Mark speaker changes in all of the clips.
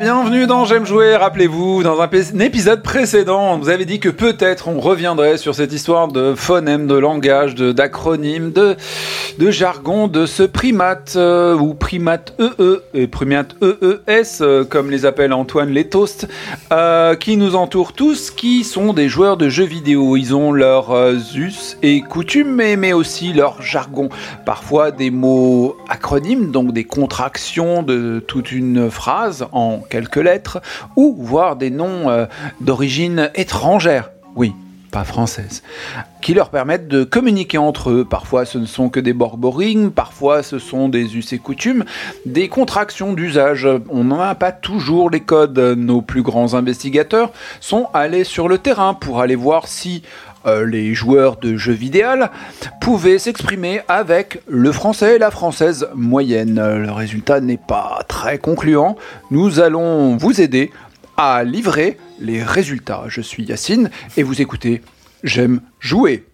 Speaker 1: Bienvenue dans J'aime jouer, rappelez-vous, dans un, p- un épisode précédent, on vous avait dit que peut-être on reviendrait sur cette histoire de phonème, de langage, de- d'acronyme, de, de jargon, de ce primate, euh, ou primate EE, et primate EES, euh, comme les appelle Antoine les toasts, euh, qui nous entourent tous, qui sont des joueurs de jeux vidéo. Ils ont leurs euh, us et coutumes, mais, mais aussi leur jargon. Parfois des mots acronymes, donc des contractions de toute une phrase en quelques lettres, ou voire des noms euh, d'origine étrangère. Oui, pas française qui leur permettent de communiquer entre eux. Parfois, ce ne sont que des borborigmes, parfois, ce sont des us et coutumes, des contractions d'usage. On n'en a pas toujours les codes. Nos plus grands investigateurs sont allés sur le terrain pour aller voir si euh, les joueurs de jeux vidéo pouvaient s'exprimer avec le français et la française moyenne. Le résultat n'est pas très concluant. Nous allons vous aider à livrer les résultats. Je suis Yacine et vous écoutez J'aime jouer.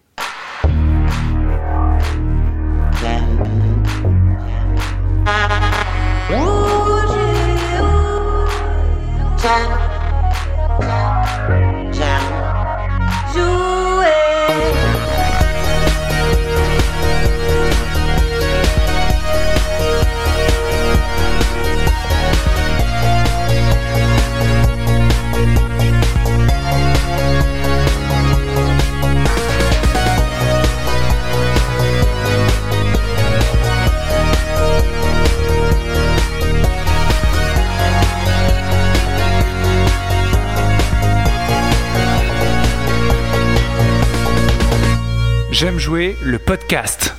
Speaker 2: J'aime jouer le podcast.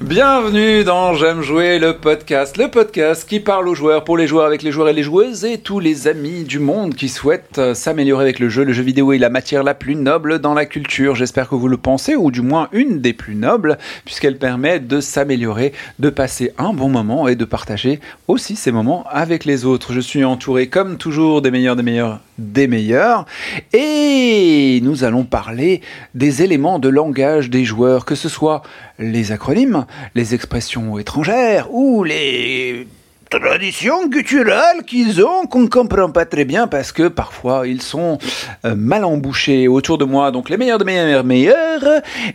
Speaker 1: Bienvenue dans J'aime jouer le podcast, le podcast qui parle aux joueurs, pour les joueurs, avec les joueurs et les joueuses et tous les amis du monde qui souhaitent euh, s'améliorer avec le jeu. Le jeu vidéo est la matière la plus noble dans la culture. J'espère que vous le pensez, ou du moins une des plus nobles, puisqu'elle permet de s'améliorer, de passer un bon moment et de partager aussi ces moments avec les autres. Je suis entouré comme toujours des meilleurs, des meilleurs, des meilleurs. Et nous allons parler des éléments de langage des joueurs, que ce soit les acronymes, les expressions étrangères ou les traditions culturelles qu'ils ont qu'on ne comprend pas très bien parce que parfois ils sont euh, mal embouchés autour de moi. Donc les meilleurs des meilleurs meilleurs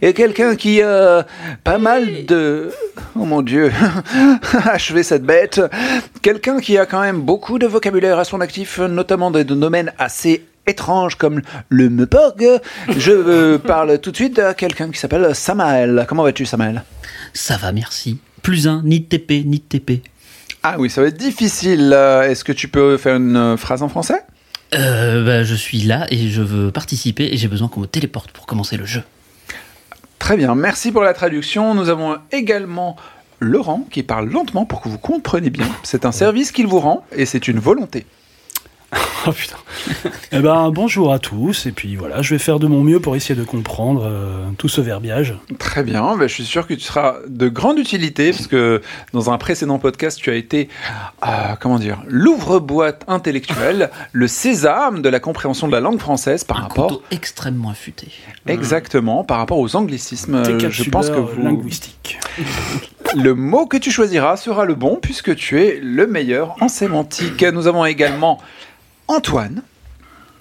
Speaker 1: et quelqu'un qui a pas mal de... Oh mon dieu, achever cette bête. Quelqu'un qui a quand même beaucoup de vocabulaire à son actif, notamment des domaines assez étranges comme le meporg. Je euh, parle tout de suite à quelqu'un qui s'appelle Samael. Comment vas-tu Samael
Speaker 3: Ça va, merci. Plus un, ni de TP, ni de TP.
Speaker 1: Ah oui, ça va être difficile. Euh, Est-ce que tu peux faire une euh, phrase en français
Speaker 3: Euh, bah, je suis là et je veux participer et j'ai besoin qu'on me téléporte pour commencer le jeu.
Speaker 1: Très bien, merci pour la traduction. Nous avons également Laurent qui parle lentement pour que vous compreniez bien. C'est un service qu'il vous rend et c'est une volonté.
Speaker 4: Oh putain. eh ben bonjour à tous et puis voilà, je vais faire de mon mieux pour essayer de comprendre euh, tout ce verbiage.
Speaker 1: Très bien, ben, je suis sûr que tu seras de grande utilité parce que dans un précédent podcast, tu as été, euh, comment dire, l'ouvre-boîte intellectuel, le sésame de la compréhension de la langue française par
Speaker 3: Un
Speaker 1: rapport,
Speaker 3: couteau Mmh. extrêmement affûté.
Speaker 1: exactement, par rapport aux anglicismes.
Speaker 4: T'es
Speaker 1: Euh, Je pense
Speaker 4: capsuleur
Speaker 1: que vous,
Speaker 4: linguistique.
Speaker 1: Le mot que tu choisiras sera le bon puisque tu es le meilleur en sémantique. Nous avons également Antoine.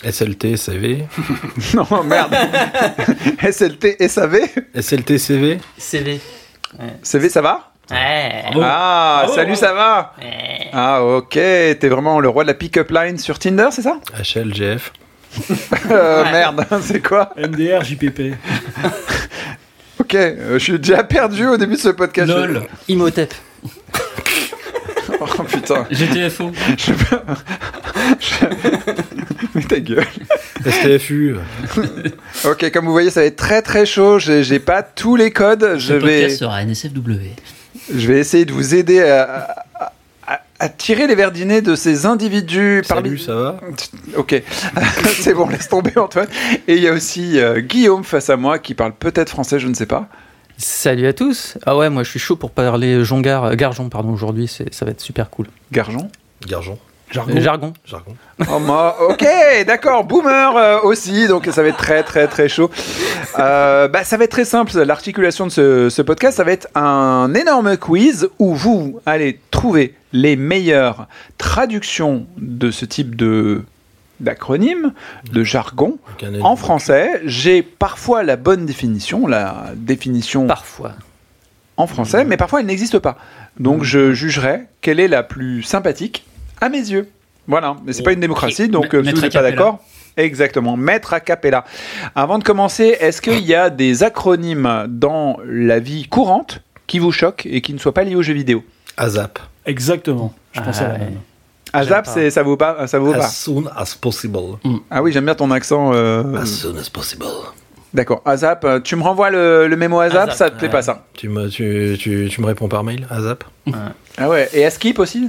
Speaker 5: SLT, CV.
Speaker 1: Non, merde. SLT, SAV.
Speaker 5: SLT, CV
Speaker 6: CV.
Speaker 1: CV, ça va
Speaker 6: Ouais.
Speaker 3: Oh.
Speaker 1: Ah, salut, ça va Ah, ok. T'es vraiment le roi de la pick-up line sur Tinder, c'est ça
Speaker 5: HLGF.
Speaker 1: Euh, Merde, c'est quoi
Speaker 4: MDR, JPP.
Speaker 1: Ok, euh, je suis déjà perdu au début de ce podcast.
Speaker 3: LOL.
Speaker 6: Imhotep.
Speaker 1: Oh putain.
Speaker 3: GTFO.
Speaker 1: Je... je- Mais ta gueule.
Speaker 5: STFU.
Speaker 1: Ok, comme vous voyez, ça va être très très chaud. J'ai j'ai pas tous les codes. Je
Speaker 3: Le
Speaker 1: vais.
Speaker 3: podcast sera NSFW.
Speaker 1: Je vais essayer de vous aider à, à- à- à tirer les verdinets de ces individus parmi.
Speaker 5: Salut, ça va
Speaker 1: Ok, c'est bon, laisse tomber Antoine. Et il y a aussi euh, Guillaume face à moi qui parle peut-être français, je ne sais pas.
Speaker 6: Salut à tous. Ah ouais, moi je suis chaud pour parler jongar, euh, garjon pardon aujourd'hui, c'est ça va être super cool.
Speaker 1: Garjon.
Speaker 5: Garjon.
Speaker 4: Jargon.
Speaker 5: Euh,
Speaker 6: Jargon.
Speaker 5: Jargon.
Speaker 1: Oh, moi, ok, d'accord, boomer euh, aussi, donc ça va être très très très chaud. Euh, bah, ça va être très simple, l'articulation de ce, ce podcast, ça va être un énorme quiz où vous allez trouver les meilleures traductions de ce type de d'acronyme, de jargon.
Speaker 5: Donc, un
Speaker 1: En français, j'ai parfois la bonne définition, la définition
Speaker 6: Parfois.
Speaker 1: en français, mais parfois elle n'existe pas. Donc je jugerai quelle est la plus sympathique à mes yeux. Voilà, mais c'est pas une démocratie, donc
Speaker 3: Ma-
Speaker 1: euh, si vous
Speaker 3: maître
Speaker 1: n'êtes pas
Speaker 3: a cappella.
Speaker 1: d'accord. Exactement, maître a cappella. Avant de commencer, est-ce qu'il y a des acronymes dans la vie courante qui vous choquent et qui ne soient pas liés aux jeux vidéo
Speaker 5: ASAP.
Speaker 4: Exactement. Je
Speaker 6: Ah,
Speaker 4: pensais à la
Speaker 6: ouais.
Speaker 4: même.
Speaker 1: Azap,
Speaker 6: pas.
Speaker 1: c'est ça vous pas ça vous pas
Speaker 5: As soon as possible.
Speaker 1: Ah oui, j'aime bien ton accent. euh,
Speaker 5: As soon as possible.
Speaker 1: D'accord, Azap, euh, tu me renvoies le, le mémo Azap,
Speaker 6: ASAP,
Speaker 1: ça te plaît
Speaker 6: ouais.
Speaker 1: pas ça
Speaker 5: Tu me, tu, tu, tu me réponds par mail, ASAP
Speaker 1: Ah ouais, et à skip aussi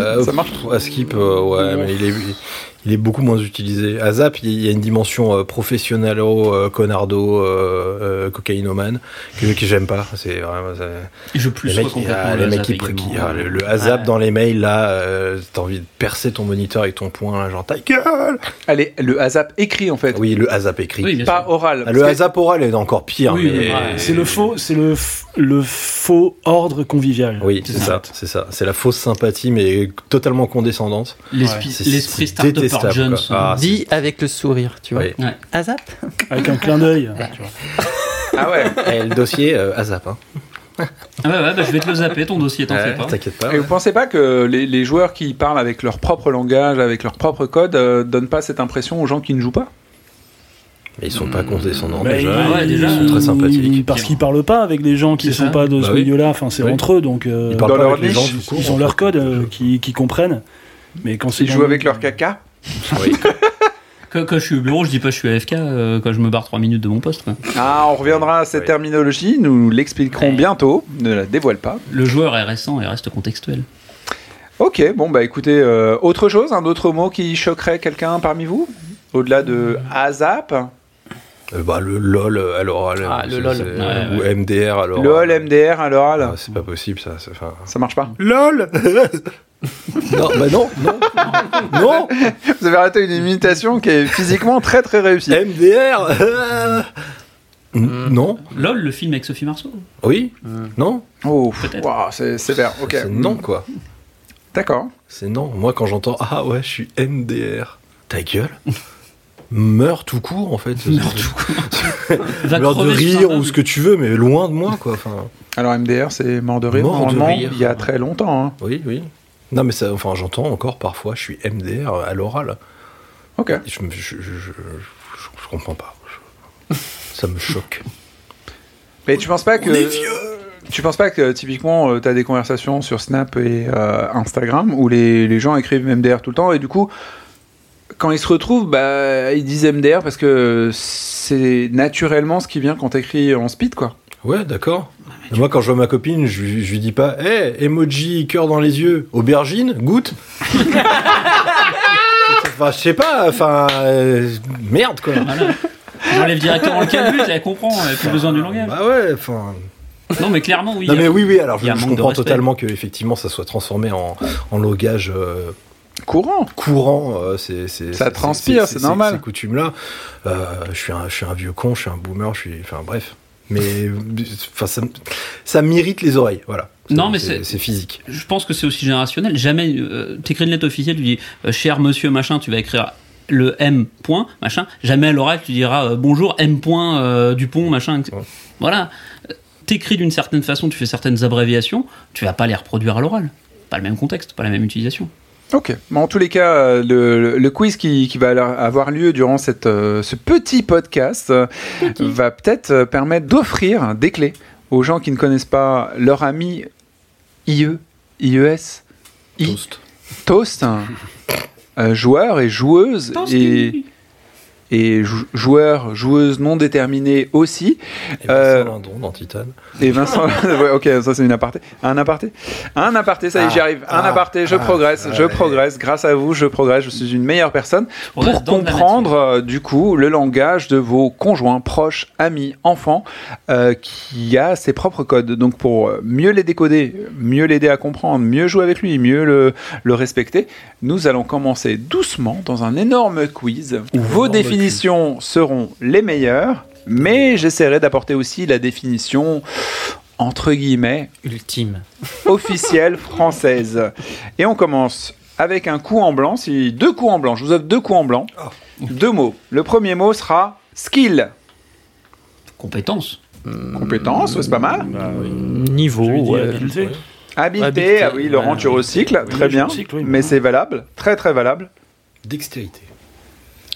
Speaker 5: Euh,
Speaker 1: Ça marche
Speaker 5: pff, ASCII, euh, ouais, mais il est, il est beaucoup moins utilisé. ASAP, il y a une dimension euh, professionnalo, euh, connardo, euh, euh, cocaïnomane, que, que j'aime pas. C'est vraiment. c'est-
Speaker 3: Et je plus
Speaker 5: les mecs,
Speaker 3: complètement
Speaker 5: ah,
Speaker 3: le
Speaker 5: les mecs
Speaker 3: hasard
Speaker 5: qui, qui-
Speaker 3: également.
Speaker 5: ah, le, le ASAP
Speaker 6: Ouais.
Speaker 5: dans les mails, là, euh, t'as envie de percer ton moniteur avec ton poing, là, genre ta gueule
Speaker 1: Allez, le Azap écrit en fait,
Speaker 5: Ah Oui, le ASAP écrit.
Speaker 3: Oui, bien
Speaker 1: pas
Speaker 3: sûr.
Speaker 1: oral.
Speaker 5: Ah,
Speaker 1: parce
Speaker 5: le
Speaker 1: que-
Speaker 5: ASAP oral est encore pire.
Speaker 4: Oui,
Speaker 5: mais-
Speaker 4: mais c'est le faux, c'est le, f- le faux ordre convivial.
Speaker 5: Oui, c'est ça, c'est ça. C'est la fausse sympathie, mais totalement condescendante.
Speaker 3: L'esprit
Speaker 5: c'est-
Speaker 3: l'esprit
Speaker 5: c'est
Speaker 3: Startup
Speaker 5: détestable,
Speaker 3: Jones.
Speaker 5: quoi. Ah, c'est-
Speaker 6: Dit avec le sourire, tu vois.
Speaker 5: Oui.
Speaker 3: Ouais.
Speaker 6: Azap
Speaker 4: Avec un clin d'œil. tu vois.
Speaker 1: Ah ouais.
Speaker 5: Et le dossier euh, ASAP, hein.
Speaker 3: Ah ouais, ouais, bah, je vais te le zapper, ton dossier, t'en fais
Speaker 5: Ouais,
Speaker 3: pas.
Speaker 5: T'inquiète pas.
Speaker 1: Et vous pensez pas que les, les joueurs qui parlent avec leur propre langage, avec leur propre code, euh, donnent pas cette impression aux gens qui ne jouent pas
Speaker 5: Mais ils sont pas condescendants
Speaker 4: Bah,
Speaker 5: déjà.
Speaker 4: ils-
Speaker 3: ouais,
Speaker 5: ils
Speaker 3: déjà.
Speaker 5: sont très sympathiques.
Speaker 4: Parce qu'ils parlent pas avec les gens qui
Speaker 3: C'est
Speaker 4: sont
Speaker 3: ça.
Speaker 4: pas de ce
Speaker 5: Bah oui.
Speaker 4: milieu-là. Enfin, c'est
Speaker 5: Oui.
Speaker 4: entre eux, donc euh,
Speaker 5: Ils parlent
Speaker 1: Dans
Speaker 5: pas
Speaker 1: leur
Speaker 5: avec les
Speaker 1: niche,
Speaker 5: gens du cours,
Speaker 4: ils ont
Speaker 5: en
Speaker 4: leur
Speaker 5: fait.
Speaker 4: code euh, qui, qui comprennent. Mais quand c'est
Speaker 1: Ils
Speaker 4: dans-
Speaker 1: jouent avec leur caca
Speaker 5: Oui.
Speaker 3: Quand, quand je suis au bureau, je dis pas je suis AFK euh, quand je me barre 3 minutes de mon poste. quoi.
Speaker 1: Ah, on reviendra à cette
Speaker 5: Oui.
Speaker 1: terminologie, nous l'expliquerons
Speaker 3: Ouais.
Speaker 1: bientôt, ne la dévoile pas.
Speaker 3: Le joueur est récent et reste contextuel.
Speaker 1: Ok, bon bah écoutez, euh, autre chose, un autre mot qui choquerait quelqu'un parmi vous Au-delà de ASAP,
Speaker 5: Euh, bah, le LOL à l'oral. euh,
Speaker 6: Ah, le
Speaker 5: c'est-
Speaker 6: LOL.
Speaker 5: c'est-
Speaker 3: Ouais,
Speaker 5: Ou MDR à l'oral.
Speaker 1: LOL, MDR à l'oral,
Speaker 5: Ah, c'est pas possible ça. c'est- enfin,
Speaker 1: hein, Ah, ça marche pas
Speaker 5: LOL Non, bah non, non, non
Speaker 1: Vous avez raté une imitation qui est physiquement très très réussie.
Speaker 5: MDR euh, n- Non
Speaker 3: LOL, le film avec Sophie Marceau.
Speaker 5: Oui
Speaker 6: Hmm.
Speaker 5: Non
Speaker 1: Oh,
Speaker 3: Peut-être.
Speaker 1: waouh, c'est sévère, ok. Hmm.
Speaker 5: C'est non quoi.
Speaker 1: D'accord.
Speaker 5: C'est non. Moi quand j'entends Ah ouais, je suis MDR. Ta gueule Meurs tout court en fait. Meurs tout court.
Speaker 3: Va
Speaker 5: Meurs de
Speaker 3: crever sur un
Speaker 5: rire
Speaker 3: meuble.
Speaker 5: ou ce que tu veux, mais loin de moi quoi. Enfin.
Speaker 1: Alors MDR, c'est mort de rire,
Speaker 5: Mort de
Speaker 1: normalement,
Speaker 5: rire.
Speaker 1: il y a très longtemps. hein.
Speaker 5: Oui, oui. Non, mais ça, enfin, j'entends encore parfois, je suis MDR à l'oral.
Speaker 1: Ok.
Speaker 5: Et Je, me- je, je, je- je- je comprends pas. Je- ça me choque.
Speaker 1: Mais tu penses pas que. Tu penses pas que typiquement tu as des conversations sur Snap et euh, Instagram où les, les gens écrivent MDR tout le temps et du coup quand ils se retrouvent bah ils disent MDR parce que c'est naturellement ce qui vient quand t'écris en speed quoi.
Speaker 5: Ouais, d'accord. Moi, quand je vois ma copine, je, lui- je lui dis pas, hé, emoji, cœur dans les yeux, aubergine, goutte. enfin, je sais pas, enfin, euh, merde, quoi.
Speaker 3: Voilà. J'enlève directement le calcul, elle comprend, elle a plus besoin du langage.
Speaker 5: Bah ouais, enfin.
Speaker 3: Non, mais clairement, oui.
Speaker 5: Non,
Speaker 3: il y a-
Speaker 5: mais oui, oui, alors
Speaker 3: il y
Speaker 5: je,
Speaker 3: a un
Speaker 5: je
Speaker 3: manque de
Speaker 5: comprends
Speaker 3: respect.
Speaker 5: totalement que, effectivement, ça soit transformé en, en langage. euh,
Speaker 1: Courant.
Speaker 5: courant. euh, c'est, c'est-
Speaker 1: Ça
Speaker 5: c'est-
Speaker 1: transpire, c'est normal.
Speaker 5: Ces coutumes-là. Euh, je, suis un, je suis un vieux con, je suis un boomer, je suis. Enfin, bref. Mais enfin, ça, m- ça m'irrite les oreilles, voilà.
Speaker 3: Non,
Speaker 5: C'est-
Speaker 3: mais
Speaker 5: c'est,
Speaker 3: c'est-
Speaker 5: c'est physique.
Speaker 3: Je pense que c'est aussi générationnel. Jamais, euh, t'écris une lettre officielle, tu dis euh, cher monsieur machin, tu vas écrire le M point machin. Jamais à l'oral, tu diras euh, bonjour M point euh, Dupont machin.
Speaker 5: Ouais.
Speaker 3: Voilà. Euh, T'écris d'une certaine façon, tu fais certaines abréviations, tu vas pas les reproduire à l'oral. Pas le même contexte, pas la même utilisation.
Speaker 1: Ok. Mais en tous les cas, euh, le, le quiz qui, qui va alors avoir lieu durant cette, euh, ce petit podcast euh, va peut-être euh, permettre d'offrir des clés aux gens qui ne connaissent pas leur ami E, IE, IES, I,
Speaker 5: Toast.
Speaker 1: Toast, hein, euh, joueurs et joueuses et, et jou- joueur, joueuse non déterminée aussi.
Speaker 5: Et Vincent
Speaker 1: Euh,
Speaker 5: Lindon dans Titan.
Speaker 1: Et Vincent, ouais, ok, ça c'est une aparté. Un aparté Un aparté, ça y est,
Speaker 5: Ah,
Speaker 1: j'y arrive. Un
Speaker 5: ah,
Speaker 1: aparté, je
Speaker 5: ah,
Speaker 1: progresse, je
Speaker 5: ouais.
Speaker 1: progresse. Grâce à vous, je progresse, je suis une meilleure personne.
Speaker 3: On reste
Speaker 1: Pour
Speaker 3: dans de la
Speaker 1: comprendre, euh, du coup, le langage de vos conjoints, proches, amis, enfants, euh, qui a ses propres codes. Donc pour euh, mieux les décoder, mieux l'aider à comprendre, mieux jouer avec lui, mieux le, le respecter, nous allons commencer doucement dans un énorme quiz où vos
Speaker 5: énorme
Speaker 1: définitions seront les meilleures. Mais j'essaierai d'apporter aussi la définition entre guillemets,
Speaker 6: Ultime.
Speaker 1: officielle française. Et on commence avec un coup en blanc, si deux coups en blanc, je vous offre deux coups en blanc, deux mots. Le premier mot sera skill,
Speaker 3: Compétence.
Speaker 1: compétence, ouais, c'est pas mal.
Speaker 4: Bah,
Speaker 6: Niveau.
Speaker 4: Je lui dis,
Speaker 6: ouais.
Speaker 4: habileté.
Speaker 1: Habileté,
Speaker 6: Habileté,
Speaker 1: ah oui, Laurent,
Speaker 6: ouais.
Speaker 1: tu recycles,
Speaker 4: Oui,
Speaker 1: très
Speaker 4: je
Speaker 1: bien,
Speaker 4: recycle, oui.
Speaker 1: mais c'est valable, très très valable.
Speaker 5: Dextérité.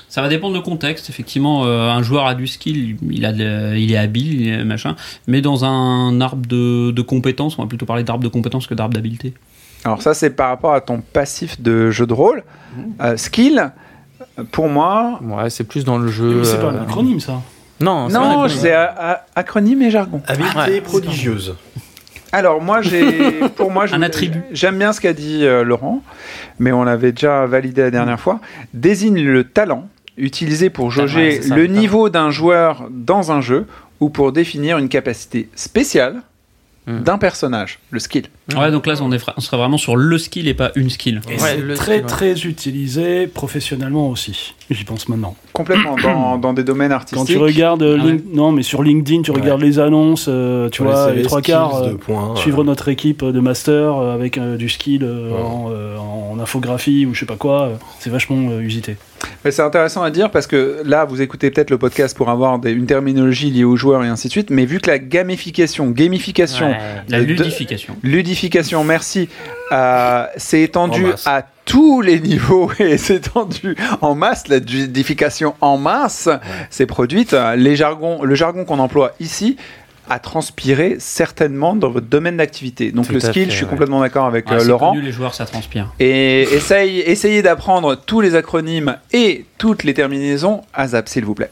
Speaker 3: Ça va dépendre du contexte. Effectivement, euh, un joueur a du skill, il, a de- il est habile, il est machin. Mais dans un arbre de, de compétences, on va plutôt parler d'arbre de compétences que d'arbre d'habileté.
Speaker 1: Alors ça, c'est par rapport à ton passif de jeu de rôle.
Speaker 4: Mhm.
Speaker 1: Euh, skill, pour moi,
Speaker 6: euh, Ouais, c'est plus dans le
Speaker 4: Mais
Speaker 6: jeu.
Speaker 4: C'est pas un
Speaker 6: euh,
Speaker 4: acronyme ça.
Speaker 6: Non, c'est pas
Speaker 1: non,
Speaker 6: un
Speaker 1: c'est a- a- acronyme et jargon.
Speaker 5: Habileté
Speaker 6: Ouais.
Speaker 5: prodigieuse.
Speaker 1: Alors moi j'ai pour moi je-
Speaker 3: Un attribut.
Speaker 1: J'aime bien ce qu'a dit euh, Laurent, mais on l'avait déjà validé la dernière fois. Désigne le talent utilisé pour jauger
Speaker 6: ouais, c'est ça,
Speaker 1: le
Speaker 6: le talent.
Speaker 1: niveau d'un joueur dans un jeu ou pour définir une capacité spéciale
Speaker 6: Hmm.
Speaker 1: d'un personnage, le skill.
Speaker 6: Mhm.
Speaker 3: Ouais, donc là, on, est fra- on serait vraiment sur le skill et pas une skill.
Speaker 4: Et
Speaker 6: Ouais,
Speaker 4: c'est
Speaker 6: le-
Speaker 4: très
Speaker 6: ouais.
Speaker 4: très utilisé professionnellement aussi. J'y pense maintenant.
Speaker 1: Complètement dans, dans des domaines
Speaker 4: Quand
Speaker 1: artistiques.
Speaker 4: tu regardes, euh,
Speaker 3: Ah ouais.
Speaker 4: Link- non mais sur LinkedIn, tu
Speaker 5: Ouais.
Speaker 4: regardes les annonces, euh, tu
Speaker 5: Sur
Speaker 4: vois,
Speaker 5: CV,
Speaker 4: les trois
Speaker 5: skills,
Speaker 4: quarts. euh,
Speaker 5: deux points,
Speaker 4: Suivre
Speaker 5: euh,
Speaker 4: notre équipe de master euh, avec euh, du skill euh,
Speaker 5: Ouais.
Speaker 4: en, euh, en infographie ou je sais pas quoi, euh, c'est vachement euh, usité.
Speaker 1: Mais c'est intéressant à dire parce que là, vous écoutez peut-être le podcast pour avoir des- une terminologie liée aux joueurs et ainsi de suite, mais vu que la gamification, gamification,
Speaker 6: Ouais.
Speaker 3: La
Speaker 1: Euh, de-
Speaker 3: ludification.
Speaker 1: Ludification, merci. Euh, c'est étendu
Speaker 5: En masse.
Speaker 1: à tous les niveaux et c'est étendu en masse. La ludification en masse s'est produite. Euh, Les jargons, le jargon qu'on emploie ici a transpiré certainement dans votre domaine d'activité. Donc
Speaker 6: Tout
Speaker 1: le
Speaker 6: à
Speaker 1: skill,
Speaker 6: fait,
Speaker 1: je suis
Speaker 6: ouais.
Speaker 1: complètement d'accord avec
Speaker 3: Ah,
Speaker 1: euh,
Speaker 3: c'est
Speaker 1: Laurent.
Speaker 3: connu, les joueurs, ça transpire.
Speaker 1: Et essaye, essayez d'apprendre tous les acronymes et toutes les terminaisons ASAP, s'il vous plaît.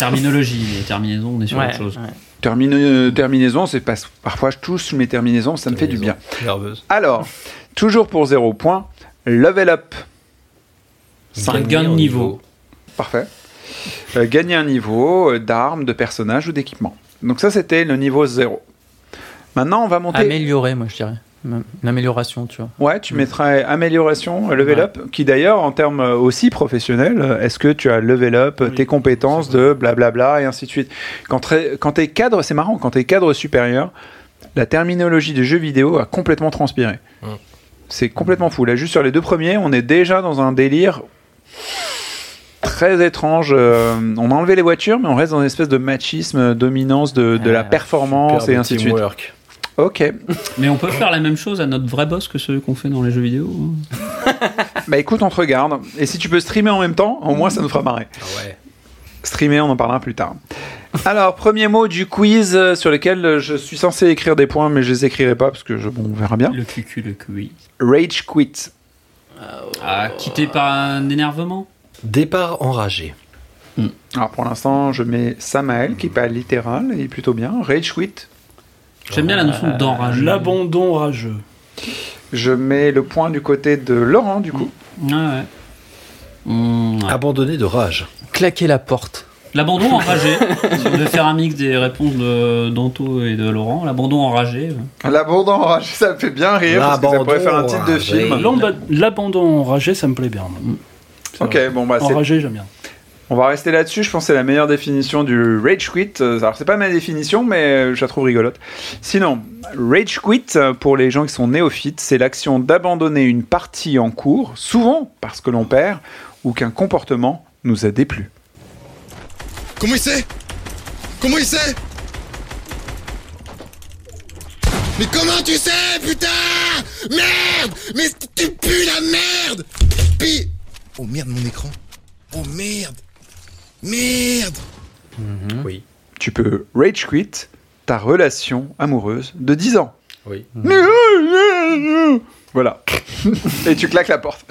Speaker 3: Terminologie et terminaison, on est sur
Speaker 6: Ouais,
Speaker 3: autre chose.
Speaker 6: ouais.
Speaker 1: Termine- euh, terminaison, c'est pas, parfois je touche mes terminaisons, ça me fait du bien.
Speaker 5: Nerveuse.
Speaker 1: Alors, toujours pour zéro point, level up.
Speaker 3: Un gain de
Speaker 5: au
Speaker 3: niveau.
Speaker 1: Parfait. Euh, gagner un niveau euh, d'armes, de personnages ou d'équipement. Donc ça, c'était le niveau 0. Maintenant, on va
Speaker 6: Ah,
Speaker 1: monter...
Speaker 6: Améliorer, moi, je dirais. Une amélioration, tu vois.
Speaker 1: ouais, tu
Speaker 6: Mm.
Speaker 1: mettrais amélioration, euh, level
Speaker 6: Ouais.
Speaker 1: up, qui d'ailleurs, en termes euh, aussi professionnels, euh, est-ce que tu as level up euh,
Speaker 4: Oui.
Speaker 1: tes compétences de blablabla et ainsi de suite Quand t'es quand t'es cadre, c'est marrant, quand t'es cadre supérieur, la terminologie du jeu vidéo a complètement transpiré.
Speaker 5: Mm.
Speaker 1: C'est complètement fou. Là, juste sur les deux premiers, on est déjà dans un délire très étrange. Euh, on a enlevé les voitures, mais on reste dans une espèce de machisme, euh, dominance de, de
Speaker 6: Ah,
Speaker 1: la performance
Speaker 5: Superbe
Speaker 1: et ainsi de suite.
Speaker 5: teamwork.
Speaker 1: Ok.
Speaker 3: Mais on peut faire la même chose à notre vrai boss que celui qu'on fait dans les jeux vidéo. hein.
Speaker 1: Bah écoute, on te regarde. Et si tu peux streamer en même temps, au moins ça nous fera marrer.
Speaker 5: Ah ouais.
Speaker 1: Streamer, on en parlera plus tard. Alors, premier mot du quiz euh, sur lequel euh, je suis censé écrire des points, mais je les écrirai pas parce que je, bon, on verra bien.
Speaker 3: Le QQ, le QI.
Speaker 1: Rage quit.
Speaker 3: Ah, quitté par un énervement
Speaker 5: Départ enragé.
Speaker 1: Alors pour l'instant, je mets Samael, qui est pas littéral, et plutôt bien. Rage quit.
Speaker 3: J'aime bien la notion d'enragé.
Speaker 4: L'abandon rageux.
Speaker 1: Je mets le point du côté de Laurent, du coup.
Speaker 3: Ouais, ouais. Mmh, ouais.
Speaker 5: Abandonné de rage.
Speaker 6: Claquer la porte.
Speaker 3: L'abandon enragé. si on devait faire un mix des réponses de d'Anto et de Laurent, l'abandon enragé.
Speaker 1: L'abandon enragé, ça me fait bien rire, parce que ça
Speaker 5: Ah. L'abandon Ah,
Speaker 1: pourrait faire un titre de
Speaker 5: enragé.
Speaker 1: film.
Speaker 4: L'amba- L'abandon enragé, ça me plaît bien. C'est
Speaker 1: Ok,
Speaker 4: vrai.
Speaker 1: bon bah c'est
Speaker 4: Enragé, j'aime bien.
Speaker 1: On va rester là-dessus, je pense que c'est la meilleure définition du rage quit. Euh, Alors c'est pas ma définition, mais euh, je la trouve rigolote. Sinon, rage quit, euh, pour les gens qui sont néophytes, c'est l'action d'abandonner une partie en cours, souvent parce que l'on perd ou qu'un comportement nous a déplu.
Speaker 7: Comment il sait Comment il sait Mais comment tu sais, putain Merde Mais tu- tu pues la merde Pi Oh merde, mon écran Oh merde Merde
Speaker 5: Oui.
Speaker 1: Tu peux rage quit ta relation amoureuse de 10 ans.
Speaker 5: Oui.
Speaker 1: Mais, euh, Voilà. Et tu claques la porte.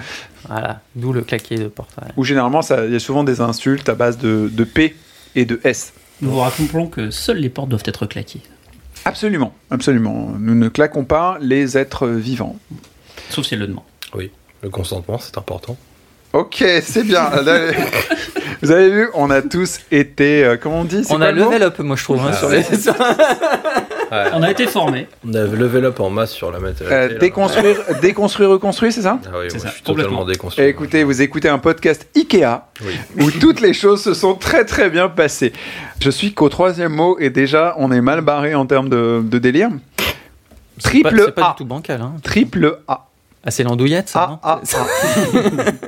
Speaker 6: Voilà, d'où le claquet de porte. ouais.
Speaker 1: Où généralement, ça- il y a souvent des insultes à base de, de P et de S.
Speaker 3: Nous vous rappelons que seules les portes doivent être claquées.
Speaker 1: Absolument, absolument. Nous ne claquons pas les êtres vivants.
Speaker 3: Sauf si elle le demande.
Speaker 5: Le consentement, c'est important.
Speaker 1: Ok, c'est bien. Là, Vous avez vu, on a tous été, euh, comment on dit c'est
Speaker 6: On
Speaker 1: quoi
Speaker 6: a
Speaker 1: le mot
Speaker 6: level up, moi je trouve, hein,
Speaker 5: Ah
Speaker 6: sur
Speaker 5: ouais.
Speaker 6: les. sur-
Speaker 3: On a été formés.
Speaker 5: On a level up en masse sur la matérialité.
Speaker 1: Euh,
Speaker 5: là.
Speaker 1: déconstruire, déconstruire, reconstruire, c'est ça
Speaker 5: Ah oui,
Speaker 3: C'est
Speaker 5: moi,
Speaker 3: ça,
Speaker 5: je suis totalement
Speaker 3: complètement.
Speaker 5: déconstruit.
Speaker 1: Et Eh, écoutez, vous écoutez un podcast Ikea
Speaker 5: Oui.
Speaker 1: où toutes les choses se sont très très bien passées. Je suis qu'au troisième mot et déjà on est mal barré en termes de, de délire.
Speaker 6: C'est pas-
Speaker 1: Triple
Speaker 6: C'est pas
Speaker 1: A.
Speaker 6: du tout bancal. Hein.
Speaker 1: Triple A.
Speaker 6: Ah, c'est l'andouillette, ça.
Speaker 1: A,
Speaker 6: non
Speaker 1: A, A.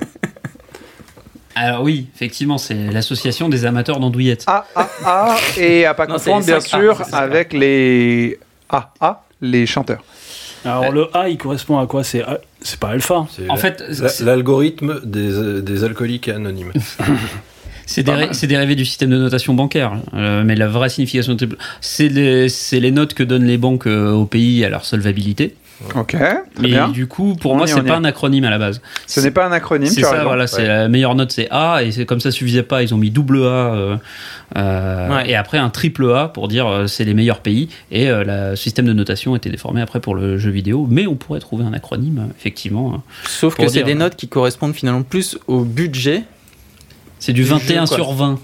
Speaker 3: Alors oui, effectivement, c'est l'association des amateurs d'andouillettes.
Speaker 1: A, A, A, et à pas
Speaker 6: Non,
Speaker 1: confondre,
Speaker 6: c'est les
Speaker 1: bien
Speaker 6: cinq A,
Speaker 1: sûr,
Speaker 6: c'est les cinq A.
Speaker 1: avec les A, A, les chanteurs.
Speaker 4: Alors
Speaker 3: Ouais.
Speaker 4: le A, il correspond à quoi C'est A- c'est pas alpha.
Speaker 5: C'est
Speaker 3: En
Speaker 5: la-
Speaker 3: fait,
Speaker 5: la-
Speaker 3: c'est-
Speaker 5: l'algorithme des, euh, des alcooliques anonymes.
Speaker 3: C'est déré- c'est dérivé du système de notation bancaire, euh, mais la vraie signification de triple, c'est les, c'est les notes que donnent les banques euh, au pays à leur solvabilité.
Speaker 1: Ok, très
Speaker 3: Mais
Speaker 1: bien.
Speaker 3: du coup, pour
Speaker 1: On
Speaker 3: moi,
Speaker 1: y-
Speaker 3: c'est
Speaker 1: on y
Speaker 3: pas
Speaker 1: est.
Speaker 3: un acronyme à la base.
Speaker 1: Ce n'est pas un acronyme,
Speaker 3: C'est
Speaker 1: tu as
Speaker 3: ça,
Speaker 1: raison.
Speaker 3: voilà, c'est la meilleure note, c'est A, et c'est comme ça suffisait pas, ils ont mis double A, euh, euh,
Speaker 6: Ouais.
Speaker 3: et après un triple A pour dire euh, c'est les meilleurs pays, et euh, le système de notation était déformé après pour le jeu vidéo, mais on pourrait trouver un acronyme, euh, effectivement.
Speaker 6: Sauf
Speaker 3: Pour
Speaker 6: que c'est
Speaker 3: dire,
Speaker 6: des
Speaker 3: ouais.
Speaker 6: notes qui correspondent finalement plus au budget.
Speaker 3: C'est du
Speaker 6: Du jeu,
Speaker 3: 21
Speaker 6: quoi.
Speaker 3: sur 20.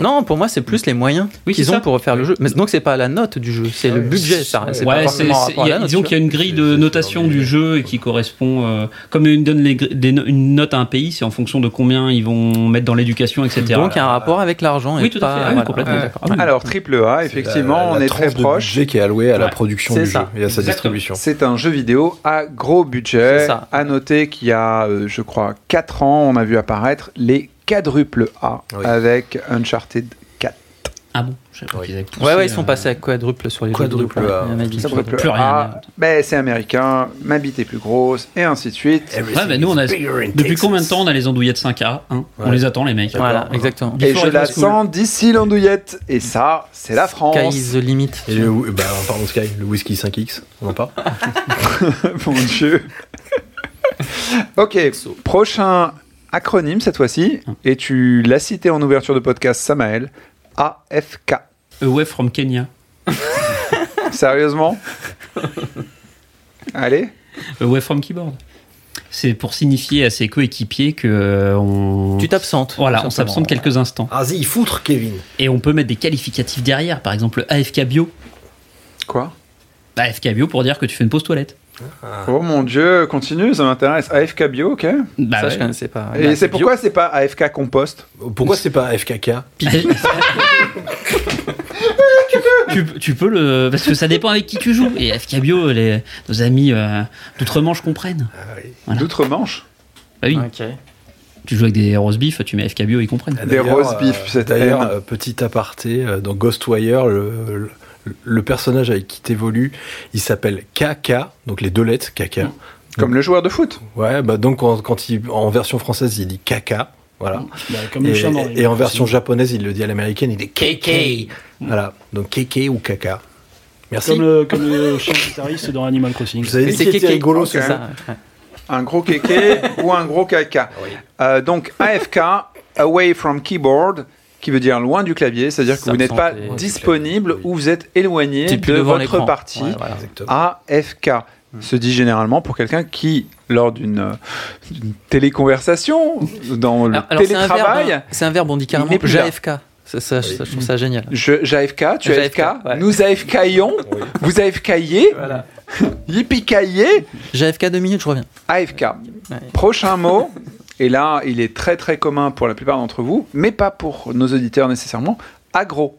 Speaker 6: Non, pour moi, c'est plus les moyens
Speaker 3: Oui, c'est
Speaker 6: qu'ils
Speaker 3: ça.
Speaker 6: ont pour faire le jeu. Mais donc, c'est pas la note du jeu, c'est le budget, ça.
Speaker 5: Ouais,
Speaker 3: Ouais,
Speaker 6: C'est pas
Speaker 3: c'est,
Speaker 6: forcément
Speaker 3: c'est-
Speaker 6: rapport à
Speaker 3: il y a-
Speaker 6: la note,
Speaker 3: disons
Speaker 6: tu
Speaker 3: qu'il y a une grille
Speaker 5: C'est-
Speaker 3: de
Speaker 5: c'est
Speaker 3: notation
Speaker 5: leur
Speaker 3: du
Speaker 5: milieu.
Speaker 3: jeu et qui correspond, euh, comme ils donnent les gr- des no- une note à un pays, c'est en fonction de combien ils vont mettre dans l'éducation, etc.
Speaker 6: vois. Donc, il y a un rapport avec l'argent. et
Speaker 3: oui, tout à
Speaker 6: pas-
Speaker 3: fait, ah oui,
Speaker 6: voilà.
Speaker 3: complètement.
Speaker 6: Ouais.
Speaker 3: Ah oui.
Speaker 1: Euh, Alors, triple A, effectivement,
Speaker 5: La- la
Speaker 1: on est
Speaker 5: tranche
Speaker 1: très
Speaker 5: de
Speaker 1: proche.
Speaker 5: budget qui est alloué à la
Speaker 3: Ouais.
Speaker 5: production
Speaker 6: C'est
Speaker 5: du
Speaker 6: ça.
Speaker 5: jeu et à sa
Speaker 3: Exactement.
Speaker 5: distribution.
Speaker 1: C'est un jeu vidéo à gros budget.
Speaker 6: C'est ça.
Speaker 1: À noter qu'il y a, euh, je crois, 4 ans, on a vu apparaître les quadruples A
Speaker 5: Oui.
Speaker 1: avec Uncharted 4.
Speaker 3: Ah bon, je savais pas
Speaker 5: Oui.
Speaker 3: qu'ils avaient poussé,
Speaker 6: Ouais, ouais, ils sont
Speaker 3: euh,
Speaker 6: passés à quadruple sur les jeux vidéo,
Speaker 5: Quadruple
Speaker 6: quoi.
Speaker 5: A.
Speaker 6: Il y en a qui sont-
Speaker 1: Quadruple
Speaker 3: plus rien, hein.
Speaker 1: A,
Speaker 3: merde.
Speaker 1: ben, c'est américain, ma bite est plus grosse, et ainsi de suite.
Speaker 3: Ouais, mais nous, on a... depuis combien de temps on a les andouillettes 5A hein On
Speaker 5: Ouais.
Speaker 3: les attend, les mecs.
Speaker 6: Voilà, exactement.
Speaker 1: Et
Speaker 3: Before
Speaker 1: je
Speaker 3: it
Speaker 1: la
Speaker 3: was cool.
Speaker 1: sens d'ici l'andouillette. Et ça, c'est la France.
Speaker 6: Sky is the limit.
Speaker 5: Et le, whi- bah, on parle de Sky, le whisky 5X, on en parle.
Speaker 1: Mon dieu. ok, prochain acronyme cette fois-ci, et tu l'as cité en ouverture de podcast, Samael, AFK.
Speaker 3: Away from Kenya.
Speaker 1: Sérieusement Allez
Speaker 3: Away from keyboard. C'est pour signifier à ses coéquipiers que euh, on...
Speaker 6: Tu t'absentes.
Speaker 3: Voilà,
Speaker 6: tout
Speaker 3: on
Speaker 6: simplement.
Speaker 3: s'absente quelques instants.
Speaker 1: Ah,
Speaker 5: Vas-y, foutre Kevin.
Speaker 3: Et on peut mettre des qualificatifs derrière, par exemple le AFK bio.
Speaker 1: Quoi
Speaker 3: Bah, AFK bio pour dire que tu fais une pause toilette.
Speaker 1: Oh mon dieu, continue, ça m'intéresse. AFK bio, ok.
Speaker 3: Bah,
Speaker 6: Ça,
Speaker 3: ouais.
Speaker 6: je connaissais pas.
Speaker 1: et c'est pourquoi c'est pas AFK compost
Speaker 5: Pourquoi c'est pas FKK
Speaker 3: tu, tu peux le. Parce que ça dépend avec qui tu joues. Et FK Bio, les, nos amis euh, d'outre-Manche comprennent. Voilà.
Speaker 1: D'outre-Manche
Speaker 3: Bah oui,
Speaker 6: Ok.
Speaker 3: tu joues avec des rose beef, tu mets FK Bio, ils comprennent.
Speaker 1: Des
Speaker 5: Ah, D'ailleurs,
Speaker 1: roast beef, cette
Speaker 5: D'ailleurs,
Speaker 1: haine.
Speaker 5: euh, petit aparté, euh, dans Ghostwire, le, le- le personnage avec qui t'évolues, il s'appelle KK, donc les deux lettres KK.
Speaker 4: Mm.
Speaker 1: Comme le joueur de foot.
Speaker 5: Ouais, bah donc quand, quand il, en version française, il dit KK. Voilà.
Speaker 4: Bah, comme le
Speaker 5: Et,
Speaker 4: chien dans les-
Speaker 5: et en version japonaise, il le dit à l'américaine, il dit KK. Voilà, donc KK ou KK. Merci.
Speaker 4: Mm. Comme le, comme le chien guitariste dans Animal Crossing.
Speaker 5: Je vous avais
Speaker 6: Mais
Speaker 5: dit
Speaker 6: c'est
Speaker 5: qu'il était
Speaker 6: kéké.
Speaker 5: rigolo
Speaker 1: Ok.
Speaker 5: ce
Speaker 6: C'est
Speaker 5: ça.
Speaker 6: ça. ouais.
Speaker 1: Un gros kéké ou un gros caca. Euh, donc AFK, Away from Keyboard, qui veut dire loin du clavier, c'est-à-dire que
Speaker 6: Ça
Speaker 1: vous
Speaker 6: me
Speaker 1: n'êtes pas
Speaker 6: semblait-
Speaker 1: disponible
Speaker 5: Oui.
Speaker 1: ou vous êtes éloigné
Speaker 6: T'es plus
Speaker 1: de
Speaker 6: devant
Speaker 1: votre
Speaker 6: l'écran.
Speaker 1: partie.
Speaker 6: Ouais, voilà.
Speaker 5: Exactement.
Speaker 1: AFK se dit généralement pour quelqu'un qui, lors d'une euh, d'une téléconversation, dans le
Speaker 6: Alors, alors, c'est un
Speaker 1: télétravail,
Speaker 6: verbe, hein. C'est un verbe, on dit
Speaker 1: Il n'est
Speaker 6: carrément
Speaker 1: plus là.
Speaker 6: JFK. Ça, ça, ça, je trouve ça génial.
Speaker 1: je- j'AFK, tu AFK,
Speaker 6: JAFK, ouais.
Speaker 1: nous AFKions,
Speaker 4: Ah.
Speaker 1: vous AFKiez, yippikaillez,
Speaker 6: JFK deux minutes, je reviens.
Speaker 1: AFK.
Speaker 6: Ouais.
Speaker 1: Prochain mot, et là, il est très très commun pour la plupart d'entre vous, mais pas pour nos auditeurs nécessairement, agro.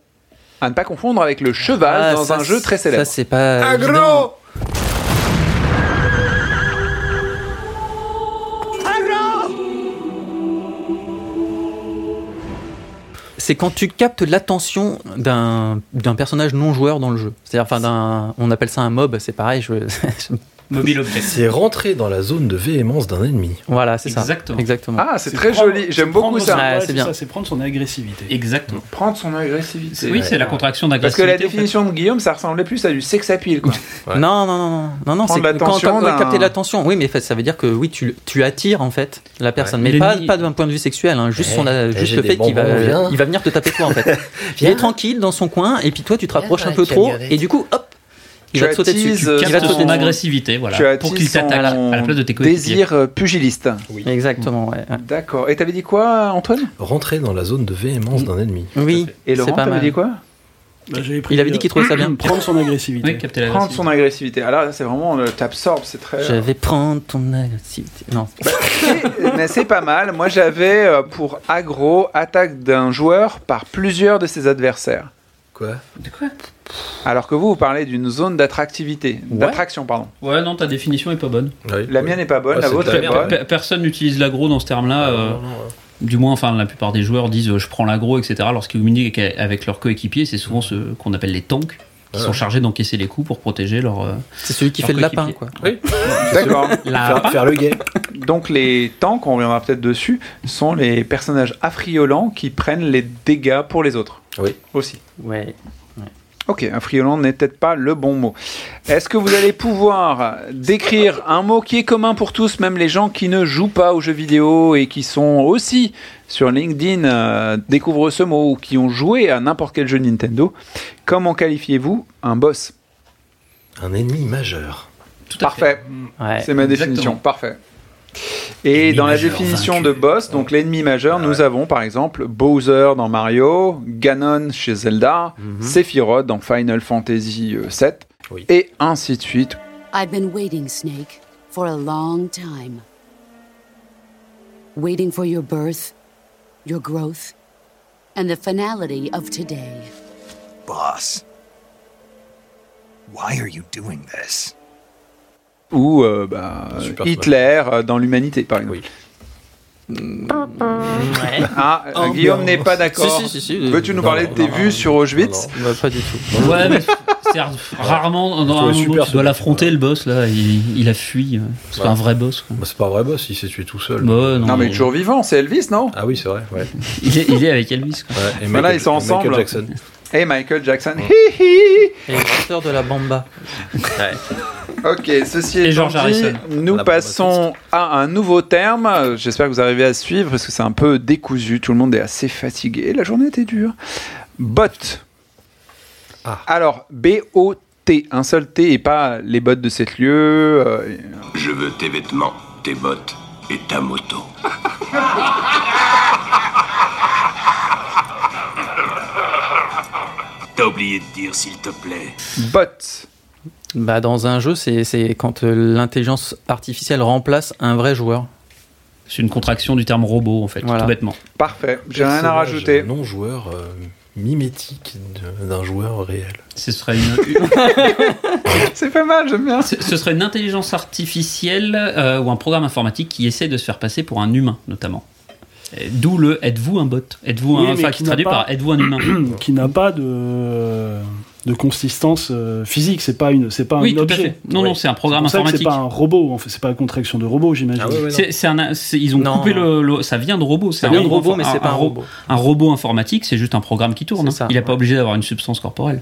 Speaker 1: À ne pas confondre avec le cheval
Speaker 6: Ah,
Speaker 1: dans
Speaker 6: ça,
Speaker 1: un jeu très
Speaker 6: Ça,
Speaker 1: célèbre.
Speaker 6: c'est pas. évident.
Speaker 5: Agro
Speaker 6: C'est quand tu captes l'attention d'un d'un personnage non joueur dans le jeu. C'est-à-dire, enfin, d'un. On appelle ça un mob, c'est pareil. Je...
Speaker 3: Mobile Object.
Speaker 5: C'est rentrer dans la zone de véhémence d'un ennemi.
Speaker 6: Voilà, c'est ça.
Speaker 3: Exactement.
Speaker 6: Exactement.
Speaker 1: Ah, c'est très joli, j'aime beaucoup ça.
Speaker 6: Ouais, c'est
Speaker 4: c'est
Speaker 6: bien.
Speaker 4: ça, c'est prendre son agressivité.
Speaker 3: Exactement.
Speaker 1: Prendre son agressivité.
Speaker 3: Oui, c'est la contraction
Speaker 1: Parce que la
Speaker 3: d'agressivité. en fait.
Speaker 1: définition de Guillaume, ça ressemblait plus à du sex appeal. Quoi.
Speaker 5: Ouais.
Speaker 6: Non, non, non, non, non, non,
Speaker 1: Prendre
Speaker 6: c'est
Speaker 1: l'attention
Speaker 6: quand, quand ouais,
Speaker 1: d'un-
Speaker 6: capter l'attention. Oui, mais fait, ça veut dire que oui, tu, tu attires en fait la personne, mais pas,
Speaker 3: L'ennemi-
Speaker 6: pas d'un point de vue sexuel, hein, juste,
Speaker 5: Eh,
Speaker 6: son,
Speaker 5: eh,
Speaker 6: juste
Speaker 5: j'ai
Speaker 6: le
Speaker 5: des
Speaker 6: fait qu'il va,
Speaker 5: bonbons, viens.
Speaker 6: il va venir te taper toi en fait. il
Speaker 5: Viens.
Speaker 6: est tranquille dans son coin, et puis toi, tu te rapproches
Speaker 5: Viens,
Speaker 6: un peu trop,
Speaker 5: camionnette.
Speaker 6: et du coup, hop, il
Speaker 1: Tu
Speaker 6: va te sauter
Speaker 1: attises,
Speaker 6: dessus.
Speaker 1: euh,
Speaker 6: Il va
Speaker 3: captes
Speaker 6: te
Speaker 1: son
Speaker 6: sauter
Speaker 3: ton
Speaker 6: dessus.
Speaker 3: agressivité,
Speaker 1: tu
Speaker 3: voilà,
Speaker 1: as
Speaker 3: pour qu'il t'attaque à la place de tes coéquipiers.
Speaker 1: Désir euh, pugiliste.
Speaker 6: Exactement, ouais. ouais.
Speaker 1: D'accord. Et t'avais dit quoi, Antoine
Speaker 5: Rentrer dans la zone de
Speaker 4: Mm.
Speaker 5: véhémence d'un ennemi.
Speaker 6: Oui,
Speaker 1: Et
Speaker 6: c'est
Speaker 1: Laurent,
Speaker 6: pas
Speaker 1: t'avais
Speaker 6: mal.
Speaker 1: dit quoi
Speaker 4: Bah, j'avais pris,
Speaker 6: Il avait dit
Speaker 4: euh,
Speaker 6: qu'il trouvait ça bien.
Speaker 4: Prendre son agressivité.
Speaker 3: Oui, capter
Speaker 1: Prendre son
Speaker 3: l'agressivité.
Speaker 1: agressivité. Alors là, c'est vraiment, euh, t'absorbes, c'est très.
Speaker 6: Je vais prendre ton agressivité. Non.
Speaker 1: C'est- mais c'est pas mal. Moi, j'avais euh, pour aggro attaque d'un joueur par plusieurs de ses adversaires.
Speaker 5: Quoi
Speaker 3: De quoi
Speaker 1: Alors que vous, vous parlez d'une zone d'attractivité, d'attraction, pardon.
Speaker 3: Ouais, non, ta définition est pas bonne.
Speaker 1: La mienne n'est pas bonne,
Speaker 5: Ouais,
Speaker 1: la
Speaker 5: Ah, c'est
Speaker 1: vôtre
Speaker 5: très
Speaker 1: est
Speaker 5: bien.
Speaker 1: bonne.
Speaker 3: Pe- Personne n'utilise l'agro dans ce terme-là. euh, Du moins, enfin, la plupart des joueurs disent euh, je prends l'agro, etc. Lorsqu'ils communiquent avec- avec leurs coéquipiers, c'est souvent ce qu'on appelle les tanks, qui
Speaker 5: Ouais.
Speaker 3: sont chargés d'encaisser les coups pour protéger leur. euh,
Speaker 6: C'est celui qui
Speaker 3: Leur
Speaker 6: fait le lapin,
Speaker 3: coéquipier.
Speaker 6: quoi.
Speaker 1: D'accord.
Speaker 3: la
Speaker 5: Faire, faire le gay.
Speaker 1: Donc les tanks, on reviendra peut-être dessus, sont les personnages affriolants qui prennent les dégâts pour les autres.
Speaker 5: Oui.
Speaker 1: Aussi.
Speaker 6: Ouais.
Speaker 1: Ok, affriolant n'est peut-être pas le bon mot. Est-ce que vous allez pouvoir décrire un mot qui est commun pour tous, même les gens qui ne jouent pas aux jeux vidéo et qui sont aussi sur LinkedIn, euh, découvrent ce mot ou qui ont joué à n'importe quel jeu Nintendo Comment qualifiez-vous un boss
Speaker 5: Un ennemi majeur.
Speaker 3: Tout à fait.
Speaker 1: Parfait.
Speaker 6: Ouais.
Speaker 1: C'est ma
Speaker 3: Exactement.
Speaker 1: définition, parfait. Et
Speaker 5: Ennemi
Speaker 1: dans la
Speaker 5: majeur
Speaker 1: définition
Speaker 5: vaincu.
Speaker 1: de boss, donc l'ennemi majeur, nous avons par exemple Bowser dans Mario, Ganon chez Zelda, Sephiroth dans Final Fantasy euh, VII,
Speaker 5: Mhm. Oui.
Speaker 1: et ainsi de suite.
Speaker 8: I've been waiting, Snake, for a long time. Waiting for your birth, your growth, and the finality of today.
Speaker 9: Boss, why are you doing this?
Speaker 1: Ou euh, bah,
Speaker 5: Super
Speaker 1: Hitler euh, dans l'humanité, par exemple.
Speaker 5: Oui.
Speaker 1: Ah, euh,
Speaker 5: Ambiance.
Speaker 1: Guillaume n'est pas d'accord.
Speaker 6: Si, si, si, si.
Speaker 1: Veux-tu nous
Speaker 5: Non,
Speaker 1: parler de tes
Speaker 5: non,
Speaker 1: vues
Speaker 5: non,
Speaker 1: sur Auschwitz
Speaker 6: Bah, pas du tout.
Speaker 3: Ouais, mais c'est ra- rarement dans un
Speaker 5: Faut
Speaker 3: moment
Speaker 5: être super
Speaker 3: où tu dois
Speaker 5: solide.
Speaker 3: l'affronter le boss là, il, il a fui. euh, C'est pas
Speaker 5: Ouais.
Speaker 3: un vrai boss. Quoi.
Speaker 5: Bah, c'est pas vrai boss, il s'est tué tout seul.
Speaker 3: Bah ouais,
Speaker 1: Non, mais
Speaker 3: il-
Speaker 1: toujours vivant, c'est Elvis, non
Speaker 5: Ah oui, c'est vrai. Ouais.
Speaker 3: il est, il est avec Elvis. Quoi.
Speaker 5: Ouais, et
Speaker 1: Voilà, ils sont
Speaker 5: et
Speaker 1: ensemble.
Speaker 5: Michael Jackson.
Speaker 1: Et Eh, Michael Jackson. Hi, hi.
Speaker 6: Et le chanteur de la bamba.
Speaker 1: Ok, ceci
Speaker 3: Et
Speaker 1: étant
Speaker 3: George
Speaker 1: dit,
Speaker 3: Harrison.
Speaker 1: nous
Speaker 5: La
Speaker 1: passons à un nouveau terme. Euh, J'espère que vous arrivez à suivre parce que c'est un peu décousu. Tout le monde est assez fatigué. La journée était dure. Bot.
Speaker 5: Ah.
Speaker 1: Alors, B-O-T, un seul T et pas les bottes de cette lieu. euh,
Speaker 10: Je veux tes vêtements, tes bottes et ta moto. T'as oublié de dire, s'il te plaît.
Speaker 1: bot.
Speaker 6: Bah, dans un jeu, c'est c'est quand euh, l'intelligence artificielle remplace un vrai joueur.
Speaker 3: C'est une contraction du terme robot en fait,
Speaker 6: Voilà.
Speaker 3: tout bêtement.
Speaker 1: Parfait. J'ai rien à
Speaker 5: Personnage
Speaker 1: rajouter.
Speaker 5: Non joueur euh, mimétique de- d'un joueur réel.
Speaker 3: Ce serait une,
Speaker 1: C'est pas mal, j'aime bien.
Speaker 3: Ce, ce serait une intelligence artificielle euh, ou un programme informatique qui essaie de se faire passer pour un humain, notamment. Et D'où le êtes-vous un bot Êtes-vous
Speaker 4: Oui,
Speaker 3: un.
Speaker 4: mais
Speaker 3: Enfin,
Speaker 4: qui
Speaker 3: qui
Speaker 4: n'a
Speaker 3: traduit
Speaker 4: pas-
Speaker 3: par êtes-vous un humain
Speaker 4: Hmm, qui n'a pas de, de consistance euh, physique. C'est pas une, c'est pas
Speaker 3: Oui,
Speaker 4: un
Speaker 3: tout à
Speaker 4: objet.
Speaker 3: fait. Non,
Speaker 5: Oui.
Speaker 3: non, c'est un
Speaker 4: C'est
Speaker 3: programme
Speaker 4: pour ça que c'est
Speaker 3: informatique. Ah
Speaker 4: pas un robot. En fait, c'est pas une contraction de robot, j'imagine.
Speaker 1: Ah
Speaker 3: C'est- c'est un- c'est- ils ont
Speaker 6: Non.
Speaker 3: coupé le, le- Ça vient de robot. c'est
Speaker 6: Ça
Speaker 3: un
Speaker 6: vient de robot, mais
Speaker 3: un-
Speaker 6: c'est pas un
Speaker 3: ro-
Speaker 6: robot.
Speaker 3: Un robot informatique, c'est juste un programme qui tourne.
Speaker 6: C'est
Speaker 3: hein.
Speaker 6: ça,
Speaker 3: il n'est pas
Speaker 6: ouais.
Speaker 3: obligé d'avoir une substance corporelle.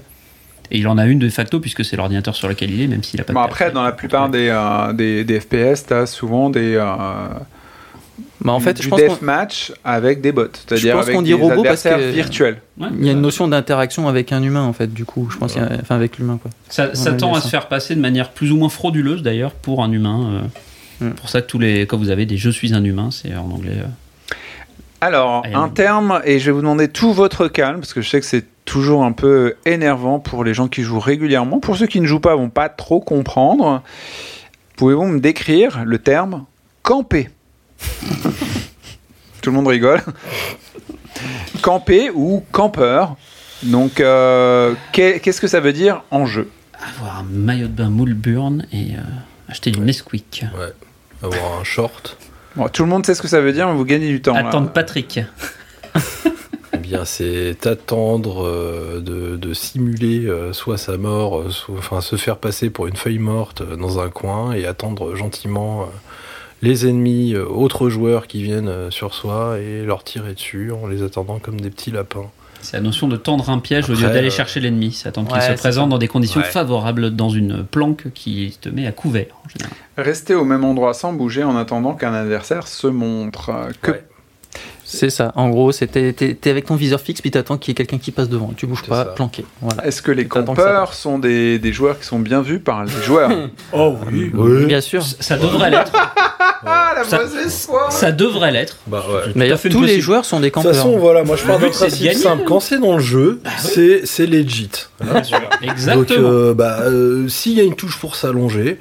Speaker 3: Et il en a une de facto, puisque c'est l'ordinateur sur lequel il est, même s'il n'a pas
Speaker 1: Bon,
Speaker 3: de
Speaker 1: après,
Speaker 3: personne.
Speaker 1: dans la plupart des, euh, des, des FPS, t'as souvent des, euh,
Speaker 6: Bah, en fait,
Speaker 1: du
Speaker 6: je pense qu'on-
Speaker 1: deathmatch avec des bots. C'est-à-dire
Speaker 6: pense
Speaker 1: avec
Speaker 6: qu'on dit
Speaker 1: des
Speaker 6: robot parce
Speaker 1: adversaires
Speaker 6: que-
Speaker 1: virtuels.
Speaker 3: Ouais.
Speaker 6: Il y a une notion d'interaction avec un humain, en fait, du coup. Je pense qu'il y a- Enfin, avec l'humain, quoi.
Speaker 3: Ça, ça
Speaker 6: Ouais,
Speaker 3: tend
Speaker 6: bien
Speaker 3: à
Speaker 6: sûr.
Speaker 3: se faire passer de manière plus ou moins frauduleuse d'ailleurs pour un humain. euh,
Speaker 6: Hmm.
Speaker 3: Pour ça que tous les quand vous avez des je suis un humain, c'est en anglais. euh.
Speaker 1: Alors,
Speaker 3: I am-
Speaker 1: un terme, et je vais vous demander tout votre calme, parce que je sais que c'est toujours un peu énervant pour les gens qui jouent régulièrement. Pour ceux qui ne jouent pas, vont pas trop comprendre. Pouvez-vous me décrire le terme camper Tout le monde rigole. camper ou campeur. Donc, euh, qu'est- qu'est-ce que ça veut dire en jeu
Speaker 3: avoir un maillot de bain moule burn et euh, acheter du Nesquik.
Speaker 5: Ouais. Avoir un short.
Speaker 1: Bon, Tout le monde sait ce que ça veut dire, mais vous gagnez du temps. là.
Speaker 3: Attendre Patrick.
Speaker 5: Eh bien, c'est t'attendre euh, de, de simuler euh, soit sa mort, euh, soit- enfin se faire passer pour une feuille morte euh, dans un coin et attendre gentiment euh, les ennemis, euh, autres joueurs qui viennent euh, sur soi et leur tirer dessus en les attendant comme des petits lapins.
Speaker 3: C'est la notion de tendre un piège au lieu
Speaker 5: Après,
Speaker 3: d'aller
Speaker 5: euh,
Speaker 3: chercher l'ennemi. C'est attendre
Speaker 6: ouais,
Speaker 3: qu'il se
Speaker 6: c'est
Speaker 3: présente
Speaker 6: ça.
Speaker 3: dans des conditions
Speaker 5: Ouais.
Speaker 3: favorables, dans une planque qui te met à couvert. en général.
Speaker 1: Rester au même endroit sans bouger en attendant qu'un adversaire se montre. Euh, Que
Speaker 5: Ouais,
Speaker 6: C'est ça. En gros, c'est t'es t'es- t'es avec ton viseur fixe, puis t'attends qu'il y ait quelqu'un qui passe devant. Tu bouges
Speaker 5: C'est
Speaker 6: pas,
Speaker 5: ça.
Speaker 6: planqué. Voilà.
Speaker 1: Est-ce que les
Speaker 6: T'attends que ça
Speaker 1: campeurs sont des, des joueurs qui sont bien vus par les joueurs
Speaker 4: Oh
Speaker 3: Ah,
Speaker 4: oui.
Speaker 5: Euh,
Speaker 6: Bien sûr.
Speaker 3: Ça devrait l'être.
Speaker 1: Ah, la
Speaker 3: Ça-
Speaker 1: mauvaise espoir
Speaker 3: Ça devrait l'être.
Speaker 5: Bah ouais.
Speaker 6: D'ailleurs,
Speaker 3: fait
Speaker 6: tous
Speaker 3: une
Speaker 6: les
Speaker 3: possible.
Speaker 6: joueurs sont des
Speaker 5: De
Speaker 6: campeurs.
Speaker 5: toute façon, voilà, moi je
Speaker 3: Le
Speaker 5: pars d'un
Speaker 3: but, c'est de
Speaker 5: principe
Speaker 3: gagner. Bah
Speaker 5: simple. Quand c'est dans le jeu, c'est c'est legit. Hein. Donc,
Speaker 3: Exactement.
Speaker 5: euh, bah, euh, s'il y a une touche pour s'allonger,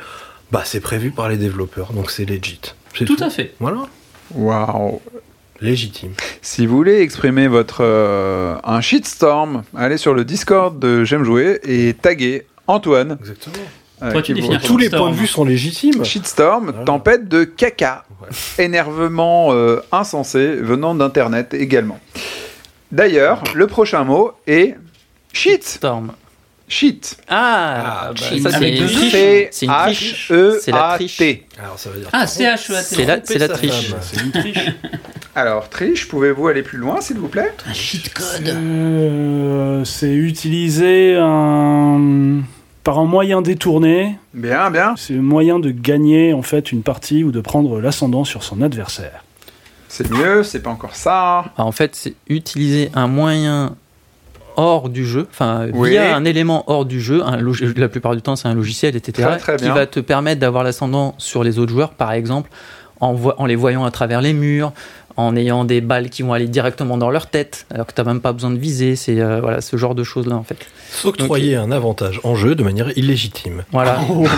Speaker 5: bah, c'est prévu par les développeurs, donc c'est legit. C'est
Speaker 3: Tout à fait.
Speaker 5: Voilà,
Speaker 1: Waouh
Speaker 5: légitime.
Speaker 1: Si vous voulez exprimer votre euh, un shitstorm, allez sur le Discord de J'aime jouer et taguez Antoine.
Speaker 5: Exactement.
Speaker 1: euh,
Speaker 3: Toi, tu
Speaker 1: qui vous-
Speaker 3: définis un
Speaker 5: Tous les
Speaker 3: Storm.
Speaker 5: points de vue sont légitimes.
Speaker 1: Shitstorm,
Speaker 5: Voilà.
Speaker 1: tempête de caca, énervement euh, insensé venant d'internet également. D'ailleurs, le prochain mot est shit.
Speaker 6: Storm.
Speaker 1: Shit.
Speaker 6: Ah,
Speaker 5: Ah,
Speaker 6: bah,
Speaker 5: cheat.
Speaker 6: ça c'est
Speaker 3: Avec
Speaker 6: une
Speaker 3: deux
Speaker 6: triche.
Speaker 1: C
Speaker 6: C'est une
Speaker 1: H
Speaker 6: triche.
Speaker 1: E
Speaker 6: C'est la
Speaker 1: A
Speaker 6: triche.
Speaker 1: T.
Speaker 5: Alors, ça veut dire
Speaker 3: Ah, CHEAT.
Speaker 6: C'est la,
Speaker 5: tromper
Speaker 6: c'est la
Speaker 5: sa
Speaker 6: triche.
Speaker 5: femme. C'est une triche.
Speaker 1: Alors triche, pouvez-vous aller plus loin s'il vous plaît
Speaker 3: Un cheat code.
Speaker 4: Euh, c'est utiliser un... par un moyen détourné.
Speaker 1: Bien, bien.
Speaker 4: C'est le moyen de gagner en fait une partie ou de prendre l'ascendant sur son adversaire.
Speaker 1: C'est mieux. C'est pas encore ça.
Speaker 6: Ah, En fait, c'est utiliser un moyen hors du jeu, enfin
Speaker 1: Oui.
Speaker 6: via un élément hors du jeu, un log- la plupart du temps c'est un logiciel, etc.,
Speaker 1: Très, très
Speaker 6: qui
Speaker 1: bien.
Speaker 6: va te permettre d'avoir l'ascendant sur les autres joueurs, par exemple, en, vo- en les voyant à travers les murs, en ayant des balles qui vont aller directement dans leur tête, alors que tu n'as même pas besoin de viser, c'est euh, voilà, ce genre de choses-là en fait.
Speaker 5: S'octroyer un avantage en jeu de manière illégitime.
Speaker 6: Voilà.
Speaker 3: Oh.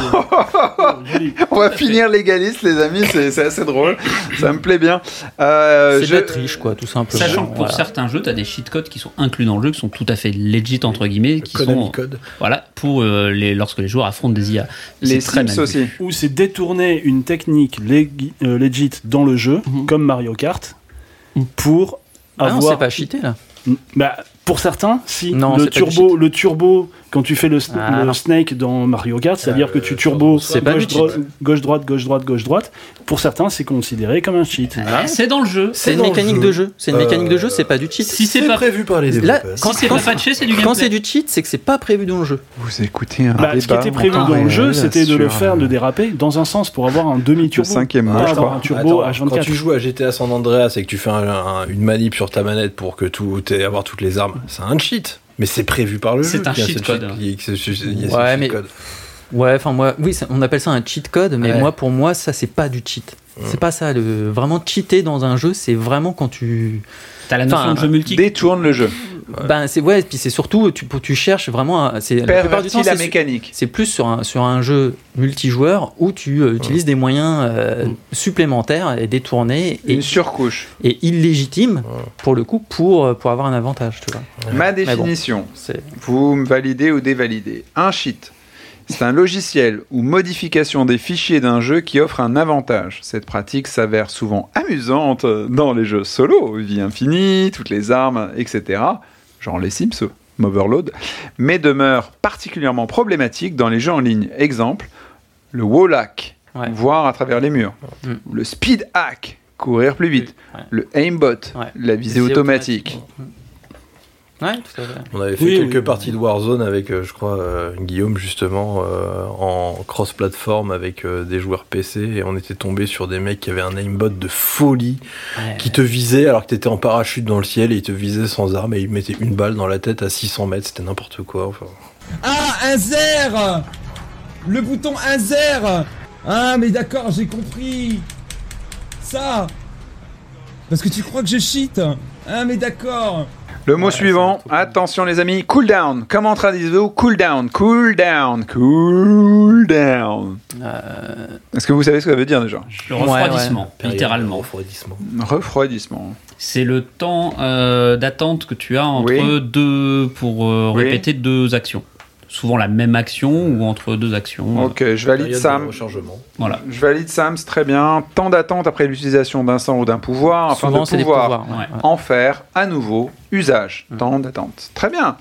Speaker 4: Oh,
Speaker 1: On va finir légaliste, les amis, c'est c'est assez drôle. Ça me plaît bien. Euh,
Speaker 6: c'est
Speaker 1: je-
Speaker 6: de la triche, quoi, tout simplement.
Speaker 3: Sachant que pour
Speaker 6: Voilà.
Speaker 3: certains jeux, tu as des cheat codes qui sont inclus dans le jeu, qui sont tout à fait legit, entre guillemets, qui
Speaker 5: Konami
Speaker 3: sont.
Speaker 5: Code.
Speaker 3: Voilà, pour euh, les, lorsque les joueurs affrontent des IA.
Speaker 1: Les
Speaker 3: C'est très
Speaker 1: Sims
Speaker 3: mal vu.
Speaker 1: aussi.
Speaker 4: Ou c'est détourner une technique lég- euh, legit dans le jeu,
Speaker 3: Mhm.
Speaker 4: comme Mario Kart,
Speaker 3: Mhm.
Speaker 4: pour
Speaker 6: Ah non,
Speaker 4: avoir.
Speaker 6: c'est pas cheaté là.
Speaker 4: Bah, pour certains, si.
Speaker 6: Non,
Speaker 4: le
Speaker 6: c'est pas du
Speaker 4: turbo, le turbo, quand tu fais le, sn-
Speaker 6: Ah,
Speaker 4: le
Speaker 6: non.
Speaker 4: snake dans Mario Kart, c'est-à-dire
Speaker 5: Ah,
Speaker 4: que
Speaker 5: le
Speaker 4: tu turbo
Speaker 5: C'est
Speaker 6: pas du
Speaker 4: gauche, droite, gauche droite, gauche droite, gauche droite. Pour certains, c'est considéré comme un cheat.
Speaker 3: Ah, C'est dans le jeu.
Speaker 6: C'est une
Speaker 5: dans le
Speaker 6: mécanique
Speaker 5: jeu.
Speaker 6: de jeu. C'est une
Speaker 5: Euh,
Speaker 6: mécanique de jeu, c'est pas du cheat.
Speaker 3: Si c'est
Speaker 5: C'est
Speaker 3: pas,
Speaker 5: prévu par les
Speaker 6: Là,
Speaker 5: développeurs.
Speaker 3: si c'est
Speaker 6: quand-
Speaker 3: pas patché, c'est du
Speaker 6: Quand
Speaker 3: gameplay.
Speaker 6: c'est du cheat, c'est que c'est pas prévu dans le jeu.
Speaker 1: Vous écoutez un
Speaker 4: Bah, ce qui était prévu dans le jeu, c'était de le faire, de déraper dans un sens pour avoir un
Speaker 1: Le
Speaker 4: demi-turbo.
Speaker 1: cinquième
Speaker 4: Pas
Speaker 1: mot,
Speaker 6: Ah,
Speaker 1: je
Speaker 4: avoir
Speaker 1: crois.
Speaker 4: un turbo
Speaker 5: Attends, Quand tu
Speaker 4: H24.
Speaker 5: joues à GTA San Andreas et que tu fais un- un- une manip sur ta manette pour que tout t'aies- avoir toutes les armes, c'est un cheat. Mais c'est prévu par le jeu.
Speaker 3: C'est un
Speaker 5: qu'il y a
Speaker 3: cheat
Speaker 5: ce
Speaker 3: code.
Speaker 5: qu'il y ait ce- ce- il y a ce
Speaker 6: Ouais,
Speaker 5: cheat
Speaker 6: mais-
Speaker 5: code.
Speaker 6: Ouais, enfin moi, oui, ça- on appelle ça un cheat code, mais
Speaker 5: Ouais.
Speaker 6: moi, pour moi, ça c'est pas du cheat. C'est pas ça. Le... Vraiment cheater dans un jeu, c'est vraiment quand tu.
Speaker 3: T'as la notion
Speaker 6: Enfin,
Speaker 3: de jeu multi.
Speaker 1: Détourne le jeu.
Speaker 6: Ben c'est ouais, et puis c'est surtout tu, tu cherches vraiment. un- C'est la plupart du temps,
Speaker 1: Pervertis la
Speaker 6: c'est-
Speaker 1: mécanique.
Speaker 6: c'est plus sur un, sur un jeu multijoueur où tu euh, utilises des moyens euh, supplémentaires et détournés et,
Speaker 1: Une surcouche.
Speaker 6: et illégitimes pour le coup pour, euh, pour avoir un avantage. Tu vois.
Speaker 1: Ma
Speaker 6: bon.
Speaker 1: définition,
Speaker 6: C'est-
Speaker 1: vous me validez ou dévalidez. Un cheat, c'est un logiciel ou modification des fichiers d'un jeu qui offre un avantage. Cette pratique s'avère souvent amusante dans les jeux solo, vie infinie, toutes les armes, etc. Genre les Sims, Overload, mais demeure particulièrement problématique dans les jeux en ligne. Exemple, le wall hack,
Speaker 6: Ouais.
Speaker 1: voir à travers les murs,
Speaker 6: Mm.
Speaker 1: Ou le speed hack, courir plus vite,
Speaker 6: Ouais.
Speaker 1: le aimbot,
Speaker 6: Ouais.
Speaker 1: la visée automatique.
Speaker 6: Ouais, tout à fait.
Speaker 5: On avait fait
Speaker 4: Oui,
Speaker 5: quelques
Speaker 4: oui.
Speaker 5: parties de Warzone avec, euh, je crois, euh, Guillaume justement euh, en cross-platform avec euh, des joueurs PC et on était tombé sur des mecs qui avaient un aimbot de folie
Speaker 6: Ouais.
Speaker 5: qui te visait alors que t'étais en parachute dans le ciel et ils te visaient sans arme et ils mettaient une balle dans la tête à 600 mètres, c'était n'importe quoi. enfin.
Speaker 7: Ah, Inzer Le bouton Inzer Ah, mais d'accord, j'ai compris Ça Parce que tu crois que je cheat Ah, mais d'accord
Speaker 1: Le mot suivant, attention les amis, cool down. Comment traduisez-vous cool down Cool down, cool down.
Speaker 6: Euh,
Speaker 1: Est-ce que vous savez ce que ça veut dire déjà
Speaker 3: Le
Speaker 6: Ouais,
Speaker 3: refroidissement,
Speaker 5: Période de
Speaker 3: littéralement.
Speaker 5: Refroidissement.
Speaker 1: Refroidissement.
Speaker 3: C'est le temps euh, d'attente que tu as entre
Speaker 1: Oui.
Speaker 3: deux pour euh,
Speaker 1: Oui.
Speaker 3: répéter deux actions. souvent la même action ou entre deux actions. euh,
Speaker 1: Ok, je valide
Speaker 5: Période de
Speaker 1: Sam.
Speaker 5: rechargement.
Speaker 3: Voilà.
Speaker 1: Je valide Sam, c'est très bien. Tant d'attente après l'utilisation d'un sort ou d'un pouvoir afin
Speaker 6: Souvent,
Speaker 1: de
Speaker 6: c'est des
Speaker 1: pouvoir
Speaker 6: pouvoirs. ouais. Mm.
Speaker 3: Ouais.
Speaker 1: en faire à nouveau usage. Temps d'attente. Très bien.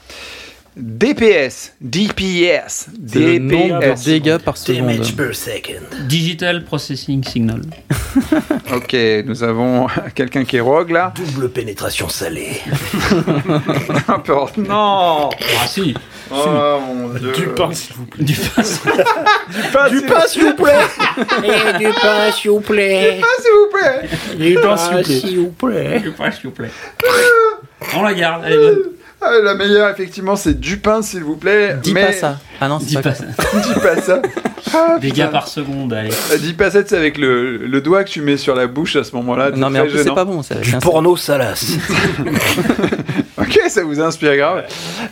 Speaker 1: DPS, DPS,
Speaker 6: C'est le nombre de
Speaker 1: DPS.
Speaker 6: dégâts par seconde.
Speaker 9: per second.
Speaker 3: Digital Processing Signal.
Speaker 1: Ok, nous avons quelqu'un qui est rogue là.
Speaker 9: Double pénétration salée.
Speaker 1: N'importe. Non
Speaker 3: Ah si
Speaker 1: Oh mon dieu.
Speaker 4: Du pain, s'il vous plaît.
Speaker 3: Du face.
Speaker 1: Du pain, s'il vous plaît
Speaker 6: Eh,
Speaker 9: du pain, s'il vous plaît.
Speaker 1: Ah, s'il vous plaît
Speaker 9: Du
Speaker 4: pain, Ah, s'il vous plaît.
Speaker 9: vous plaît.
Speaker 3: Du face, s'il vous plaît. On la garde, elle est bonne.
Speaker 1: Ah, La meilleure, effectivement, c'est du pain, s'il vous plaît.
Speaker 6: Dis
Speaker 1: mais...
Speaker 6: pas ça. Ah non, c'est
Speaker 3: Dis
Speaker 6: pas,
Speaker 3: pas
Speaker 6: ça.
Speaker 3: ça.
Speaker 1: Dis pas ça. Ah,
Speaker 3: Dégâts
Speaker 1: putain.
Speaker 3: par seconde, allez.
Speaker 1: Euh, Dis pas ça, c'est avec le, le doigt que tu mets sur la bouche à ce moment-là.
Speaker 6: Non, mais en
Speaker 1: très
Speaker 6: plus, c'est
Speaker 1: gênant.
Speaker 6: pas bon. C'est avec un-
Speaker 9: Porno salace.
Speaker 1: Ok, ça vous inspire grave.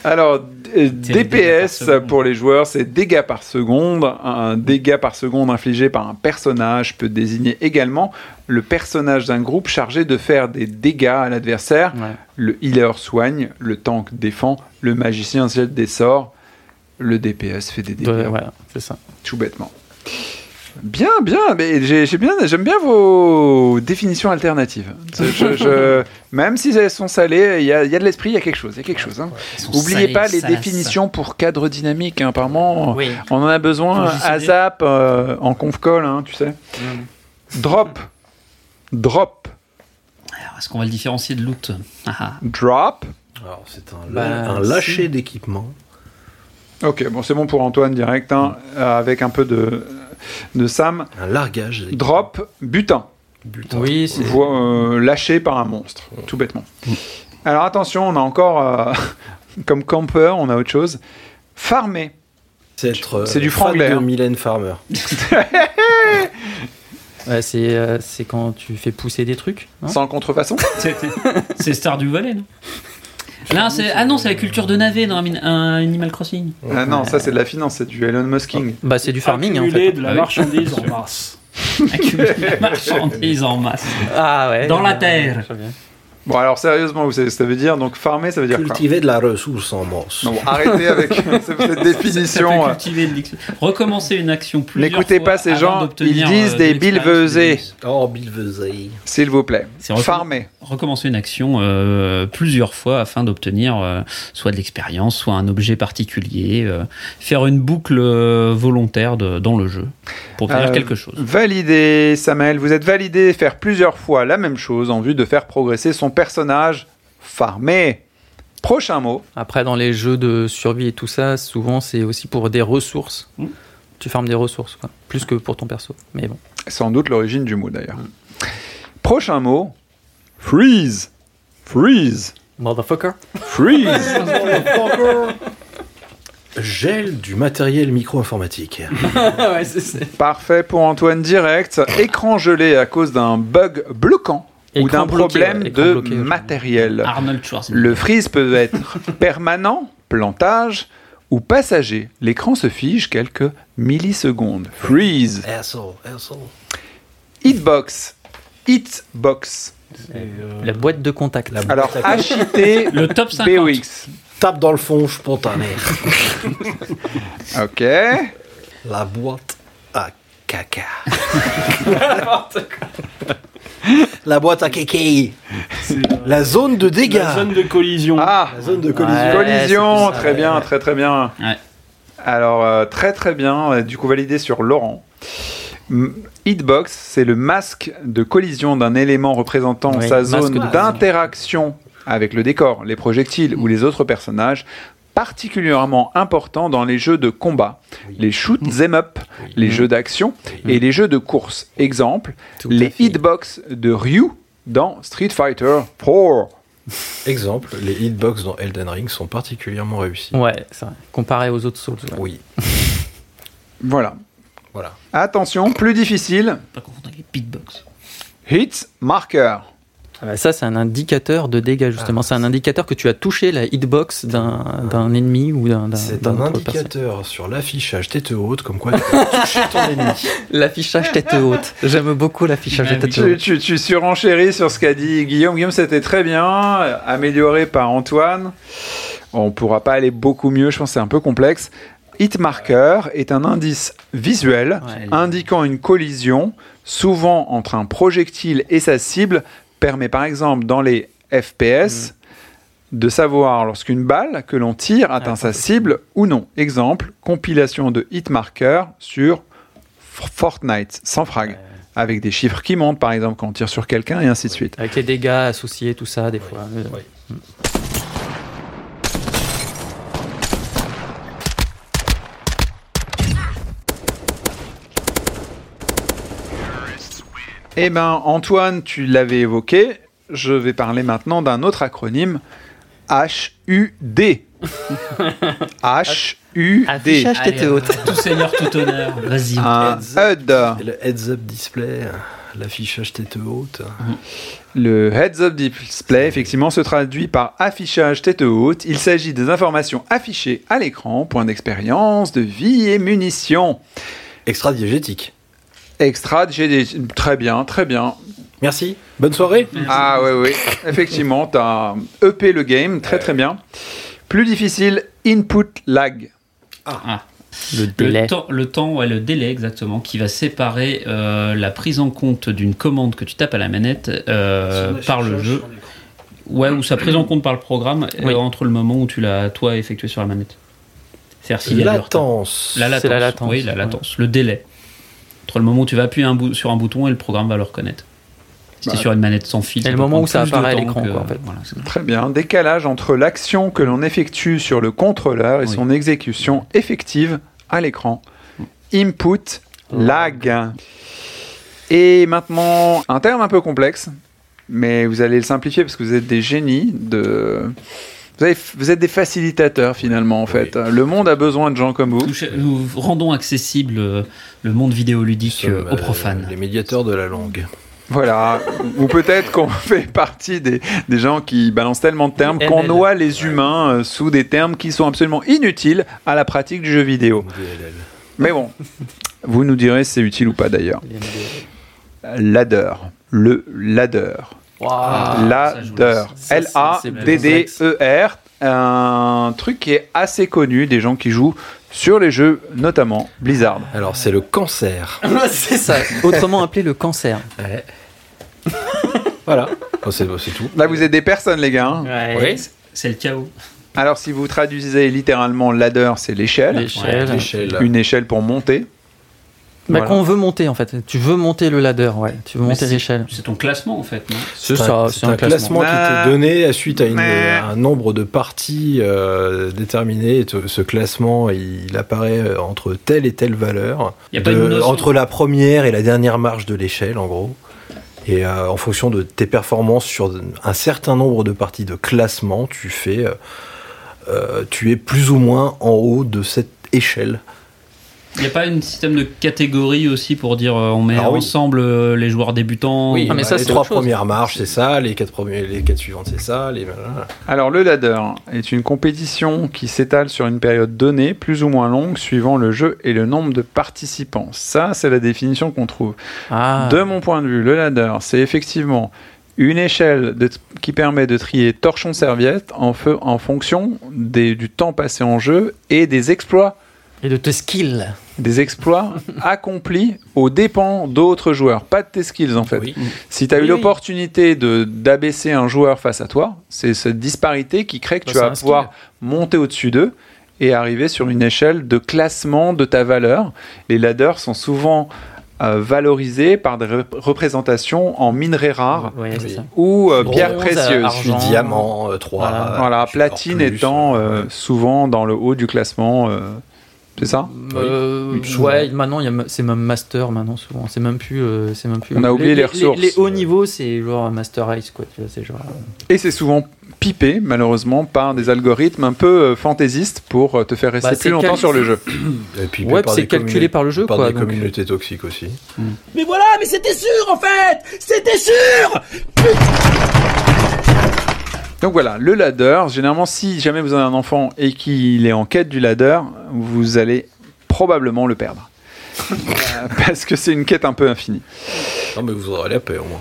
Speaker 1: Alors, d-
Speaker 3: les dégâts par
Speaker 1: DPS
Speaker 3: seconde.
Speaker 1: pour les joueurs, c'est dégâts par seconde. Un dégât par seconde infligé par un personnage peut désigner également le personnage d'un groupe chargé de faire des dégâts à l'adversaire.
Speaker 6: Ouais.
Speaker 1: Le healer soigne, le tank défend, le magicien jette des sorts, le DPS fait des dégâts.
Speaker 6: Ouais, voilà, c'est ça.
Speaker 1: tout bêtement. Bien, bien, mais j'ai- j'ai bien, j'aime bien vos définitions alternatives. Je- je- je- même si elles sont salées, il y a, il y a de l'esprit, il y a quelque chose, il y a quelque chose. hein. Oubliez pas les définitions pour cadre dynamique, hein, par moment,
Speaker 6: Oui.
Speaker 1: on en a besoin
Speaker 3: Pour JCD.
Speaker 1: à ZAP, euh, en conf call, hein, tu sais.
Speaker 6: Mm.
Speaker 1: Drop, drop,
Speaker 3: Alors, est-ce qu'on va le différencier de loot Ah, ah.
Speaker 1: drop.
Speaker 5: Alors, c'est un,
Speaker 6: Bah,
Speaker 5: un lâcher d'équipement.
Speaker 1: Ok, bon, c'est bon pour Antoine direct, hein, euh, avec un peu de, de Sam.
Speaker 5: Un largage. d'équipement.
Speaker 1: Drop, butin.
Speaker 5: Butin.
Speaker 6: Oui, c'est
Speaker 1: voit euh, lâché par un monstre, tout bêtement. Alors attention, on a encore, euh, comme campeur, on a autre chose. Farmer.
Speaker 5: C'est être, euh,
Speaker 1: C'est du
Speaker 5: fan
Speaker 1: franglais,
Speaker 5: de
Speaker 1: hein.
Speaker 5: Mylène Farmer.
Speaker 6: ouais, c'est euh, c'est quand tu fais pousser des trucs. hein.
Speaker 1: Sans contrefaçon
Speaker 3: C'est- C'est Star du Valais, non Là, c'est ah non, c'est la culture de navet dans Amin- un Animal Crossing.
Speaker 1: Ah Non, ça c'est de la finance, c'est du Elon Musking.
Speaker 6: Bah, c'est du farming en
Speaker 4: Accumuler
Speaker 6: fait.
Speaker 4: de la
Speaker 3: Ah oui.
Speaker 4: marchandise en masse.
Speaker 3: Accumuler la marchandise en masse
Speaker 6: Ah ouais.
Speaker 3: dans la terre.
Speaker 1: Bon alors sérieusement, vous savez ce que ça veut dire Donc farmer, ça veut dire quoi
Speaker 5: Cultiver de la ressource en masse.
Speaker 1: non, bon, arrêtez avec cette cette
Speaker 3: Ça peut
Speaker 1: définition.
Speaker 3: cultiver de l'ex- Recommencer une action
Speaker 1: euh,
Speaker 3: plusieurs
Speaker 1: N'écoutez
Speaker 3: fois
Speaker 1: pas ces
Speaker 3: avant
Speaker 1: gens,
Speaker 3: d'obtenir,
Speaker 1: ils disent
Speaker 3: euh,
Speaker 1: des
Speaker 3: de l'expérience
Speaker 1: billevesées.
Speaker 3: et des bonus.
Speaker 5: Oh, Bilvesey.
Speaker 1: S'il vous plaît.
Speaker 3: C'est recomm-
Speaker 1: Farmer.
Speaker 3: Recommencer une action euh, plusieurs fois afin d'obtenir euh, soit de l'expérience, soit un objet particulier. euh, faire une boucle euh, volontaire de- dans le jeu pour obtenir
Speaker 1: Euh,
Speaker 3: quelque chose.
Speaker 1: Valider, Samuel, vous êtes validé. Faire plusieurs fois la même chose en vue de faire progresser son personnage. Farmer. Prochain mot.
Speaker 6: Après, dans les jeux de survie et tout ça, souvent c'est aussi pour des ressources.
Speaker 3: Hmm.
Speaker 6: Tu farmes des ressources, quoi. Plus que pour ton perso. Mais bon.
Speaker 1: Sans doute l'origine du mot d'ailleurs. Prochain mot, freeze. Freeze.
Speaker 6: Motherfucker.
Speaker 1: Freeze.
Speaker 5: Gel du matériel micro-informatique.
Speaker 6: ouais, c'est ça.
Speaker 1: Parfait pour Antoine Direct. Écran gelé à cause d'un bug bloquant ou
Speaker 6: Écran
Speaker 1: d'un
Speaker 6: bloqué,
Speaker 1: problème
Speaker 6: ouais, écran
Speaker 1: de
Speaker 6: bloqué, aujourd'hui.
Speaker 1: matériel.
Speaker 3: Arnold Schwarzenegger.
Speaker 1: Le freeze peut être permanent, plantage ou passager. L'écran se fige quelques millisecondes. Freeze.
Speaker 5: Asshole, asshole.
Speaker 1: Hitbox. Hitbox.
Speaker 6: La boîte de contact.
Speaker 5: La-
Speaker 1: Alors, HIT
Speaker 3: Le top 50.
Speaker 1: BOX.
Speaker 5: Tape dans le fond spontané.
Speaker 1: Ok.
Speaker 5: La boîte à caca. La boîte à kéké. La zone de dégâts.
Speaker 4: La zone de collision.
Speaker 1: Ah,
Speaker 5: La zone de collision.
Speaker 6: Ouais, c'est
Speaker 1: collision,
Speaker 6: plus ça,
Speaker 1: très
Speaker 6: ouais,
Speaker 1: bien,
Speaker 6: ouais.
Speaker 1: très très bien.
Speaker 3: Ouais.
Speaker 1: Alors euh, très très bien, euh, du coup validé sur Laurent. M- Hitbox, c'est le masque de collision d'un élément représentant
Speaker 6: Oui,
Speaker 1: sa
Speaker 6: masque de
Speaker 1: zone
Speaker 6: collision.
Speaker 1: d'interaction avec le décor, les projectiles ou les autres personnages, particulièrement important dans les jeux de combat, les shoot 'em up, les jeux d'action et les jeux de course. Exemple,
Speaker 5: Tout à
Speaker 1: les
Speaker 5: fait.
Speaker 1: hitbox de Ryu dans Street Fighter 4.
Speaker 5: Exemple, les hitbox dans Elden Ring sont particulièrement réussis.
Speaker 6: Ouais, c'est vrai. Comparé aux autres Souls. ouais.
Speaker 5: Oui,
Speaker 1: Voilà.
Speaker 5: voilà.
Speaker 1: Attention, plus difficile.
Speaker 3: Pas confondre avec les beatbox.
Speaker 1: Hit marker.
Speaker 6: Ah bah ça, c'est un indicateur de dégâts, justement. c'est un indicateur que tu as touché la hitbox d'un d'un ennemi ou d'un d'un-
Speaker 5: C'est
Speaker 6: d'un
Speaker 5: un
Speaker 6: autre perso.
Speaker 5: indicateur sur l'affichage tête haute comme quoi tu peux toucher ton ennemi.
Speaker 6: L'affichage tête haute. J'aime beaucoup l'affichage
Speaker 3: Bah
Speaker 6: de tête
Speaker 3: oui.
Speaker 1: Tu,
Speaker 6: haute.
Speaker 1: tu, tu surenchéris sur ce qu'a dit Guillaume. Guillaume, c'était très bien, euh, amélioré par Antoine. on pourra pas aller beaucoup mieux, je pense que c'est un peu complexe. Hitmarker est un indice visuel
Speaker 6: Ouais.
Speaker 1: indiquant une collision, souvent entre un projectile et sa cible, permet par exemple dans les FPS de savoir lorsqu'une balle que l'on tire atteint sa cible ou non. Exemple, compilation de hitmarker sur F- Fortnite sans frag, avec des chiffres qui montent par exemple quand on tire sur quelqu'un et ainsi de suite.
Speaker 6: Avec les dégâts associés, tout ça, des fois. Euh,
Speaker 1: Eh ben, Antoine, tu l'avais évoqué. Je vais parler maintenant d'un autre acronyme, HUD. HUD.
Speaker 6: Affichage tête haute.
Speaker 3: euh, Tout seigneur, tout honneur. Vas-y.
Speaker 1: Un HUD.
Speaker 5: Et le heads-up display, l'affichage tête haute.
Speaker 1: Le heads-up display, effectivement, se traduit par affichage tête haute. Il s'agit des informations affichées à l'écran, points d'expérience, de vie et munitions.
Speaker 5: Extra diégétique.
Speaker 1: Extra, j'ai des- très bien, très bien.
Speaker 5: Merci. Bonne soirée.
Speaker 1: Ah ouais, oui, effectivement, t'as EP le game, très très bien. Plus difficile, input lag.
Speaker 3: Ah.
Speaker 6: Le
Speaker 3: Le
Speaker 6: délai.
Speaker 3: temps, le temps, ouais, le délai exactement, qui va séparer euh, la prise en compte d'une commande que tu tapes à la manette euh, par le jeu, ouais, ou sa prise en compte par le programme euh,
Speaker 6: Oui.
Speaker 3: entre le moment où tu l'as toi effectué sur la manette. C'est-à-dire s'il y a du retard.
Speaker 5: Latence.
Speaker 3: La latence.
Speaker 6: C'est la latence,
Speaker 3: Oui, la latence. Le délai. Entre le moment où tu vas appuyer un bou- sur un bouton et le programme va le reconnaître. Si
Speaker 5: Bah.
Speaker 3: t'es sur une manette sans fil.
Speaker 6: Et le
Speaker 3: peut
Speaker 6: moment où
Speaker 3: prendre
Speaker 6: ça
Speaker 3: plus de
Speaker 6: apparaît à
Speaker 3: temps
Speaker 6: l'écran,
Speaker 3: que-
Speaker 6: quoi, en fait.
Speaker 3: voilà, c'est-
Speaker 1: Très bien, décalage entre l'action que l'on effectue sur le contrôleur et
Speaker 3: Oui.
Speaker 1: son exécution effective à l'écran. Input lag. Et maintenant, un terme un peu complexe, mais vous allez le simplifier parce que vous êtes des génies de... Vous, avez- vous êtes des facilitateurs finalement en fait. Le monde a besoin de gens comme vous.
Speaker 3: Nous, nous rendons accessible euh, le monde vidéoludique
Speaker 5: Nous
Speaker 3: euh,
Speaker 5: sommes,
Speaker 3: aux
Speaker 5: euh,
Speaker 3: profanes.
Speaker 5: Les médiateurs de la langue.
Speaker 1: Voilà. Ou peut-être qu'on fait partie des, des gens qui balancent tellement de termes
Speaker 6: Les
Speaker 1: qu'on
Speaker 6: ML.
Speaker 1: noie les humains euh, sous des termes qui sont absolument inutiles à la pratique du jeu vidéo.
Speaker 5: DLL.
Speaker 1: Mais bon, vous nous direz si c'est utile ou pas d'ailleurs. Ladder. Le ladder.
Speaker 6: Waouh.
Speaker 3: ça, je vous laisse.
Speaker 1: Ladder.
Speaker 6: Ça, c'est- c'est plus
Speaker 1: L-A-D-D-E-R. E Un truc qui est assez connu des gens qui jouent sur les jeux, notamment Blizzard.
Speaker 5: Alors, c'est le cancer.
Speaker 6: C'est ça. Autrement appelé le cancer.
Speaker 5: voilà. Oh, c'est c'est tout.
Speaker 1: Là, vous êtes des personnes, les gars. hein.
Speaker 3: Ouais, C'est le chaos.
Speaker 1: Alors, si vous traduisez littéralement ladder, c'est l'échelle.
Speaker 6: L'échelle.
Speaker 5: L'échelle.
Speaker 1: Une échelle pour monter.
Speaker 6: Bah,
Speaker 1: Voilà.
Speaker 6: Quand on veut monter, en fait. Tu veux monter le ladder, ouais. Tu veux
Speaker 3: Mais
Speaker 6: monter
Speaker 3: c'est-
Speaker 6: l'échelle.
Speaker 3: C'est ton classement en fait, non
Speaker 6: C'est
Speaker 5: un-
Speaker 6: ça,
Speaker 5: c'est un classement, qui
Speaker 1: Nah.
Speaker 5: était donné à suite à une- euh,
Speaker 1: Nah.
Speaker 5: un nombre de parties euh, déterminé. Et te- Ce classement, il, il apparaît euh, entre telle et telle valeur,
Speaker 3: Y a pas
Speaker 5: de-
Speaker 3: une notion.
Speaker 5: entre la première et la dernière marge de l'échelle, en gros. Et euh, en fonction de tes performances sur un certain nombre de parties de classement, tu fais, euh, euh, tu es plus ou moins en haut de cette échelle.
Speaker 3: Il n'y a pas un système de catégorie aussi pour dire euh, on met
Speaker 5: Ah oui.
Speaker 3: ensemble euh, les joueurs débutants euh,
Speaker 6: Oui, Ah, mais
Speaker 5: Bah,
Speaker 6: ça,
Speaker 5: les
Speaker 6: c'est
Speaker 5: trois
Speaker 6: autre chose.
Speaker 5: premières marges, c'est ça. Les quatre premières, les quatre suivantes, c'est ça. Les
Speaker 1: Alors, le ladder est une compétition qui s'étale sur une période donnée, plus ou moins longue, suivant le jeu et le nombre de participants. Ça, c'est la définition qu'on trouve.
Speaker 6: Ah.
Speaker 1: De mon point de vue, le ladder, c'est effectivement une échelle de- qui permet de trier torchon-serviette en, feu- en fonction des- du temps passé en jeu et des exploits,
Speaker 6: Et de tes skills.
Speaker 1: des exploits accomplis aux dépens d'autres joueurs. Pas de tes skills, en fait.
Speaker 5: Oui.
Speaker 1: Si tu as eu
Speaker 6: Oui, oui.
Speaker 1: l'opportunité de d'abaisser un joueur face à toi, c'est cette disparité qui crée que
Speaker 6: Bah,
Speaker 1: tu
Speaker 6: c'est
Speaker 1: vas
Speaker 6: un skill.
Speaker 1: pouvoir monter au-dessus d'eux et arriver sur une échelle de classement de ta valeur. Les ladders sont souvent euh, valorisés par des rep- représentations en minerais rares
Speaker 6: Ouais, c'est
Speaker 5: Oui.
Speaker 6: ça.
Speaker 1: ou euh,
Speaker 6: Bronze,
Speaker 1: pierres
Speaker 6: euh,
Speaker 1: précieuses.
Speaker 5: Je suis
Speaker 6: Argent.
Speaker 5: diamant, euh, 3.
Speaker 6: Voilà.
Speaker 1: Voilà, platine étant euh, souvent dans le haut du classement. euh, c'est ça
Speaker 6: Euh,
Speaker 5: souvent.
Speaker 6: ouais, maintenant il y a- c'est même master maintenant souvent, c'est même plus, euh, c'est même plus.
Speaker 1: On a oublié les ressources.
Speaker 6: Les, hauts niveaux, c'est genre master race quoi, tu vois, c'est genre. euh,
Speaker 1: Et c'est souvent pipé, malheureusement, par des algorithmes un peu euh, fantaisistes pour euh, te faire rester
Speaker 6: Bah, c'est
Speaker 1: plus longtemps
Speaker 6: quel-
Speaker 1: sur le jeu.
Speaker 5: Et puis,
Speaker 6: euh, Ouais,
Speaker 5: par
Speaker 6: c'est
Speaker 5: des communautés-
Speaker 6: calculé par le jeu,
Speaker 5: Par
Speaker 6: quoi,
Speaker 5: des
Speaker 6: donc. euh.
Speaker 5: communautés toxiques aussi.
Speaker 9: Mais voilà, mais c'était sûr en fait C'était sûr
Speaker 1: Donc voilà, le ladder, généralement si jamais vous avez un enfant et qu'il est en quête du ladder, vous allez probablement le perdre. Euh, Parce que c'est une quête un peu infinie.
Speaker 5: Non, mais vous aurez la paix au moins.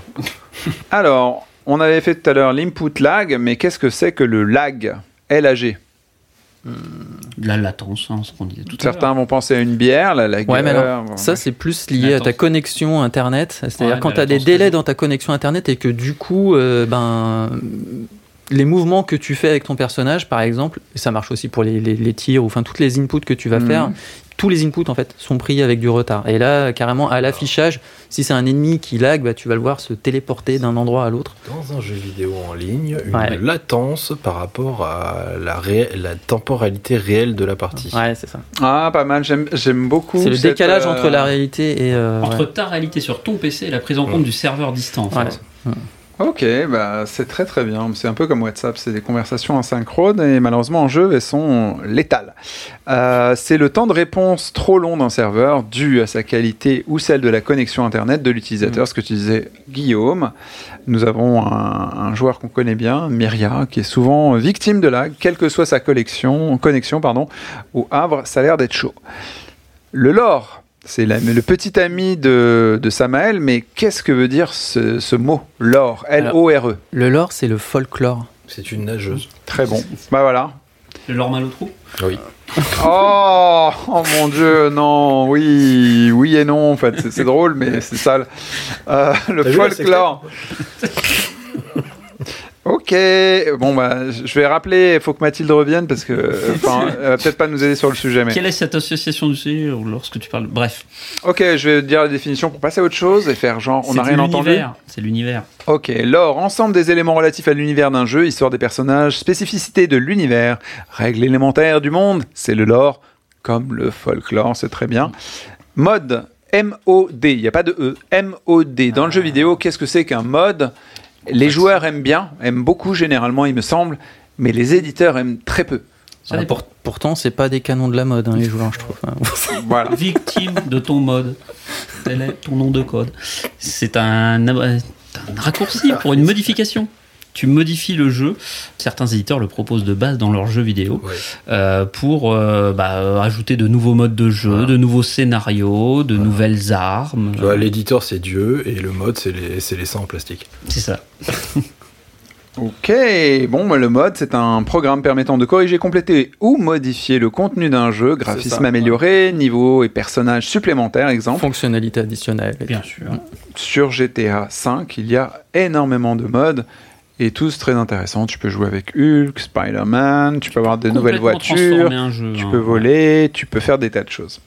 Speaker 1: Alors, on avait fait tout à l'heure l'input lag, mais qu'est-ce que c'est que le lag L-A-G.
Speaker 3: De la latence, hein, ce qu'on disait tout à l'heure.
Speaker 1: Certains vont penser à une bière, la, la
Speaker 6: Ouais, mais
Speaker 1: guerre,
Speaker 6: alors,
Speaker 1: bon.
Speaker 6: ça, c'est plus lié à ta
Speaker 3: Latence.
Speaker 6: connexion Internet. C'est-à-dire
Speaker 3: Ouais,
Speaker 6: quand
Speaker 3: mais
Speaker 6: tu as des
Speaker 3: latence,
Speaker 6: délais
Speaker 3: c'est-
Speaker 6: dans ta connexion Internet et que du coup, euh, ben, les mouvements que tu fais avec ton personnage, par exemple, et ça marche aussi pour les, les- les tirs, ou enfin toutes les inputs que tu vas
Speaker 1: Mhm.
Speaker 6: faire, tous les inputs, en fait, sont pris avec du retard. Et là, carrément, à l'affichage, si c'est un ennemi qui lag, bah, tu vas le voir se téléporter d'un endroit à l'autre.
Speaker 5: Dans un jeu vidéo en ligne, une
Speaker 6: Ouais.
Speaker 5: latence par rapport à la, ré- la temporalité réelle de la partie.
Speaker 6: Ouais, c'est ça.
Speaker 1: Ah, pas mal, j'aime- j'aime beaucoup.
Speaker 6: C'est le
Speaker 1: cette,
Speaker 6: décalage
Speaker 1: euh,
Speaker 6: entre la réalité et... euh,
Speaker 3: Entre
Speaker 6: ouais.
Speaker 3: ta réalité sur ton PC et la prise en compte du serveur distant. en fait.
Speaker 6: Ouais.
Speaker 1: Ok, bah, c'est très très bien. C'est un peu comme WhatsApp, c'est des conversations asynchrones et malheureusement en jeu, elles sont létales. Euh, c'est le temps de réponse trop long d'un serveur dû à sa qualité ou celle de la connexion Internet de l'utilisateur, ce que tu disais Guillaume. Nous avons un, un joueur qu'on connaît bien, Myria, qui est souvent victime de lag, quelle que soit sa collection, connexion. Pardon, au Havre, ça a l'air d'être chaud. Le lore, c'est la- le petit ami de, de Samael, mais qu'est-ce que veut dire ce, ce mot Lore, L-O-R-E.
Speaker 6: Le lore, c'est le folklore.
Speaker 5: C'est une nageuse.
Speaker 1: Très bon. Bah voilà.
Speaker 3: Le lore mal au trou.
Speaker 5: Oui.
Speaker 1: Oh, oh mon dieu, non, oui, oui et non, en fait, c'est- c'est drôle, mais c'est sale. Euh, le
Speaker 5: T'as vu la
Speaker 1: folklore. Ok, bon bah je je vais rappeler, il faut que Mathilde revienne parce que euh, enfin, elle va peut-être pas nous aider sur le sujet. Mais...
Speaker 3: Quelle est cette association du sujet lorsque tu parles Bref.
Speaker 1: Ok, je vais dire la définition pour passer à autre chose et faire genre on
Speaker 3: c'est
Speaker 1: n'a rien entendu.
Speaker 3: l'univers, C'est l'univers.
Speaker 1: Ok, lore, ensemble des éléments relatifs à l'univers d'un jeu, histoire des personnages, spécificité de l'univers, règles élémentaires du monde, c'est le lore, comme le folklore, c'est très bien. Mode, M-O-D, il n'y a pas de E, M-O-D. Dans le jeu vidéo, qu'est-ce que c'est qu'un mode Les joueurs aiment bien, aiment beaucoup généralement, il me semble, mais les éditeurs aiment très peu.
Speaker 3: Ça
Speaker 6: Ah,
Speaker 3: dépend.
Speaker 6: pour- pourtant, c'est pas des canons de la mode, hein, les joueurs, je trouve.
Speaker 1: Voilà.
Speaker 3: Victime de ton mode. Tel est ton nom de code. C'est un, ab- un raccourci pour une modification. Tu modifies le jeu. Certains éditeurs le proposent de base dans leurs jeux vidéo
Speaker 5: Ouais.
Speaker 3: euh, pour euh, bah, euh, ajouter de nouveaux modes de jeu, de nouveaux scénarios, de nouvelles armes.
Speaker 5: Tu vois, Bah, L'éditeur, c'est Dieu, et le mode, c'est les, c'est les seins en plastique.
Speaker 3: C'est ça.
Speaker 1: Ok, bon, bah, le mode, c'est un programme permettant de corriger, compléter ou modifier le contenu d'un jeu, graphisme amélioré, niveau et personnages supplémentaires, exemple.
Speaker 6: Fonctionnalité additionnelle.
Speaker 3: Bien sûr.
Speaker 1: sur GTA V, il y a énormément de modes et tous très intéressants. Tu peux jouer avec Hulk, Spider-Man, tu peux avoir des nouvelles
Speaker 3: Complètement
Speaker 1: voitures,
Speaker 3: transformer un jeu,
Speaker 1: tu
Speaker 3: hein.
Speaker 1: peux voler, tu peux faire des tas de choses.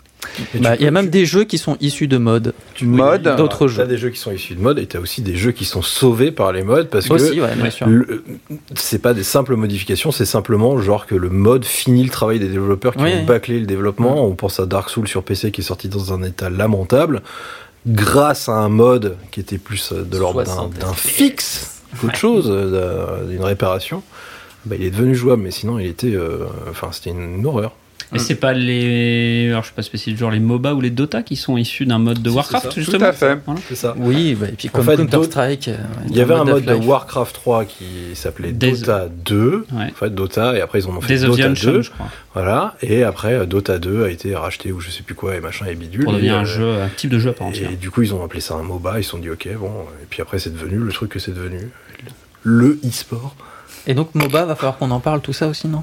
Speaker 5: Et
Speaker 6: Bah,
Speaker 5: tu
Speaker 6: Il y a
Speaker 5: peux-
Speaker 6: même des jeux qui sont issus de modes.
Speaker 1: Mode,
Speaker 6: d'autres
Speaker 5: T'as
Speaker 6: jeux.
Speaker 5: des jeux qui sont issus de mode, et t'as aussi des jeux qui sont sauvés par les modes, parce que
Speaker 6: Aussi, ouais, bien sûr.
Speaker 5: Le- euh, C'est pas des simples modifications, c'est simplement genre que le mode finit le travail des développeurs qui
Speaker 6: Oui.
Speaker 5: ont bâclé le développement. On pense à Dark Souls sur PC qui est sorti dans un état lamentable grâce à un mode qui était plus euh, de l'ordre d'un-
Speaker 6: 60
Speaker 5: d'un fixe qu'autre chose, euh, d'un- d'une réparation. Bah, il est devenu jouable, mais sinon il était, euh, enfin c'était une horreur.
Speaker 3: Et c'est pas les. Alors, je suis pas spécialiste, genre les MOBA ou les Dota qui sont issus d'un mode de
Speaker 5: Si,
Speaker 3: Warcraft,
Speaker 5: c'est ça.
Speaker 3: justement.
Speaker 1: Tout à fait.
Speaker 3: Voilà.
Speaker 5: C'est ça.
Speaker 6: Oui, bah, et puis comme
Speaker 5: fait,
Speaker 6: Counter-Strike. euh,
Speaker 5: Il y avait un mode de
Speaker 6: Half-Life.
Speaker 5: Warcraft 3 qui s'appelait
Speaker 3: Days-
Speaker 5: Dota 2.
Speaker 3: Ouais.
Speaker 5: En fait, Dota, et après ils en ont fait
Speaker 3: Days of the
Speaker 5: Dota
Speaker 3: Ancient,
Speaker 5: 2.
Speaker 3: je crois.
Speaker 5: Voilà, et après euh, Dota 2 a été racheté ou je sais plus quoi et machin et bidule.
Speaker 3: Pour
Speaker 5: et,
Speaker 3: devenir
Speaker 5: euh,
Speaker 3: un jeu, un type de jeu à part entière.
Speaker 5: Et du coup, ils ont appelé ça un MOBA, ils se sont dit ok, bon, et puis après, c'est devenu le truc que c'est devenu. Le e-sport.
Speaker 6: Et donc, MOBA, va falloir qu'on en parle tout ça aussi, non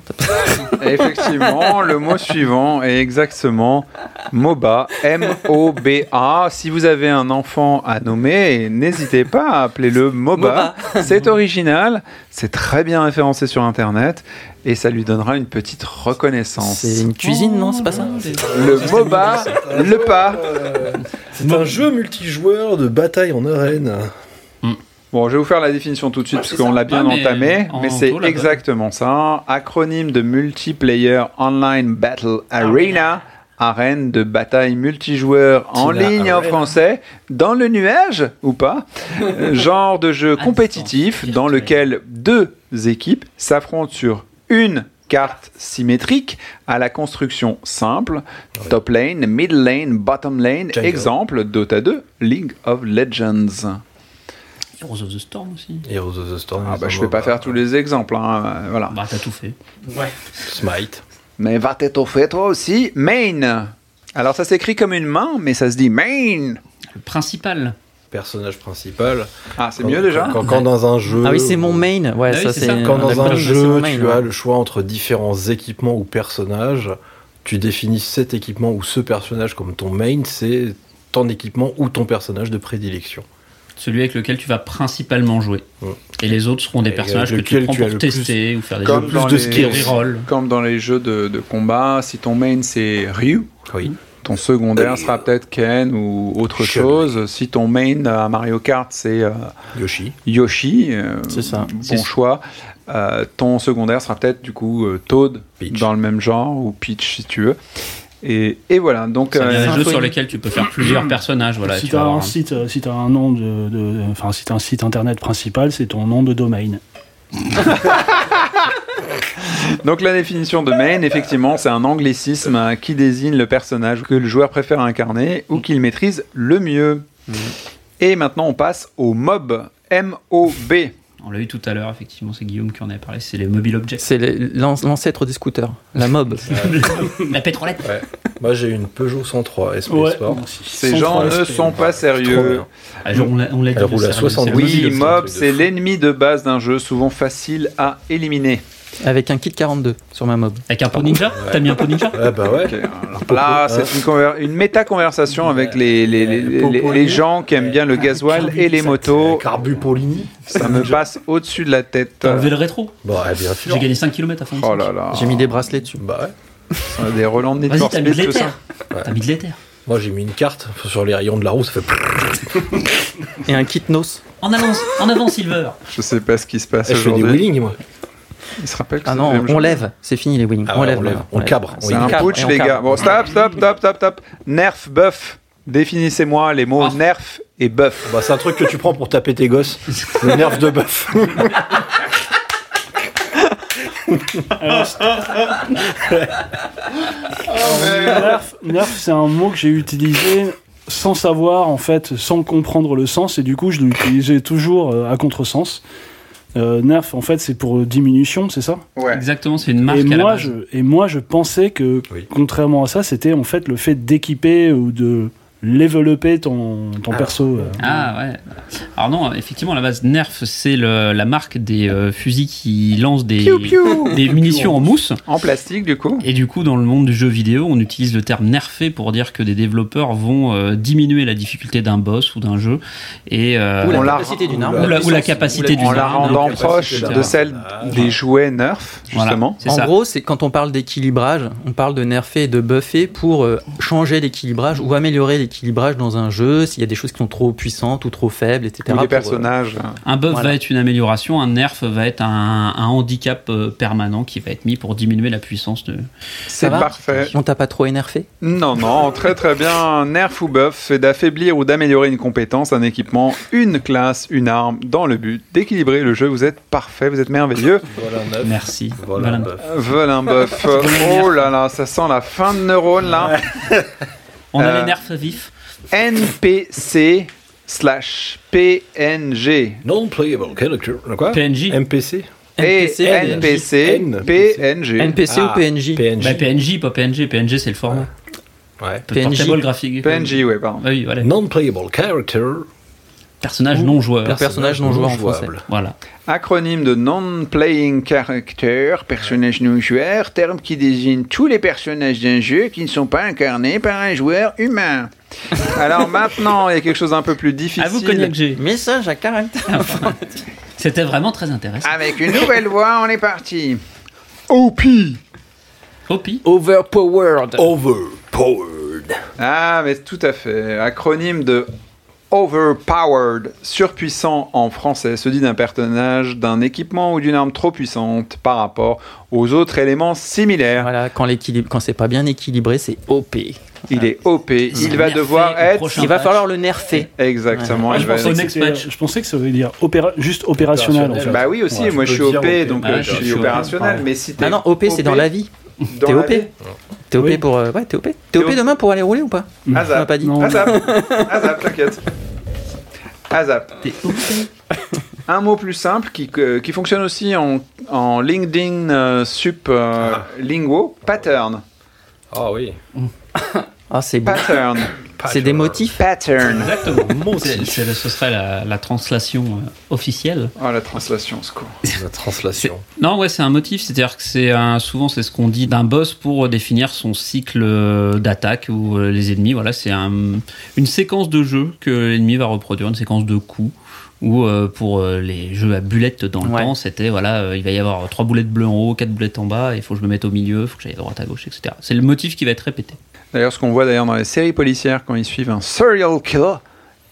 Speaker 1: Effectivement, le mot suivant est exactement MOBA, M-O-B-A. Si vous avez un enfant à nommer, n'hésitez pas à appeler le MOBA. C'est original, c'est très bien référencé sur Internet et ça lui donnera une petite reconnaissance.
Speaker 6: C'est une cuisine, non C'est pas ça
Speaker 5: Euh,
Speaker 1: Le MOBA, le pas.
Speaker 5: C'est un jeu multijoueur de bataille en arène.
Speaker 1: Bon, je vais vous faire la définition tout de suite parce qu'on l'a bien
Speaker 3: Ouais, mais
Speaker 1: entamé,
Speaker 3: en
Speaker 1: mais c'est
Speaker 3: tout, là-bas.
Speaker 1: exactement ça. Acronyme de Multiplayer Online Battle Arena, arène de bataille multijoueur en
Speaker 5: Tina
Speaker 1: ligne en
Speaker 5: Arena.
Speaker 1: français, dans le nuage ou pas. Euh, Genre de jeu
Speaker 3: distance,
Speaker 1: compétitif dans
Speaker 3: virtuel.
Speaker 1: lequel deux équipes s'affrontent sur une carte symétrique à la construction simple, top lane, mid lane, bottom lane,
Speaker 5: Jungle.
Speaker 1: exemple Dota 2, League of Legends.
Speaker 3: Heroes of the Storm aussi.
Speaker 5: Heroes of the Storm.
Speaker 1: Ah bah
Speaker 5: is
Speaker 1: je
Speaker 5: a
Speaker 1: vais pas
Speaker 5: MOBA.
Speaker 1: faire tous les exemples, hein, euh, voilà.
Speaker 3: Bah, t'as tout fait.
Speaker 5: Smite.
Speaker 1: Mais va t'étouffer toi aussi, Main. Alors ça s'écrit comme une main, mais ça se dit Main.
Speaker 3: Le principal.
Speaker 5: personnage principal.
Speaker 1: Ah, c'est
Speaker 5: Quand-
Speaker 1: mieux déjà
Speaker 5: Quand, quand dans un jeu.
Speaker 6: Ah oui, c'est mon main. Ouais,
Speaker 3: Ah oui,
Speaker 6: ça
Speaker 3: c'est
Speaker 6: c'est.
Speaker 3: ça.
Speaker 5: Quand dans
Speaker 6: d'accord,
Speaker 5: un
Speaker 6: c'est
Speaker 5: jeu,
Speaker 6: mon main,
Speaker 5: tu
Speaker 6: ouais.
Speaker 5: as le choix entre différents équipements ou personnages, tu définis cet équipement ou ce personnage comme ton main, c'est ton équipement ou ton personnage de prédilection.
Speaker 3: Celui avec lequel tu vas principalement jouer.
Speaker 5: Ouais.
Speaker 3: Et les autres seront des
Speaker 5: Et
Speaker 3: personnages que
Speaker 5: avec
Speaker 3: tu
Speaker 5: lequel
Speaker 3: prends
Speaker 5: tu as
Speaker 3: pour
Speaker 5: le plus-
Speaker 3: tester ou faire des
Speaker 1: Comme
Speaker 3: jeux
Speaker 1: dans
Speaker 3: de
Speaker 1: les-
Speaker 3: skills. Reroll.
Speaker 1: Comme dans les jeux de, de combat, si ton main c'est Ryu,
Speaker 5: Oui.
Speaker 1: ton secondaire sera peut-être Ken ou autre
Speaker 5: Sure.
Speaker 1: chose. Si ton main à Mario Kart c'est euh,
Speaker 5: Yoshi.
Speaker 1: Yoshi, euh,
Speaker 6: C'est ça.
Speaker 1: bon
Speaker 3: C'est-
Speaker 1: choix. Euh, ton secondaire sera peut-être du coup euh, Toad
Speaker 5: Peach.
Speaker 1: dans le même genre ou Peach si tu veux. Et, et voilà, donc
Speaker 3: C'est
Speaker 1: euh,
Speaker 3: un jeu sur
Speaker 6: Symphony.
Speaker 3: lequel tu peux faire plusieurs personnages. Voilà,
Speaker 4: si
Speaker 3: tu vas
Speaker 4: t'as un,
Speaker 3: avoir un-
Speaker 4: site, euh, si t'as un nom de, de- enfin si t'as un site internet principal, c'est ton nom de domaine.
Speaker 1: Donc la définition de main, effectivement, c'est un anglicisme hein, qui désigne le personnage que le joueur préfère incarner ou qu'il maîtrise le mieux. Et maintenant, on passe au mob. M-O-B.
Speaker 3: On l'a eu tout à l'heure, effectivement, c'est Guillaume qui en avait parlé. C'est les mobile objects.
Speaker 6: C'est les- l'an- l'ancêtre des scooters, la mob.
Speaker 3: La pétrolette.
Speaker 5: Moi, j'ai une Peugeot 103 SP Sport.
Speaker 1: Ces gens ne sont pas
Speaker 5: Trop
Speaker 1: sérieux.
Speaker 5: bien.
Speaker 3: Ah, je- on l'a- on l'a dit,
Speaker 5: Elle roule
Speaker 3: le
Speaker 5: à
Speaker 3: cerveau,
Speaker 5: 70.
Speaker 3: c'est-
Speaker 5: Mobile
Speaker 1: Oui,
Speaker 5: Object, un
Speaker 1: mob,
Speaker 5: truc de
Speaker 1: c'est
Speaker 5: fou.
Speaker 1: l'ennemi de base d'un jeu, souvent facile à éliminer.
Speaker 6: Avec un kit 42 sur ma mob.
Speaker 3: Avec un pot ninja T'as mis un pot ninja
Speaker 5: Ah bah ouais. hein.
Speaker 1: Ok, alors
Speaker 5: Ah.
Speaker 1: là, c'est une, conver- une méta-conversation avec les, les, les-
Speaker 5: Euh,
Speaker 1: les-
Speaker 5: Popo-
Speaker 1: les gens qui aiment bien le gasoil et les motos.
Speaker 5: Carbu Paulini.
Speaker 1: Ça me passe au-dessus de la tête.
Speaker 3: T'as enlevé le rétro
Speaker 5: Bon, eh bien sûr.
Speaker 3: J'ai gagné 5 km à fond.
Speaker 1: Oh là là.
Speaker 6: J'ai mis des bracelets dessus.
Speaker 5: Bah ouais.
Speaker 1: Des relents de Need
Speaker 3: Vas-y,
Speaker 1: for
Speaker 3: t'as mis de
Speaker 1: Speed, tout ça.
Speaker 3: l'éther. T'as mis de l'éther.
Speaker 5: Moi, j'ai mis une carte sur les rayons de la roue, ça fait.
Speaker 6: Et un kit nos.
Speaker 3: En avance, en avant, Silver.
Speaker 1: Je sais pas ce qui se passe
Speaker 5: Eh, Je fais des
Speaker 1: aujourd'hui.
Speaker 5: wheelings, moi.
Speaker 1: Il se rappelle que
Speaker 6: Ah
Speaker 1: c'est
Speaker 6: non,
Speaker 1: le même
Speaker 6: on
Speaker 1: jeu.
Speaker 6: lève, c'est fini les wings.
Speaker 5: Ah
Speaker 6: on
Speaker 5: ouais,
Speaker 6: lève,
Speaker 5: on lève,
Speaker 6: maintenant,
Speaker 5: on cabre,
Speaker 1: C'est
Speaker 5: on
Speaker 1: un
Speaker 6: cabre,
Speaker 1: putsch,
Speaker 6: et on
Speaker 1: les
Speaker 6: cabre.
Speaker 1: gars. Bon, stop, stop, stop, stop, stop. Nerf, buff. Définissez-moi les mots
Speaker 3: Ah.
Speaker 1: nerf et buff.
Speaker 5: Bah, c'est un truc que tu prends pour taper tes gosses. Le nerf de bœuf.
Speaker 4: Nerf, nerf, c'est un mot que j'ai utilisé sans savoir, en fait, sans comprendre le sens, et du coup, je l'ai utilisé toujours euh, à contresens. Euh, nerf, en fait, c'est pour euh, diminution, c'est ça
Speaker 1: Ouais.
Speaker 3: Exactement, c'est une marque
Speaker 4: et
Speaker 3: à la
Speaker 4: moi,
Speaker 3: base.
Speaker 4: je, et moi, je pensais que,
Speaker 5: Oui.
Speaker 4: contrairement à ça, c'était en fait le fait d'équiper ou de level-upper ton, ton perso. euh.
Speaker 3: Ah ouais. Alors non, effectivement, à la base, Nerf, c'est le- la marque des euh, fusils qui lancent des, des munitions en mousse.
Speaker 1: En plastique, du coup.
Speaker 3: Et du coup, dans le monde du jeu vidéo, on utilise le terme nerfé pour dire que des développeurs vont euh, diminuer la difficulté d'un boss ou d'un jeu. Et, euh,
Speaker 1: Ou la-
Speaker 6: capacité d'une arme.
Speaker 3: ou la- ou la
Speaker 6: puissance.
Speaker 3: capacité d'une
Speaker 1: En la
Speaker 3: arme,
Speaker 1: rendant
Speaker 3: donc,
Speaker 1: proche
Speaker 3: etc.
Speaker 1: de celle des jouets nerf,
Speaker 3: Ah, Voilà,
Speaker 1: justement.
Speaker 3: c'est
Speaker 6: en
Speaker 3: ça.
Speaker 6: gros, c'est quand on parle d'équilibrage, on parle de nerfer et de buffer pour euh, changer l'équilibrage ou améliorer l'équilibrage dans un jeu s'il y a des choses qui sont trop puissantes ou trop faibles, etc.
Speaker 1: Ou
Speaker 6: pour,
Speaker 1: les
Speaker 6: euh,
Speaker 1: personnages.
Speaker 3: Un buff
Speaker 6: Voilà.
Speaker 3: va être une amélioration, un nerf va être un, un handicap euh, permanent qui va être mis pour diminuer la puissance de.
Speaker 1: C'est
Speaker 6: va
Speaker 1: parfait.
Speaker 6: on t'a pas trop énervé
Speaker 1: Non, non, très très bien. Nerf ou buff, c'est d'affaiblir ou d'améliorer une compétence, un équipement, une classe, une arme, dans le but d'équilibrer le jeu. Vous êtes parfait, vous êtes merveilleux.
Speaker 5: Voilà un œuf.
Speaker 3: Merci.
Speaker 5: Voilà un
Speaker 3: Voilà.
Speaker 5: bœuf.
Speaker 1: Velin buff. Oh là là, ça sent la fin de neurone là.
Speaker 3: On a
Speaker 1: Euh,
Speaker 3: les nerfs vifs.
Speaker 1: NPC slash PNG.
Speaker 5: Non-playable character. Quoi
Speaker 3: PNJ.
Speaker 5: MPC
Speaker 1: Et
Speaker 6: NPC,
Speaker 1: NPC,
Speaker 5: NPC.
Speaker 1: PNG.
Speaker 6: NPC
Speaker 5: Ah,
Speaker 6: ou PNJ
Speaker 5: PNJ.
Speaker 3: Bah, PNJ, pas PNG. PNG, c'est le format.
Speaker 5: Ouais.
Speaker 6: PNJ.
Speaker 3: Portable graphique.
Speaker 1: PNG, ouais, pardon.
Speaker 3: Ah oui, voilà.
Speaker 5: Non-playable character.
Speaker 3: Personnage non joueur.
Speaker 6: Personnage non joueur en français.
Speaker 5: jouable.
Speaker 3: Voilà.
Speaker 1: Acronyme de Non-Playing Character, personnage non joueur, terme qui désigne tous les personnages d'un jeu qui ne sont pas incarnés par un joueur humain. Alors maintenant, il y a quelque chose d'un peu plus difficile.
Speaker 3: À vous, Cognac G.
Speaker 6: Message à caractère.
Speaker 3: C'était vraiment très intéressant.
Speaker 1: Avec une nouvelle voix, on est parti.
Speaker 6: Ah.
Speaker 3: Hopi.
Speaker 6: Overpowered.
Speaker 5: Overpowered.
Speaker 1: Ah, mais tout à fait. Acronyme de Overpowered, surpuissant en français, se dit d'un personnage, d'un équipement ou d'une arme trop puissante par rapport aux autres éléments similaires.
Speaker 6: Voilà, quand l'équilibre, quand c'est pas bien équilibré, c'est OP.
Speaker 1: Il est OP, il va
Speaker 3: nerfé
Speaker 1: devoir
Speaker 3: au
Speaker 1: être...
Speaker 3: prochain
Speaker 6: Il va
Speaker 3: patch.
Speaker 6: falloir le nerfer.
Speaker 1: Exactement, il
Speaker 3: Ouais.
Speaker 4: Ah,
Speaker 6: Ah,
Speaker 4: je,
Speaker 1: va
Speaker 3: Au
Speaker 4: pensais que
Speaker 3: next
Speaker 4: c'était- euh,
Speaker 3: patch.
Speaker 4: je pensais que ça veut dire opéra- juste opérationnel, en fait.
Speaker 1: Bah oui aussi,
Speaker 5: Ouais,
Speaker 1: moi
Speaker 5: tu
Speaker 1: je suis
Speaker 5: peux
Speaker 1: OP,
Speaker 5: dire OP.
Speaker 1: donc
Speaker 3: Ah,
Speaker 1: euh,
Speaker 3: je
Speaker 1: je suis
Speaker 3: suis OP,
Speaker 1: opérationnel,
Speaker 3: pardon.
Speaker 1: mais si t'es...
Speaker 6: Ah non, OP, c'est dans la vie.
Speaker 1: dans
Speaker 6: T'es
Speaker 1: la
Speaker 6: OP.
Speaker 1: vie.
Speaker 6: T'es OP
Speaker 4: Oui.
Speaker 6: pour euh, ouais, t'es OP. T'es
Speaker 1: T'es
Speaker 6: OP
Speaker 1: OP.
Speaker 6: demain pour aller rouler ou pas
Speaker 1: Ah,
Speaker 6: Mm. On
Speaker 1: zap.
Speaker 6: m'a pas dit.
Speaker 4: Non.
Speaker 1: Ah, zap. Ah, zap, t'inquiète. Ah, zap.
Speaker 3: T'es Hopi.
Speaker 1: Un mot plus simple qui, que- qui fonctionne aussi en, en LinkedIn euh, Sup euh, Lingo, pattern.
Speaker 5: Ah oui.
Speaker 6: Ah, c'est bon.
Speaker 1: Pattern.
Speaker 6: C'est des motifs.
Speaker 1: Pattern.
Speaker 3: Exactement. C'est- c'est- ce serait la, la translation euh, officielle.
Speaker 1: Ah, la translation, ce con.
Speaker 5: euh, La translation.
Speaker 3: Non, ouais, c'est un motif. C'est-à-dire que c'est un- souvent c'est ce qu'on dit d'un boss pour euh, définir son cycle euh, d'attaque ou euh, les ennemis. Voilà, c'est un- une séquence de jeu que l'ennemi va reproduire, une séquence de coups. Ou euh, pour euh, les jeux à bullettes dans le
Speaker 6: Ouais.
Speaker 3: temps, c'était voilà, euh, il va y avoir trois boulettes bleues en haut, quatre boulettes en bas, il faut que je me mette au milieu, il faut que j'aille à droite à gauche, etc. C'est le motif qui va être répété.
Speaker 1: D'ailleurs, ce qu'on voit d'ailleurs dans les séries policières, quand ils suivent un serial killer,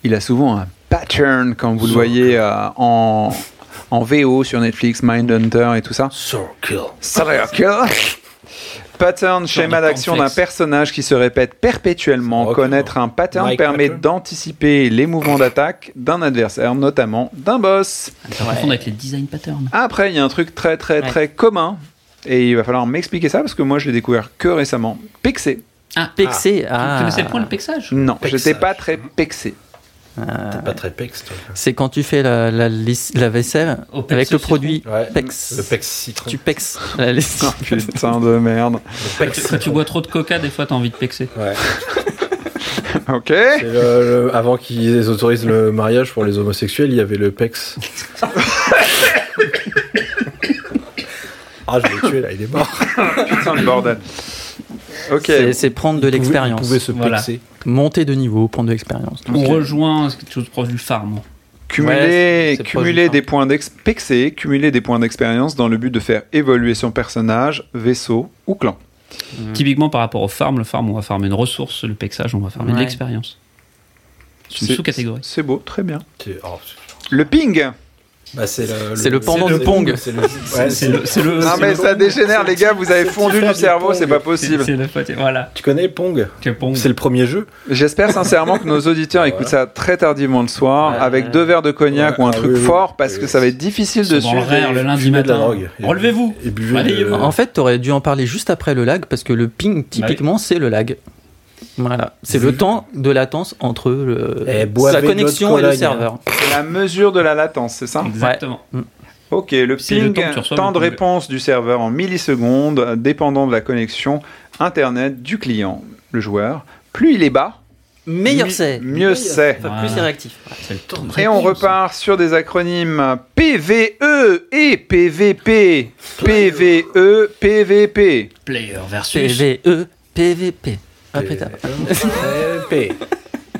Speaker 1: il a souvent un pattern, quand vous le voyez euh, en, en VO sur Netflix, Mindhunter et tout ça. Serial killer. Pattern, schéma
Speaker 3: de
Speaker 1: d'action d'un
Speaker 3: cornflakes.
Speaker 1: personnage qui se répète perpétuellement.
Speaker 5: Serial
Speaker 1: Connaître un pattern
Speaker 5: Mike
Speaker 1: permet
Speaker 5: Pattern.
Speaker 1: d'anticiper les mouvements d'attaque d'un adversaire, notamment d'un boss.
Speaker 3: À ne pas confondre avec les design patterns.
Speaker 1: Après, il y a un truc très très
Speaker 6: Ouais.
Speaker 1: très commun, et il va falloir m'expliquer ça parce que moi je l'ai découvert que récemment. Pexé.
Speaker 3: Ah, pexage.
Speaker 6: Pexé.
Speaker 3: Vous
Speaker 6: ah.
Speaker 3: connaissez le point le pexage
Speaker 1: Non,
Speaker 5: Pexage.
Speaker 1: j'étais pas très pexé.
Speaker 5: T'es pas très pex, toi.
Speaker 6: C'est quand tu fais la, la, liss- la vaisselle
Speaker 3: Au pex
Speaker 6: avec le
Speaker 3: citron.
Speaker 6: produit
Speaker 5: Ouais.
Speaker 6: pex.
Speaker 5: Le pex citron.
Speaker 6: Tu pex la lessive.
Speaker 1: Oh, Putain de merde.
Speaker 5: Le pex
Speaker 3: Quand tu bois trop de coca, des fois t'as envie de pexer.
Speaker 5: Ouais.
Speaker 1: Ok.
Speaker 5: Et le- le- avant qu'ils autorisent le mariage pour les homosexuels, il y avait le pex. ah, je l'ai tué là, il est mort.
Speaker 1: Putain de bordel. Ok.
Speaker 6: C'est- C'est prendre de
Speaker 5: Vous
Speaker 6: l'expérience.
Speaker 5: pouvez se Euh.
Speaker 3: Voilà.
Speaker 5: pexer.
Speaker 6: Monter de niveau, prendre de l'expérience.
Speaker 3: On rejoint quelque chose proche du farm.
Speaker 1: Cumuler,
Speaker 6: Ouais, c'est- c'est
Speaker 1: cumuler
Speaker 6: pas
Speaker 1: des points d'ex- pexé, cumuler des points d'expérience dans le but de faire évoluer son personnage, vaisseau ou clan.
Speaker 3: Typiquement par rapport au farm, le farm on va farmer une ressource, le pexage on va farmer de
Speaker 6: Ouais.
Speaker 3: l'expérience. C'est une
Speaker 1: C'est-
Speaker 3: sous-catégorie.
Speaker 1: C'est beau, très bien.
Speaker 5: Tu- oh, c'est-
Speaker 1: Le ping
Speaker 5: bah, c'est le,
Speaker 6: C'est le pendant
Speaker 5: c'est
Speaker 6: de Pong.
Speaker 5: C'est le, ouais, c'est le-
Speaker 1: Non Ah, mais ça dégénère les gars, vous avez fondu du
Speaker 5: différent du
Speaker 1: cerveau,
Speaker 5: pong.
Speaker 1: c'est pas possible.
Speaker 3: C'est le pote- voilà.
Speaker 5: Tu connais Pong
Speaker 3: Que pong.
Speaker 5: C'est le premier jeu
Speaker 1: J'espère sincèrement que nos auditeurs écoutent ça très tardivement le soir, avec deux verres de cognac
Speaker 5: Ouais,
Speaker 1: ou un
Speaker 5: ah
Speaker 1: truc
Speaker 5: oui, oui.
Speaker 1: fort, parce que ça va être difficile de
Speaker 3: Ils sont dans le
Speaker 1: suivre.
Speaker 3: rare le lundi
Speaker 5: Fumez de la
Speaker 3: matin.
Speaker 5: drogue. Et-
Speaker 3: Relevez-vous.
Speaker 5: et buvez
Speaker 3: Allez, euh,
Speaker 5: de-
Speaker 3: hop.
Speaker 6: En fait, t'aurais dû en parler juste après le lag parce que le ping, typiquement, c'est le lag. Voilà. C'est le temps de latence entre le-
Speaker 5: Eh, boivez
Speaker 6: sa
Speaker 5: de notre
Speaker 6: connexion et le
Speaker 5: cologne.
Speaker 6: serveur.
Speaker 1: C'est la mesure de la latence, c'est ça
Speaker 3: Exactement.
Speaker 1: Ok, le
Speaker 3: C'est le
Speaker 1: ping,
Speaker 3: temps que tu
Speaker 1: temps,
Speaker 3: reçois le
Speaker 1: de
Speaker 3: ping.
Speaker 1: réponse du serveur en millisecondes, dépendant de la connexion Internet du client, le joueur. Plus il est bas,
Speaker 6: Meilleur
Speaker 1: mi-
Speaker 6: c'est.
Speaker 1: mieux c'est.
Speaker 6: Enfin,
Speaker 3: Voilà.
Speaker 6: Plus c'est réactif.
Speaker 3: C'est le temps de
Speaker 1: Et on
Speaker 3: réponse.
Speaker 1: repart sur des acronymes PVE et PVP. PVE, PVP.
Speaker 3: Player versus.
Speaker 6: PVE, PVP. Répétable.
Speaker 5: P.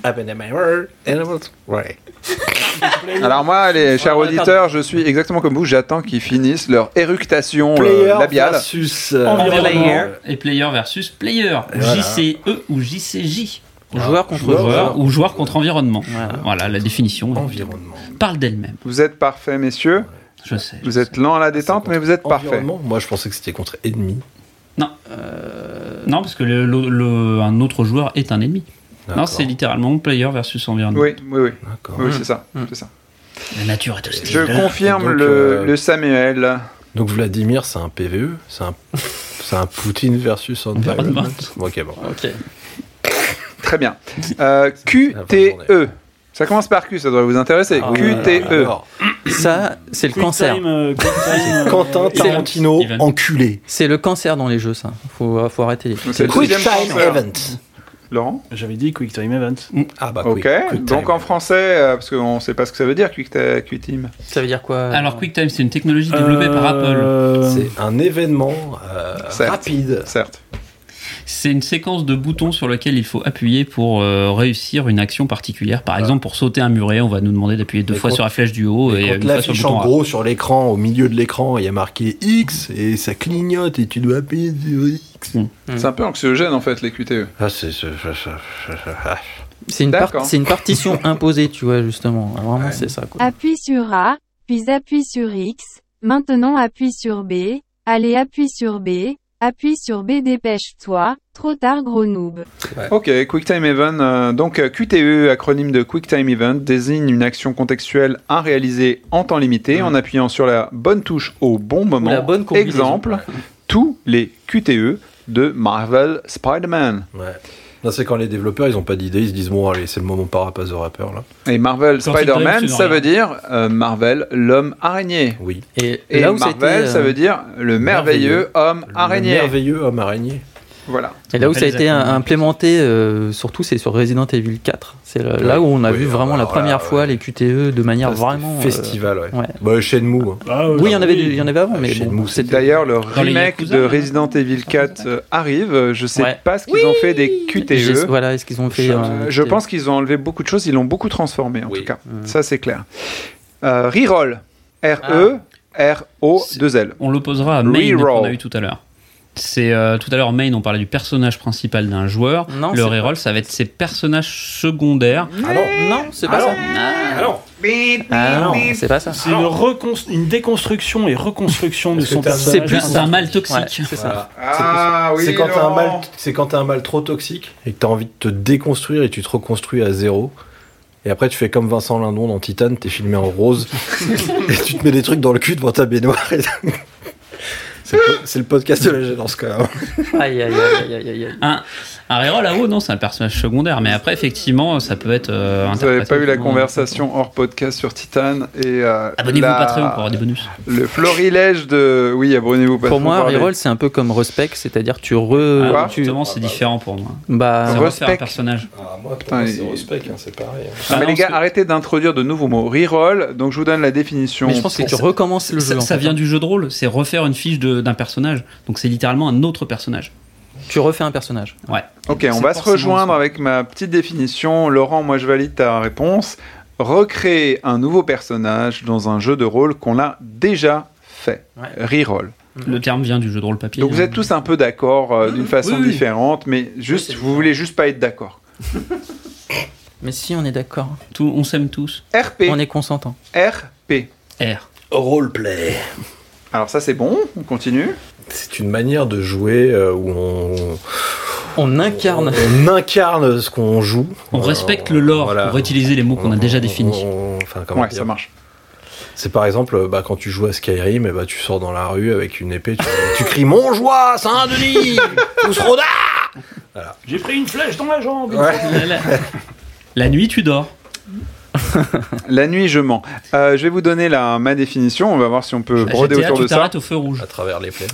Speaker 5: Up in my world, and I'm out. Ouais.
Speaker 1: Alors moi, les chers
Speaker 6: Ouais, ouais,
Speaker 1: auditeurs, je suis exactement comme vous, j'attends qu'ils finissent leur éructation euh,
Speaker 5: Player
Speaker 1: labiale.
Speaker 5: versus euh,
Speaker 4: Environnement.
Speaker 5: player.
Speaker 3: Et player versus player. Ou
Speaker 5: Voilà.
Speaker 3: JCE ou JCJ.
Speaker 6: Joueur contre
Speaker 5: Joueur.
Speaker 6: joueur.
Speaker 3: Joueur ou joueur contre environnement.
Speaker 6: Voilà.
Speaker 3: Voilà la définition.
Speaker 5: Environnement.
Speaker 3: Parle d'elle-même.
Speaker 1: Vous êtes parfaits, messieurs.
Speaker 3: Je sais. je
Speaker 1: Vous êtes
Speaker 3: sais.
Speaker 1: lent à la détente, mais vous êtes parfaits.
Speaker 5: Environnement. Moi, je pensais que c'était contre ennemi.
Speaker 3: Non, parce que le- le- le- un autre joueur est un ennemi. Non, c'est littéralement player versus environnement.
Speaker 1: Oui, oui, oui,
Speaker 5: D'accord.
Speaker 3: Mmh.
Speaker 1: oui, c'est ça, c'est ça.
Speaker 3: La nature est hostile.
Speaker 1: Je confirme
Speaker 5: donc,
Speaker 1: le,
Speaker 5: euh,
Speaker 1: le Samuel.
Speaker 5: Donc Vladimir, c'est un PVE, c'est un, c'est un Poutine versus environnement. ok, bon.
Speaker 6: Ok.
Speaker 1: Très bien. Euh,
Speaker 5: la fin de journée.
Speaker 1: QTE. Ça commence par Q, ça doit vous intéresser. E.
Speaker 6: Ah,
Speaker 1: QTE.
Speaker 5: Alors,
Speaker 6: Ça, c'est le
Speaker 4: Quick
Speaker 6: Bah, cancer.
Speaker 4: time, euh, quick time, euh,
Speaker 5: Quentin
Speaker 4: c'est-
Speaker 5: Tarantino,
Speaker 3: Steven.
Speaker 5: enculé.
Speaker 6: C'est le cancer dans les jeux, ça. Faut, euh, faut arrêter.
Speaker 1: Donc, c'est le
Speaker 5: Quick
Speaker 1: deuxième
Speaker 5: Time
Speaker 1: cancer.
Speaker 5: Event.
Speaker 1: Laurent
Speaker 4: J'avais dit Quick Time Event.
Speaker 5: Ah bah
Speaker 1: Ok. Donc en français, euh, parce qu'on ne sait pas ce que ça veut dire, Quick Ta- Quick Team.
Speaker 6: Ça veut dire quoi euh,
Speaker 3: Alors, QuickTime, c'est une technologie développée par Apple.
Speaker 4: Euh,
Speaker 5: C'est un événement euh,
Speaker 1: Certes.
Speaker 5: rapide.
Speaker 1: Certes.
Speaker 3: C'est une séquence de boutons sur lesquels il faut appuyer pour euh, réussir une action particulière. Par exemple, pour sauter un muret, on va nous demander d'appuyer deux
Speaker 5: Mais
Speaker 3: fois
Speaker 5: quand-
Speaker 3: sur la flèche du haut et,
Speaker 5: Quand
Speaker 3: une fois sur le
Speaker 5: l'affiche
Speaker 3: bouton.
Speaker 5: en
Speaker 3: A.
Speaker 5: gros sur l'écran, au milieu de l'écran, il y a marqué X et ça clignote et tu dois appuyer sur X.
Speaker 1: C'est un peu anxiogène en fait, les E. QTE.
Speaker 5: Ah, c'est. c'est- c'est- c'est- ah.
Speaker 6: C'est une, par-
Speaker 1: D'accord.
Speaker 6: c'est une partition imposée, tu vois, justement. Alors, vraiment, c'est ça, quoi.
Speaker 11: Appuie sur A, puis appuie sur X, maintenant appuie sur B, allez appuie sur B, appuie sur B dépêche-toi, trop tard gros noob.
Speaker 1: Ok, Quick Time Event. euh, donc euh, QTE, acronyme de Quick Time Event, désigne une action contextuelle à réaliser en temps limité en appuyant sur la bonne touche au bon
Speaker 6: Ou
Speaker 1: moment.
Speaker 6: la bonne combinaison.
Speaker 1: Exemple, tous les QTE de Marvel Spider-Man.
Speaker 5: Ouais. Non, c'est quand les développeurs, ils ont pas d'idée, ils se disent bon, allez, c'est le moment parapaz de rappeur là.
Speaker 1: Et Marvel
Speaker 3: Quand c'est
Speaker 1: Spider-Man,
Speaker 3: Dream, c'est
Speaker 1: ça
Speaker 3: rien.
Speaker 1: veut dire euh, Marvel l'homme araignée.
Speaker 5: Oui.
Speaker 6: Et,
Speaker 1: Et
Speaker 6: là où c'était.
Speaker 1: Marvel, ça
Speaker 6: euh,
Speaker 1: veut dire le merveilleux homme
Speaker 5: Le
Speaker 1: araignée.
Speaker 5: merveilleux homme araignée.
Speaker 1: Voilà.
Speaker 6: Et là où ça a
Speaker 3: Belles
Speaker 6: été
Speaker 3: actions.
Speaker 6: implémenté, euh, surtout, c'est sur Resident Evil 4. C'est là, là
Speaker 5: Ouais.
Speaker 6: où on a
Speaker 5: Oui,
Speaker 6: vu
Speaker 1: bah,
Speaker 6: vraiment la
Speaker 5: alors là,
Speaker 6: première fois les QTE de manière
Speaker 5: Ça, c'était
Speaker 6: vraiment. euh,
Speaker 5: Festival, ouais.
Speaker 6: ouais.
Speaker 5: Bah, Shenmue. hein.
Speaker 4: ah,
Speaker 6: Oui,
Speaker 4: bah
Speaker 6: il y en
Speaker 1: Ah
Speaker 6: avait, il y en avait avant, mais
Speaker 5: Chez
Speaker 6: bon,
Speaker 5: nous,
Speaker 1: C'est
Speaker 6: c'était.
Speaker 1: d'ailleurs le
Speaker 3: les
Speaker 1: remake
Speaker 3: Yakuza,
Speaker 1: de
Speaker 3: là.
Speaker 1: Resident Evil 4 euh, arrive. Je sais
Speaker 6: Ouais.
Speaker 1: pas ce qu'ils ont fait des
Speaker 6: J'ai-
Speaker 1: QTE.
Speaker 6: Voilà, est-ce qu'ils ont fait.
Speaker 1: Euh,
Speaker 6: euh,
Speaker 1: E. Je
Speaker 6: des-
Speaker 1: pense qu'ils ont enlevé beaucoup de choses, ils l'ont beaucoup transformé en
Speaker 5: Oui.
Speaker 1: tout cas.
Speaker 6: Mm.
Speaker 1: Ça c'est clair. Euh, Reroll. R-E R O 2 L.
Speaker 3: On l'opposera à Main
Speaker 1: Reroll.
Speaker 3: qu'on a eu tout à l'heure. C'est euh, tout à l'heure Main, on parlait du personnage principal d'un joueur.
Speaker 6: Non,
Speaker 3: le
Speaker 6: c'est
Speaker 3: reroll, ça va être ses personnages secondaires.
Speaker 6: Ah non, non, c'est pas ça.
Speaker 5: Alors,
Speaker 6: Ah non, c'est pas ça.
Speaker 4: C'est une, recon- une déconstruction et reconstruction de
Speaker 5: Est-ce que
Speaker 4: son
Speaker 5: t'as-
Speaker 4: personnage.
Speaker 6: C'est plus
Speaker 3: C'est un mal
Speaker 6: Ouais,
Speaker 3: toxique.
Speaker 6: c'est ça.
Speaker 1: Ah oui,
Speaker 5: c'est quand t'as un
Speaker 1: Laurent.
Speaker 5: mal, c'est quand t'as un mal trop toxique et que t'as envie de te déconstruire et tu te reconstruis à zéro. Et après, tu fais comme Vincent Lindon dans Titan, t'es filmé en rose et tu te mets des trucs dans le cul devant ta baignoire. et- C'est le, po- c'est le podcast de la gênance quand même.
Speaker 6: Aïe, aïe, aï, aïe, aïe, aïe, aïe.
Speaker 3: Un, un reroll là-haut, non, c'est un personnage secondaire. Mais après, effectivement, ça peut être. euh,
Speaker 1: Vous n'avez
Speaker 3: interprété
Speaker 1: pas eu la
Speaker 3: autrement.
Speaker 1: conversation hors podcast sur Titan et euh,
Speaker 3: Abonnez-vous
Speaker 1: la-
Speaker 3: au Patreon pour avoir des bonus.
Speaker 1: le florilège de oui abonnez-vous au Patreon
Speaker 6: Pour moi,
Speaker 1: parler.
Speaker 6: reroll, c'est un peu comme respect, c'est-à-dire tu
Speaker 3: Ah,
Speaker 6: re.
Speaker 1: Quoi
Speaker 6: tu-
Speaker 3: justement, c'est différent pour moi.
Speaker 6: Bah,
Speaker 3: C'est refaire
Speaker 1: respect.
Speaker 3: un personnage.
Speaker 5: moi,
Speaker 1: Putain, moi, c'est il-
Speaker 5: respect, c'est pareil. hein.
Speaker 1: Non,
Speaker 3: Ah,
Speaker 1: mais
Speaker 3: non,
Speaker 1: les gars
Speaker 3: parce que-
Speaker 1: arrêtez d'introduire de nouveaux mots reroll donc je vous donne la définition
Speaker 6: mais je pense que tu recommences le
Speaker 3: ça,
Speaker 6: jeu. en
Speaker 3: ça
Speaker 6: fait. hein.
Speaker 3: vient du jeu de rôle, c'est refaire une fiche de- d'un personnage. Donc c'est littéralement un autre personnage.
Speaker 6: Tu refais un personnage.
Speaker 3: Ouais.
Speaker 1: Ok, on
Speaker 3: C'est
Speaker 1: va se
Speaker 3: forcément
Speaker 1: rejoindre
Speaker 3: ça.
Speaker 1: avec ma petite définition. Laurent, moi je valide ta réponse. Recréer un nouveau personnage dans un jeu de rôle qu'on a déjà fait.
Speaker 6: Ouais.
Speaker 1: Reroll.
Speaker 3: Le terme vient du jeu de rôle papier.
Speaker 1: Mhm. Donc vous
Speaker 3: hein.
Speaker 1: êtes tous un peu d'accord euh, d'une façon
Speaker 3: oui, oui.
Speaker 1: différente, mais juste
Speaker 6: Oui, c'est
Speaker 1: vous voulez juste pas être d'accord.
Speaker 6: Mais si, on est d'accord.
Speaker 3: Tout- on s'aime tous.
Speaker 1: RP.
Speaker 6: On est consentant.
Speaker 1: RP.
Speaker 3: R.
Speaker 5: Roleplay.
Speaker 1: Alors ça c'est bon, on continue.
Speaker 5: C'est une manière de jouer euh, où on,
Speaker 6: On incarne.
Speaker 5: on incarne ce qu'on joue.
Speaker 3: On
Speaker 5: Euh,
Speaker 3: respecte le lore
Speaker 5: voilà.
Speaker 3: pour utiliser les mots qu'on a déjà définis.
Speaker 5: on- enfin, comment
Speaker 1: Ouais,
Speaker 5: dire
Speaker 1: ça marche.
Speaker 5: C'est par exemple, bah, quand tu joues à Skyrim, et bah, tu sors dans la rue avec une épée, tu, tu cries Mon joie, Saint-Denis Tous rodard
Speaker 4: J'ai pris une flèche dans la jambe.
Speaker 3: La, la- la nuit, tu dors.
Speaker 1: La nuit, je mens. Euh, je vais vous donner la, ma définition. On va voir si on peut broder
Speaker 3: GTA,
Speaker 1: autour
Speaker 3: tu
Speaker 1: de ça.
Speaker 3: t'arrêtes au feu rouge.
Speaker 5: À travers les plaines.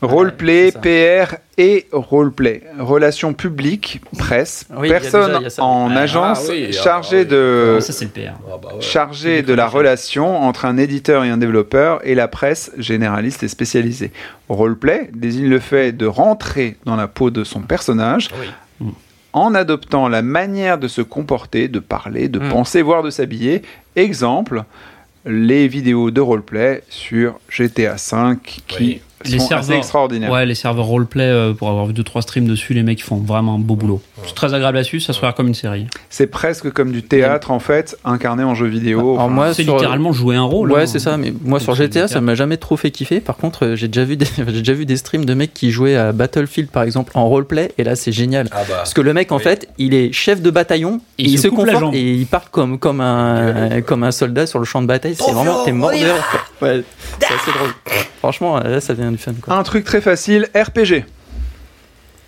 Speaker 1: Roleplay,
Speaker 6: Ouais,
Speaker 1: PR et roleplay. Relations publiques, presse,
Speaker 6: Oui, il y a
Speaker 1: personne
Speaker 6: déjà- il y a ça.
Speaker 1: en
Speaker 6: Ah,
Speaker 1: agence
Speaker 5: ah oui,
Speaker 1: chargée
Speaker 5: ah oui.
Speaker 1: de
Speaker 3: Non, ça, c'est le PR.
Speaker 5: Ah bah ouais.
Speaker 1: chargée de la relation entre un éditeur et un développeur et la presse généraliste et spécialisée. Roleplay désigne le fait de rentrer dans la peau de son personnage
Speaker 5: Oui.
Speaker 1: en adoptant la manière de se comporter, de parler, de
Speaker 6: Mm.
Speaker 1: penser, voire de s'habiller. Exemple, les vidéos de roleplay sur GTA V qui
Speaker 5: Oui.
Speaker 1: sont assez extraordinaires.
Speaker 3: Ouais, les serveurs roleplay, euh, pour avoir vu 2-3 streams dessus, les mecs font vraiment un beau boulot. C'est très agréable à suivre, ça se regarde comme une série.
Speaker 1: C'est presque comme du théâtre en fait, incarné en jeu vidéo.
Speaker 6: Alors
Speaker 1: Oh, Enfin,
Speaker 6: Bah, moi,
Speaker 3: c'est
Speaker 6: sur-
Speaker 3: littéralement jouer un rôle.
Speaker 6: Ouais,
Speaker 3: hein.
Speaker 6: c'est ça. Mais moi,
Speaker 3: Donc,
Speaker 6: sur
Speaker 3: c'est
Speaker 6: GTA,
Speaker 3: nickel.
Speaker 6: ça m'a jamais trop fait kiffer. Par contre, euh, j'ai déjà vu des, j'ai déjà vu des streams de mecs qui jouaient à Battlefield, par exemple, en roleplay. Et là, c'est génial.
Speaker 5: Ah bah.
Speaker 6: Parce que le mec, en
Speaker 5: Oui.
Speaker 6: fait, il est chef de bataillon,
Speaker 3: Et
Speaker 6: et
Speaker 3: il
Speaker 6: il
Speaker 3: se
Speaker 6: se,
Speaker 3: coupe la jambe.
Speaker 6: conforte et il part comme, comme, un, comme un soldat sur le champ de bataille. C'est vraiment, t'es mort dehors, quoi. Ouais, c'est assez drôle. Franchement, euh, là, ça devient du fun, quoi.
Speaker 1: Un truc très facile, RPG.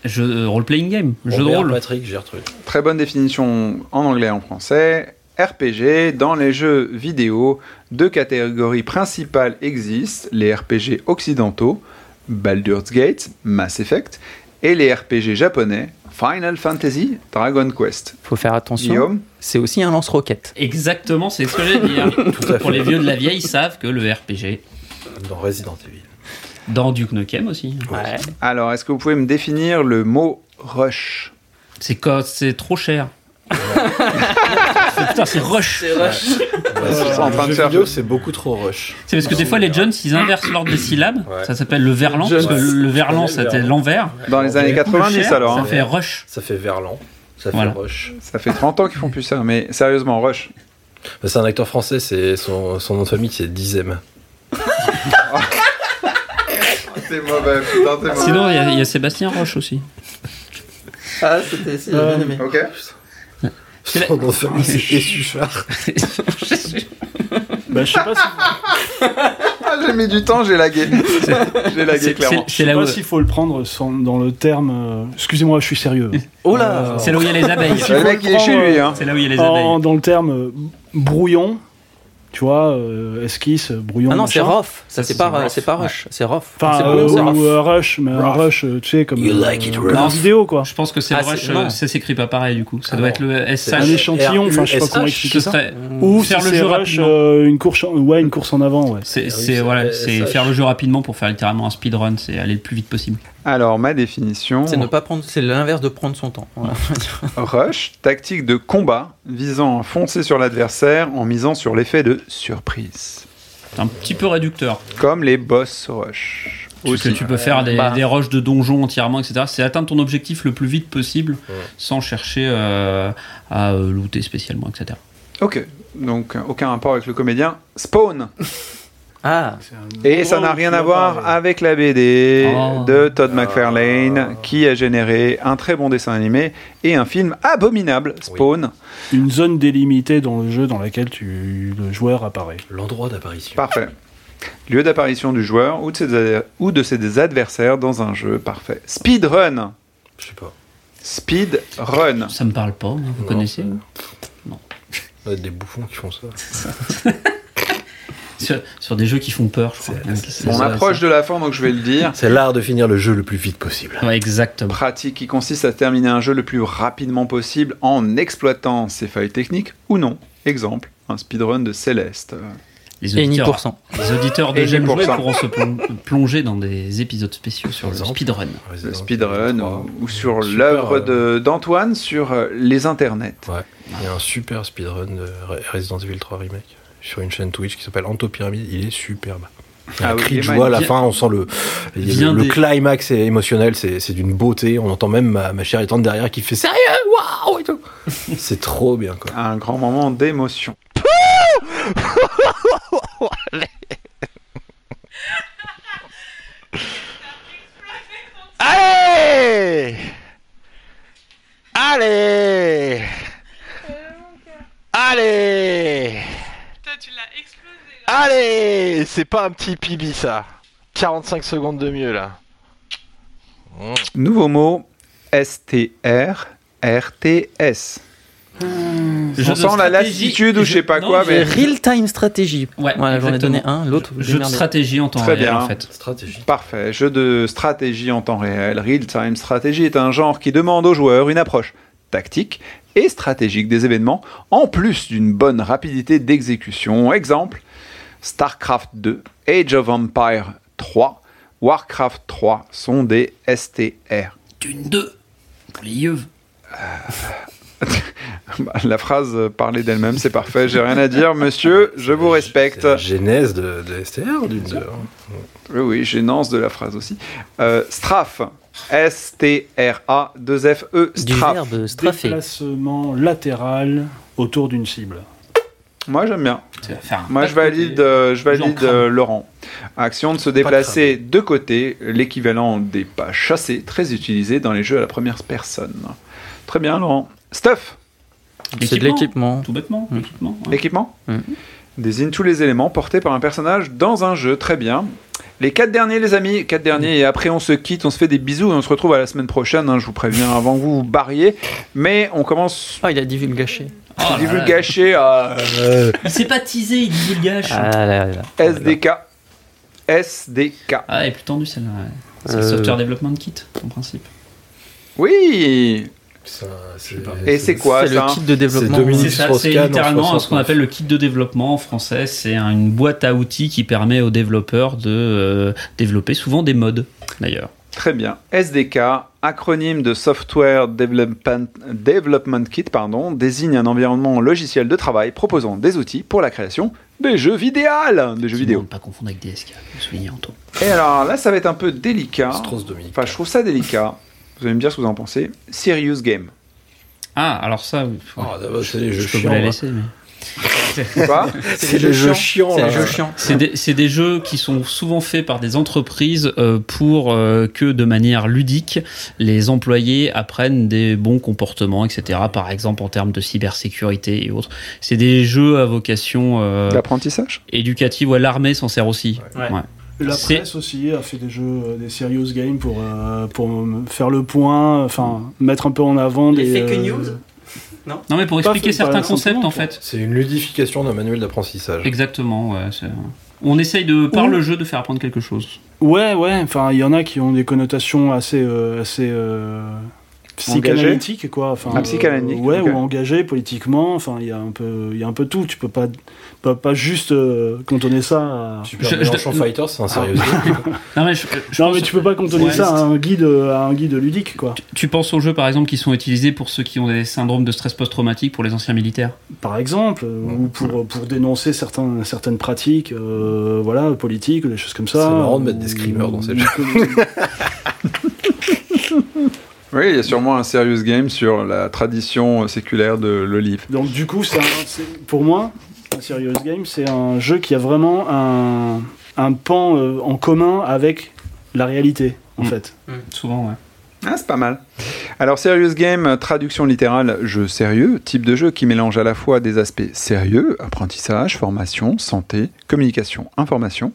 Speaker 3: Jeu, euh, role-playing game, jeu de
Speaker 5: Robert
Speaker 3: rôle.
Speaker 5: Patrick Gertrude.
Speaker 1: Très bonne définition en anglais et en français. RPG, dans les jeux vidéo, deux catégories principales existent, les RPG occidentaux, Baldur's Gate, Mass Effect, et les RPG japonais, Final Fantasy, Dragon Quest.
Speaker 6: Faut faire attention.
Speaker 1: Guillaume
Speaker 6: C'est aussi un lance-roquette.
Speaker 3: Exactement, c'est ce que j'ai dit.
Speaker 5: Tout à
Speaker 3: pour
Speaker 5: fait.
Speaker 3: les vieux de la vieille, ils savent que le RPG,
Speaker 5: Dans Resident Evil.
Speaker 3: dans Duke Nukem aussi,
Speaker 6: Ouais.
Speaker 1: Alors, est-ce que vous pouvez me définir le mot rush
Speaker 3: c'est quand c'est trop cher. Putain, c'est rush.
Speaker 5: Ouais,
Speaker 1: c'est
Speaker 5: c'est-
Speaker 1: en train
Speaker 5: le
Speaker 1: de
Speaker 5: jeu
Speaker 1: faire-
Speaker 5: vidéo, c'est beaucoup trop rush.
Speaker 3: C'est parce que des fois, les Jones, ils inversent l'ordre des syllabes.
Speaker 5: Ouais.
Speaker 3: Ça s'appelle le verlan, parce que le verlan, c'était l'envers.
Speaker 1: Dans les années
Speaker 3: Et plus
Speaker 1: 90
Speaker 3: cher,
Speaker 1: alors,
Speaker 3: Ça
Speaker 1: hein.
Speaker 3: fait rush.
Speaker 5: Ça fait Verlan, ça fait
Speaker 3: Voilà.
Speaker 5: rush.
Speaker 1: ça fait 30 ans qu'ils font plus ça, mais sérieusement, rush.
Speaker 5: Bah, c'est un acteur français, c'est son, son nom de famille, c'est Dizem.
Speaker 1: C'est mauvais, putain, c'est mauvais.
Speaker 3: Sinon, il y a- il y, a Sébastien Roche aussi.
Speaker 6: Ah, c'était, si,
Speaker 1: Ok.
Speaker 5: Son
Speaker 3: C'est la-
Speaker 5: nom de famille, c'est Essuchard.
Speaker 4: Bah, je sais pas si-
Speaker 1: Ah, j'ai mis du temps, j'ai lagué. j'ai lagué
Speaker 3: C'est-
Speaker 1: clairement.
Speaker 3: c'est-
Speaker 4: je sais
Speaker 3: C'est là
Speaker 4: pas
Speaker 3: où
Speaker 4: s'il faut le prendre sans- dans le terme. euh, Excusez-moi, je suis sérieux.
Speaker 6: Oh là
Speaker 3: c'est là où il y a les abeilles. euh,
Speaker 1: Le mec, il est chez lui. Hein.
Speaker 3: C'est là où il y a les
Speaker 4: En-
Speaker 3: abeilles.
Speaker 4: dans le terme euh, brouillon, Tu vois, euh, esquisse, brouillon.
Speaker 6: Ah non, c'est
Speaker 4: machin.
Speaker 6: rough. Ça, c'est pas, euh, c'est pas rush. C'est rough.
Speaker 4: Enfin,
Speaker 6: C'est
Speaker 4: euh,
Speaker 6: cool, c'est rough.
Speaker 4: ou euh, rush, mais un rush, euh, tu sais, comme
Speaker 6: You
Speaker 4: euh,
Speaker 6: like it
Speaker 4: comme
Speaker 6: rough.
Speaker 4: en vidéo, quoi.
Speaker 3: Je pense que c'est
Speaker 6: Ah,
Speaker 3: le rush,
Speaker 6: c'est- non.
Speaker 3: euh, ça s'écrit pas pareil du coup. Ça doit être le SH.
Speaker 4: un échantillon, enfin, je sais pas comment expliquer
Speaker 3: Ce
Speaker 4: ça.
Speaker 3: serait-
Speaker 4: Ou
Speaker 3: faire
Speaker 4: si
Speaker 3: le
Speaker 4: c'est
Speaker 3: jeu
Speaker 4: rush,
Speaker 3: rapidement.
Speaker 4: euh, une course, en- ouais, une course en avant, ouais.
Speaker 3: C'est c'est- voilà, c'est faire le jeu rapidement pour faire littéralement un speedrun, c'est aller le plus vite possible.
Speaker 1: Alors, ma définition.
Speaker 6: C'est ne pas prendre, c'est l'inverse de prendre son temps. Voilà.
Speaker 1: Rush, tactique de combat visant à foncer sur l'adversaire en misant sur l'effet de surprise.
Speaker 3: C'est un petit peu réducteur.
Speaker 1: Comme les boss rush.
Speaker 3: Tu,
Speaker 1: Aussi.
Speaker 3: que tu peux faire des,
Speaker 1: Bah.
Speaker 3: des rushs de donjon entièrement, etc. C'est atteindre ton objectif le plus vite possible sans chercher euh, à euh, looter spécialement, etc.
Speaker 1: Ok, donc aucun rapport avec le comédien Spawn.
Speaker 6: Ah.
Speaker 1: Et ça n'a rien à voir avec la BD
Speaker 3: Oh.
Speaker 1: de Todd McFarlane qui a généré un très bon dessin animé et un film abominable, Spawn.
Speaker 4: Une zone délimitée dans le jeu dans laquelle tu, le joueur apparaît.
Speaker 5: L'endroit d'apparition.
Speaker 1: Parfait. Lieu d'apparition du joueur ou de, ses, ou de ses adversaires dans un jeu. Parfait. Speedrun.
Speaker 5: Je sais pas.
Speaker 1: Speed run.
Speaker 3: Ça me parle pas, hein, vous
Speaker 5: Non,
Speaker 3: connaissez
Speaker 5: Il y a des bouffons qui font ça.
Speaker 3: sur, sur des jeux qui font peur, je crois.
Speaker 1: On approche de la fin, donc je vais le
Speaker 3: Ah.
Speaker 1: dire.
Speaker 5: C'est l'art de finir le jeu le plus vite possible.
Speaker 3: Ouais, exactement.
Speaker 1: Pratique qui consiste à terminer un jeu le plus rapidement possible en exploitant ses failles techniques ou non. Exemple, un speedrun de Céleste.
Speaker 3: Les
Speaker 6: Et ni
Speaker 3: auditeurs,
Speaker 6: pour cent.
Speaker 3: les auditeurs de
Speaker 1: Et
Speaker 3: J'aime
Speaker 1: 10%.
Speaker 3: jouer pourront se plon- plonger dans des épisodes spéciaux sur le
Speaker 5: Exemple.
Speaker 3: speedrun.
Speaker 1: Le
Speaker 5: Resident
Speaker 1: speedrun
Speaker 5: Evil
Speaker 1: ou,
Speaker 5: 3.
Speaker 1: ou sur
Speaker 5: Super,
Speaker 1: l'œuvre
Speaker 5: euh,
Speaker 1: de- d'Antoine sur euh, les internets.
Speaker 5: Ouais. Il y a un super speedrun de Re- Resident Evil 3 Remake sur une chaîne Twitch qui s'appelle Antopyramide. Il est superbe. Il y a
Speaker 1: Ah
Speaker 5: un
Speaker 1: oui, il
Speaker 5: cri de
Speaker 1: est
Speaker 5: joie à la
Speaker 3: magnifique.
Speaker 5: fin, on sent le, il y a
Speaker 3: Bien
Speaker 5: le, le
Speaker 3: des-
Speaker 5: climax est émotionnel, c'est c'est d'une beauté. On entend même ma, ma chère étante derrière qui fait sérieux, waouh et tout. c'est trop bien quoi.
Speaker 1: Un grand moment d'émotion.
Speaker 12: Allez Allez Allez Allez C'est pas un petit pibi ça 45 secondes de mieux là.
Speaker 1: Nouveau mot STR RTS.
Speaker 3: Jeu
Speaker 1: On
Speaker 3: de
Speaker 1: sent la
Speaker 3: stratégie-
Speaker 1: lassitude ou je sais pas
Speaker 3: non,
Speaker 1: quoi, mais
Speaker 3: j'ai-
Speaker 6: Real time stratégie.
Speaker 3: Ouais,
Speaker 6: voilà, j'en ai donné un, l'autre. vous
Speaker 3: Jeu de
Speaker 6: démerdez.
Speaker 3: stratégie en temps
Speaker 1: Très
Speaker 3: réel,
Speaker 1: bien.
Speaker 3: en fait.
Speaker 5: Stratégie.
Speaker 1: parfait. Jeu de stratégie en temps réel. Real-time stratégie est un genre qui demande aux joueurs une approche tactique et stratégique des événements, en plus d'une bonne rapidité d'exécution. Exemple, StarCraft 2, Age of Empire 3, Warcraft 3 sont des STR.
Speaker 3: Dune 2 pour les yeux.
Speaker 1: Bah, La phrase euh, parlait d'elle-même, c'est parfait, j'ai rien à dire, monsieur, je vous respecte.
Speaker 5: C'est la genèse de, de STR d'une heure.
Speaker 1: Oui, oui, gênance de la phrase aussi. Euh, Straf. S-T-R-A-2-F-E.
Speaker 6: Du
Speaker 1: E, Straf.
Speaker 6: verbe strafé.
Speaker 4: Déplacement latéral autour d'une cible.
Speaker 1: Moi, j'aime bien.
Speaker 3: Tu vas faire un
Speaker 1: Moi,
Speaker 3: pas
Speaker 1: je
Speaker 3: de
Speaker 1: valide,
Speaker 3: côté.
Speaker 1: euh, je
Speaker 3: J'en
Speaker 1: valide
Speaker 3: crame.
Speaker 1: euh, Laurent. Action de se déplacer de côté, l'équivalent des pas chassés, très utilisé dans les jeux à la première personne. Très bien, Laurent. Stuff.
Speaker 6: C'est de Hmm. l'équipement.
Speaker 3: Tout bêtement, l'équipement. ouais.
Speaker 1: Équipement
Speaker 3: Hein.
Speaker 6: Mhm.
Speaker 1: Désigne tous les éléments portés par un personnage dans un jeu. Très bien. Les quatre derniers, les amis. Quatre derniers. Et après, on se quitte, on se fait des bisous et on se retrouve à la semaine prochaine. hein. je vous préviens avant que vous vous barriez. Mais on commence.
Speaker 6: Ah, il a divulgaché.
Speaker 3: Oh là
Speaker 1: du
Speaker 3: là.
Speaker 1: vulgaché à
Speaker 3: Il s'est pas teasé, il dit le gâche.
Speaker 6: Ah là là là.
Speaker 1: SDK. SDK.
Speaker 3: Ah, elle est plus tendue celle-là. ouais. C'est le
Speaker 6: Euh.
Speaker 3: software development kit, en principe.
Speaker 1: Oui Et c'est quoi
Speaker 6: C'est le
Speaker 1: ça hein
Speaker 6: kit de développement.
Speaker 5: C'est Dominique
Speaker 3: C'est ça, c'est
Speaker 5: Strauss-Kahn en
Speaker 3: littéralement
Speaker 5: 60,
Speaker 3: ce qu'on appelle le kit de développement en français. C'est un- une boîte à outils qui permet aux développeurs de euh, développer souvent des modes, d'ailleurs.
Speaker 1: Très bien. SDK, acronyme de Software Development, Development Kit, pardon, désigne un environnement logiciel de travail proposant des outils pour la création des jeux vidéo. Des jeux
Speaker 3: Qui
Speaker 1: vidéo.
Speaker 3: demande pas confondre avec DSK, je me souviens, Anto.
Speaker 1: Et alors là, ça va être un peu délicat.
Speaker 5: Strauss Dominique.
Speaker 1: Enfin, je trouve ça délicat. Vous allez me dire ce que vous en pensez. Serious Game.
Speaker 3: Ah, alors ça, oui.
Speaker 5: Oh, d'abord, c'est les jeux
Speaker 3: je peux vous
Speaker 5: chiants,
Speaker 3: la
Speaker 5: là.
Speaker 3: laisser. mais-
Speaker 1: Quoi
Speaker 5: C'est les jeux chiants.
Speaker 6: C'est
Speaker 5: là.
Speaker 6: le jeu chiant.
Speaker 4: Hein
Speaker 3: C'est des, c'est des jeux qui sont souvent faits par des entreprises euh, pour euh, que de manière ludique, les employés apprennent des bons comportements, etc. Par exemple en termes de cybersécurité et autres. C'est des jeux à vocation euh,
Speaker 1: L'apprentissage
Speaker 3: éducative. Ouais, L'armée s'en sert aussi.
Speaker 4: Ouais.
Speaker 3: Ouais.
Speaker 4: La
Speaker 3: C'est-
Speaker 4: presse aussi a fait des jeux, euh, des serious games pour, euh, pour euh, faire le point, enfin mettre un peu en avant des.
Speaker 9: Les fake
Speaker 4: euh,
Speaker 9: news
Speaker 6: Non.
Speaker 3: Non, mais pour
Speaker 5: Pas
Speaker 3: expliquer
Speaker 5: fait, pas
Speaker 3: certains concepts,
Speaker 5: simplement,
Speaker 3: en fait.
Speaker 5: C'est une ludification d'un manuel d'apprentissage.
Speaker 3: Exactement, ouais. c'est- euh, On essaye de, par le jeu, de faire apprendre quelque chose.
Speaker 4: Ouais, ouais. Enfin, il y en a qui ont des connotations assez, euh, assez euh, psychanalytiques, quoi. Enfin,
Speaker 1: Ah,
Speaker 4: euh,
Speaker 1: psychanalytique,
Speaker 4: ouais,
Speaker 1: ok.
Speaker 4: ou engagées politiquement. Enfin, il y a un peu, il y a un peu tout. Tu peux pas, pas, pas juste euh, cantonner ça. À...
Speaker 5: Super Je- Ah. je- Mélenchon Fighters, c'est un sérieux
Speaker 3: Non, mais, je- je
Speaker 4: non,
Speaker 3: pense-
Speaker 4: mais tu peux pas cantonner
Speaker 3: Ouais.
Speaker 4: ça à un guide, euh, à un guide ludique, quoi.
Speaker 3: Tu penses aux jeux, par exemple, qui sont utilisés pour ceux qui ont des syndromes de stress post-traumatique pour les anciens militaires
Speaker 4: Par exemple, euh, ou pour, pour dénoncer certains, certaines pratiques, euh, voilà, politiques, ou des choses comme ça. Euh,
Speaker 5: C'est marrant de
Speaker 4: Ou-
Speaker 5: mettre des screamers dans ces jeux.
Speaker 1: Oui, il y a sûrement un serious game sur la tradition euh, séculaire de l'olive.
Speaker 4: Donc du coup, c'est un- c'est- pour moi, un Serious Game, c'est un jeu qui a vraiment un, un pan euh, en commun avec la réalité, en fait.
Speaker 3: Souvent, ouais.
Speaker 1: Ah, c'est pas mal. Alors, Serious Game, traduction littérale, jeu sérieux, type de jeu qui mélange à la fois des aspects sérieux, apprentissage, formation, santé, communication, information,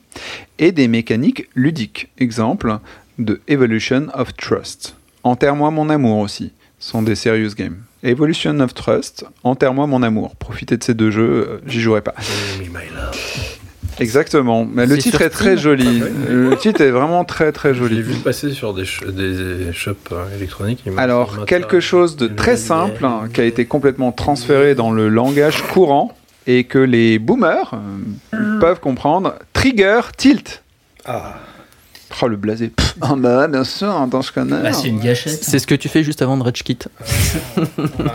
Speaker 1: et des mécaniques ludiques. Exemple de Evolution of Trust. Enterre-moi mon amour aussi, sont des Serious Games. Evolution of Trust, Enterre-moi mon amour. Profitez de ces deux jeux, euh, j'y jouerai pas. Exactement, mais le
Speaker 5: C'est
Speaker 1: titre
Speaker 5: sur
Speaker 1: est très
Speaker 5: Steam
Speaker 1: joli. Le titre est vraiment très très joli.
Speaker 5: J'ai vu passer sur des, ch- des shops hein, électroniques. il m'a- il eh. m'a-
Speaker 1: Alors, quelque chose de très simple hein, qui a été complètement transféré dans le langage courant et que les boomers euh, peuvent comprendre. Trigger tilt.
Speaker 5: Ah.
Speaker 1: Oh, le blasé. Pff, ah bah, bien sûr, en tant que connard.
Speaker 6: Bah,
Speaker 3: Ah,
Speaker 6: C'est ce que tu fais juste avant de Rage Kit.
Speaker 5: Ah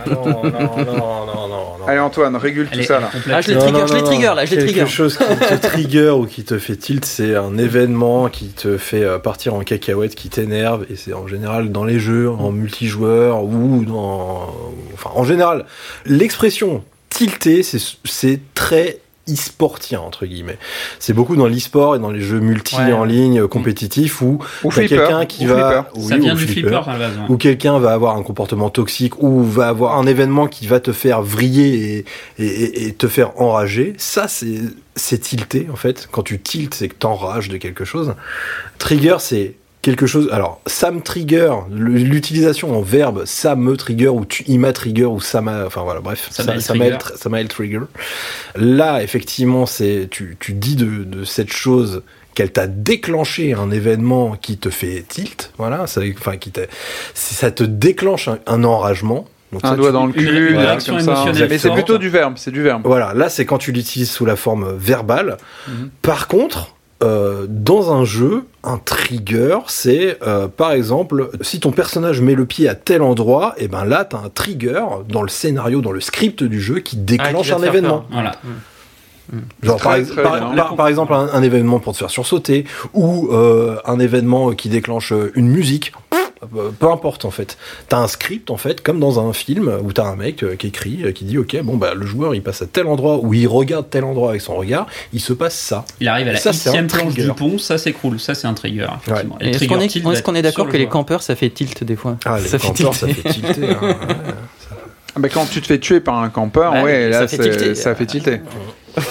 Speaker 5: non, non, non, non, non.
Speaker 1: Allez, Antoine, régule tout ça là.
Speaker 6: Ah, je les trigger, je les trigger là, je les
Speaker 5: Quelque
Speaker 6: trigger.
Speaker 5: chose qui te trigger ou qui te fait tilt, c'est un événement qui te fait euh, partir en cacahuète, qui t'énerve, et c'est en général dans les jeux, en multijoueur ou dans. Enfin, en général, l'expression tilter, c'est- c'est très e-sportien entre guillemets. C'est beaucoup dans l'e-sport et dans les jeux multi
Speaker 3: Ouais.
Speaker 5: en ligne
Speaker 6: Mm.
Speaker 5: euh, compétitifs où
Speaker 1: Ou
Speaker 5: t'as
Speaker 1: flipper,
Speaker 5: quelqu'un qui
Speaker 1: ou
Speaker 5: va
Speaker 1: flipper.
Speaker 5: Ah, oui,
Speaker 3: Ça vient
Speaker 5: ou
Speaker 3: du flipper, hein, à la base, ouais.
Speaker 5: où quelqu'un va avoir un comportement toxique ou va avoir un événement qui va te faire vriller et, et- et- et te faire enrager, ça c'est c'est tilté en fait. Quand tu tiltes, c'est que t'enrages de quelque chose. Trigger, c'est quelque chose. Alors, ça me trigger, le- l'utilisation en verbe, ça me trigger ou tu, il m'a trigger ou ça m'a. Enfin voilà, bref,
Speaker 3: Ça m'a le
Speaker 5: ça m'a le
Speaker 3: trigger.
Speaker 5: tr- ça m'a le trigger. Là, effectivement, c'est tu, tu dis de, de cette chose qu'elle t'a déclenché un événement qui te fait tilt, voilà, ça, enfin qui t'a- si ça te déclenche un, un enragement. Donc
Speaker 1: Un
Speaker 5: ça,
Speaker 1: doigt
Speaker 5: tu-
Speaker 1: dans le cul,
Speaker 5: Voilà,
Speaker 1: des trucs
Speaker 5: comme ça.
Speaker 1: Mais c'est plutôt du verbe, c'est du verbe.
Speaker 5: Voilà, là c'est quand tu l'utilises sous la forme verbale.
Speaker 1: Mhm.
Speaker 5: Par contre, euh, dans un jeu, un trigger, c'est euh, par exemple, si ton personnage met le pied à tel endroit, et ben là t'as un trigger dans le scénario, dans le script du jeu qui déclenche
Speaker 6: Ah, va te
Speaker 5: un
Speaker 6: faire
Speaker 5: événement.
Speaker 6: peur.
Speaker 3: Voilà.
Speaker 5: Genre par,
Speaker 1: Très, très
Speaker 5: par-
Speaker 1: bien.
Speaker 5: par- par exemple un, un événement pour te faire sursauter ou euh, un événement qui déclenche euh, une musique. Euh, Peu importe en fait. T'as un script en fait, comme dans un film où t'as un mec euh, qui écrit, euh, qui dit ok bon bah le joueur il passe à tel endroit ou il regarde tel endroit avec son regard, il se passe ça.
Speaker 3: Il arrive à la
Speaker 5: Ça, c'est un
Speaker 3: huitième planche
Speaker 5: trigger.
Speaker 3: du pont, ça s'écroule, ça c'est un trigger. effectivement. Et
Speaker 6: Et Est-ce
Speaker 3: trigger
Speaker 6: qu'on est,
Speaker 3: tilt
Speaker 6: est-ce
Speaker 3: va être
Speaker 6: qu'on est d'accord
Speaker 3: sur
Speaker 6: que
Speaker 3: le
Speaker 6: les campeurs ça fait tilt des fois
Speaker 5: Ah, les
Speaker 6: Ça fait
Speaker 5: campeurs,
Speaker 6: tilt.
Speaker 5: ça fait tilter. hein. Ouais.
Speaker 1: Ah, bah, quand tu te fais tuer par un campeur,
Speaker 6: Bah,
Speaker 1: ouais,
Speaker 6: ça
Speaker 1: là,
Speaker 6: fait
Speaker 1: c'est-
Speaker 6: tilter.
Speaker 1: ça fait tilter.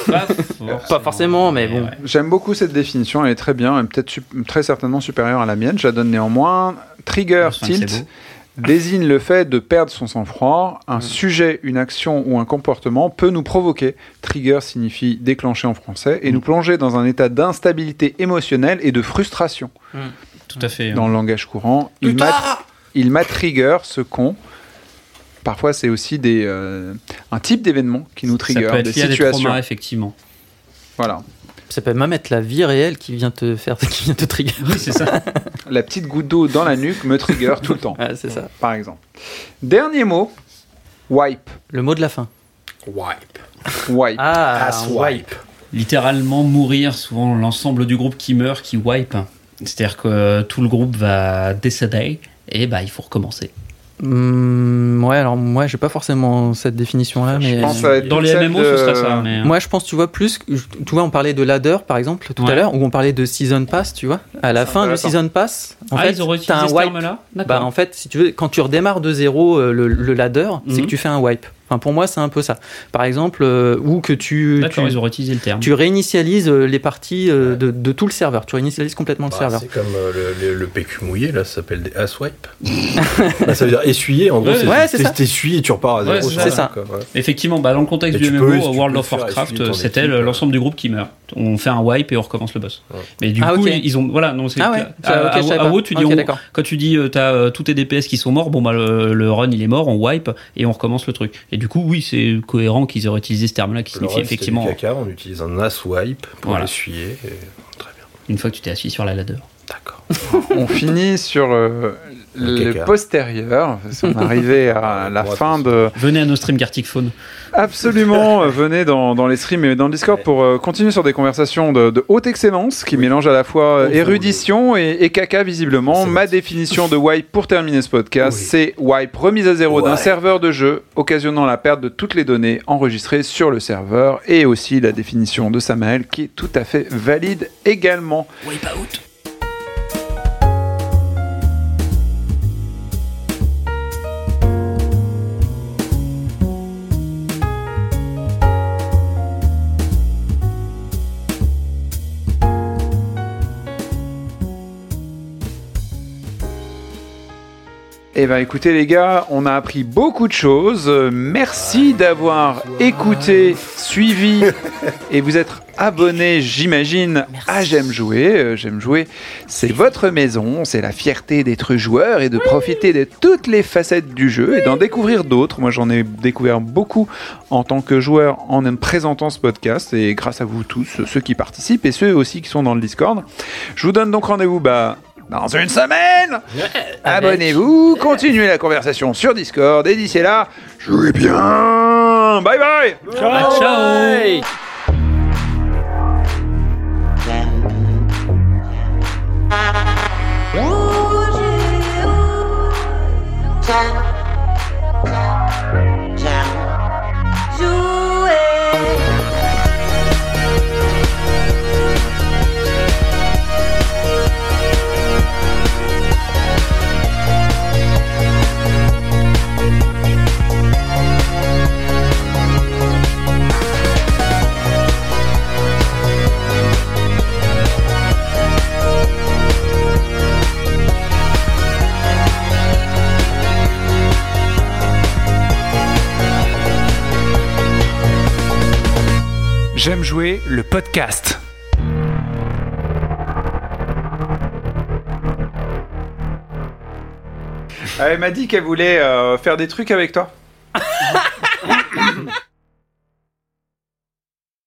Speaker 3: Pas Eh
Speaker 6: Pas forcément, mais bon.
Speaker 1: J'aime beaucoup cette définition, elle est très bien, elle est peut-être sup- très certainement supérieure à la mienne. Je la donne néanmoins. Trigger,
Speaker 3: Enfin, c'est
Speaker 1: tilt, désigne le fait de perdre son sang-froid.
Speaker 3: Mm.
Speaker 1: Un sujet, une action ou un comportement peut nous provoquer. Trigger signifie déclencher en français
Speaker 3: Mm.
Speaker 1: et nous plonger dans un état d'instabilité émotionnelle et de frustration.
Speaker 3: Tout à fait. hein.
Speaker 1: Dans le langage courant, il m'a il m'a trigger ce con. Parfois, c'est aussi des, euh, un type d'événement qui nous
Speaker 3: Ça peut
Speaker 1: trigger,
Speaker 3: être
Speaker 1: des
Speaker 3: lié à des
Speaker 1: situations.
Speaker 3: traumas, effectivement.
Speaker 1: voilà.
Speaker 6: Ça peut même être la vie réelle qui vient te faire, qui vient te trigger.
Speaker 3: Oui, c'est ça.
Speaker 1: La petite goutte d'eau dans la nuque me trigger tout le temps.
Speaker 6: Ah, c'est ça.
Speaker 1: par exemple. Dernier mot, wipe.
Speaker 6: Le mot de la fin.
Speaker 5: Wipe.
Speaker 1: Wipe.
Speaker 6: Ah,
Speaker 5: Ass wipe.
Speaker 3: Littéralement mourir, souvent l'ensemble du groupe qui meurt, qui wipe. C'est-à-dire que euh, tout le groupe va décéder et bah il faut recommencer.
Speaker 6: Hum, ouais, alors moi j'ai pas forcément cette définition là, mais.
Speaker 1: pense que ça va être
Speaker 3: Dans les
Speaker 1: celle
Speaker 3: MMO, ce
Speaker 1: de-
Speaker 3: serait ça. Mais, euh,
Speaker 6: Moi, je pense, tu vois, plus. que- Tu vois, on parlait de ladder, par exemple, tout
Speaker 3: Ouais.
Speaker 6: à l'heure, ou on parlait de season pass, tu vois. À la
Speaker 1: C'est
Speaker 6: fin du
Speaker 1: intéressant.
Speaker 6: season pass, en
Speaker 3: ah,
Speaker 6: fait,
Speaker 3: ils auraient
Speaker 6: t'as
Speaker 3: utilisé
Speaker 6: un
Speaker 3: ce
Speaker 6: wipe.
Speaker 3: terme-là
Speaker 6: Bah, en fait, si tu veux, quand tu redémarres de zéro euh, le, le ladder, c'est
Speaker 3: Mhm.
Speaker 6: que tu fais un wipe. Enfin, pour moi, c'est un peu ça. Par exemple, euh, ou que tu, tu,
Speaker 3: D'accord, ils auraient utilisé le terme.
Speaker 6: tu réinitialises euh, les parties euh, de, de tout le serveur. Tu réinitialises complètement le
Speaker 5: Bah,
Speaker 6: serveur.
Speaker 5: c'est comme euh, le, le- le PQ mouillé, là, ça s'appelle des asswipe. Bah, ça veut dire essuyer, en gros.
Speaker 3: Ouais,
Speaker 5: c'est-
Speaker 3: ouais,
Speaker 6: c'est
Speaker 5: t'es-
Speaker 6: ça.
Speaker 5: T'essuies et tu repars à zéro.
Speaker 3: Ouais, c'est
Speaker 5: quoi,
Speaker 6: ça.
Speaker 5: quoi, ouais.
Speaker 3: Effectivement, bah, dans le contexte
Speaker 5: Et
Speaker 3: du
Speaker 5: tu
Speaker 3: MMO,
Speaker 5: peux- tu
Speaker 3: World
Speaker 5: peux
Speaker 3: of
Speaker 5: faire
Speaker 3: Warcraft,
Speaker 5: essuyer ton
Speaker 3: c'était
Speaker 5: équipe, euh.
Speaker 3: le- l'ensemble du groupe qui meurt. On fait un wipe et on recommence le boss. Mais du
Speaker 6: Ah,
Speaker 3: coup,
Speaker 6: ok.
Speaker 3: ils ont. Voilà, non, c'est.
Speaker 6: Ah ouais,
Speaker 3: à,
Speaker 6: ça, ok,
Speaker 3: à-
Speaker 6: je savais
Speaker 3: à
Speaker 6: pas.
Speaker 3: WoW, tu dis,
Speaker 6: Ok,
Speaker 3: on-
Speaker 6: d'accord.
Speaker 3: quand tu dis, euh, t'as euh, tous tes DPS qui sont morts, bon, bah, le, le run, il est mort, on wipe et on recommence le truc. Et du coup, oui, c'est cohérent qu'ils auraient utilisé ce terme-là qui
Speaker 5: Le
Speaker 3: signifie
Speaker 5: run, c'était du
Speaker 3: effectivement,
Speaker 5: caca, on utilise un asswipe pour
Speaker 3: Voilà.
Speaker 5: l'essuyer. et- Très bien.
Speaker 3: une fois que tu t'es assis sur la ladder.
Speaker 5: D'accord.
Speaker 1: On finit sur euh, le,
Speaker 5: caca.
Speaker 1: postérieur, parce qu'on arrivait à la
Speaker 5: Ouais,
Speaker 1: fin de...
Speaker 3: Venez à nos streams Gartic Phone.
Speaker 1: Absolument, euh, venez dans, dans les streams et dans le Discord pour euh, continuer sur des conversations de, de haute excellence qui mélangent à la fois euh,
Speaker 5: Oh,
Speaker 1: érudition et, et caca visiblement.
Speaker 5: C'est
Speaker 1: Ma
Speaker 5: vrai.
Speaker 1: définition de wipe pour terminer ce podcast,
Speaker 5: Oui.
Speaker 1: c'est wipe remise à zéro d'un
Speaker 5: Wipe.
Speaker 1: serveur de jeu occasionnant la perte de toutes les données enregistrées sur le serveur et aussi la définition de Samael qui est tout à fait valide également.
Speaker 3: Wipe out.
Speaker 1: Eh ben écoutez les gars, on a appris beaucoup de choses. Euh, Merci d'avoir écouté, suivi et vous êtes abonné, j'imagine, à J'aime jouer. Euh, J'aime jouer, c'est votre maison, c'est la fierté d'être joueur et de profiter de toutes les facettes du jeu et d'en découvrir d'autres. Moi j'en ai découvert beaucoup en tant que joueur en me présentant ce podcast et grâce à vous tous, ceux qui participent et ceux aussi qui sont dans le Discord. Je vous donne donc rendez-vous bah, dans une semaine Abonnez-vous, continuez la conversation sur Discord et d'ici là, jouez bien Bye bye
Speaker 3: Ah, ciao
Speaker 2: J'aime jouer le podcast.
Speaker 1: Elle m'a dit qu'elle voulait euh, faire des trucs avec toi.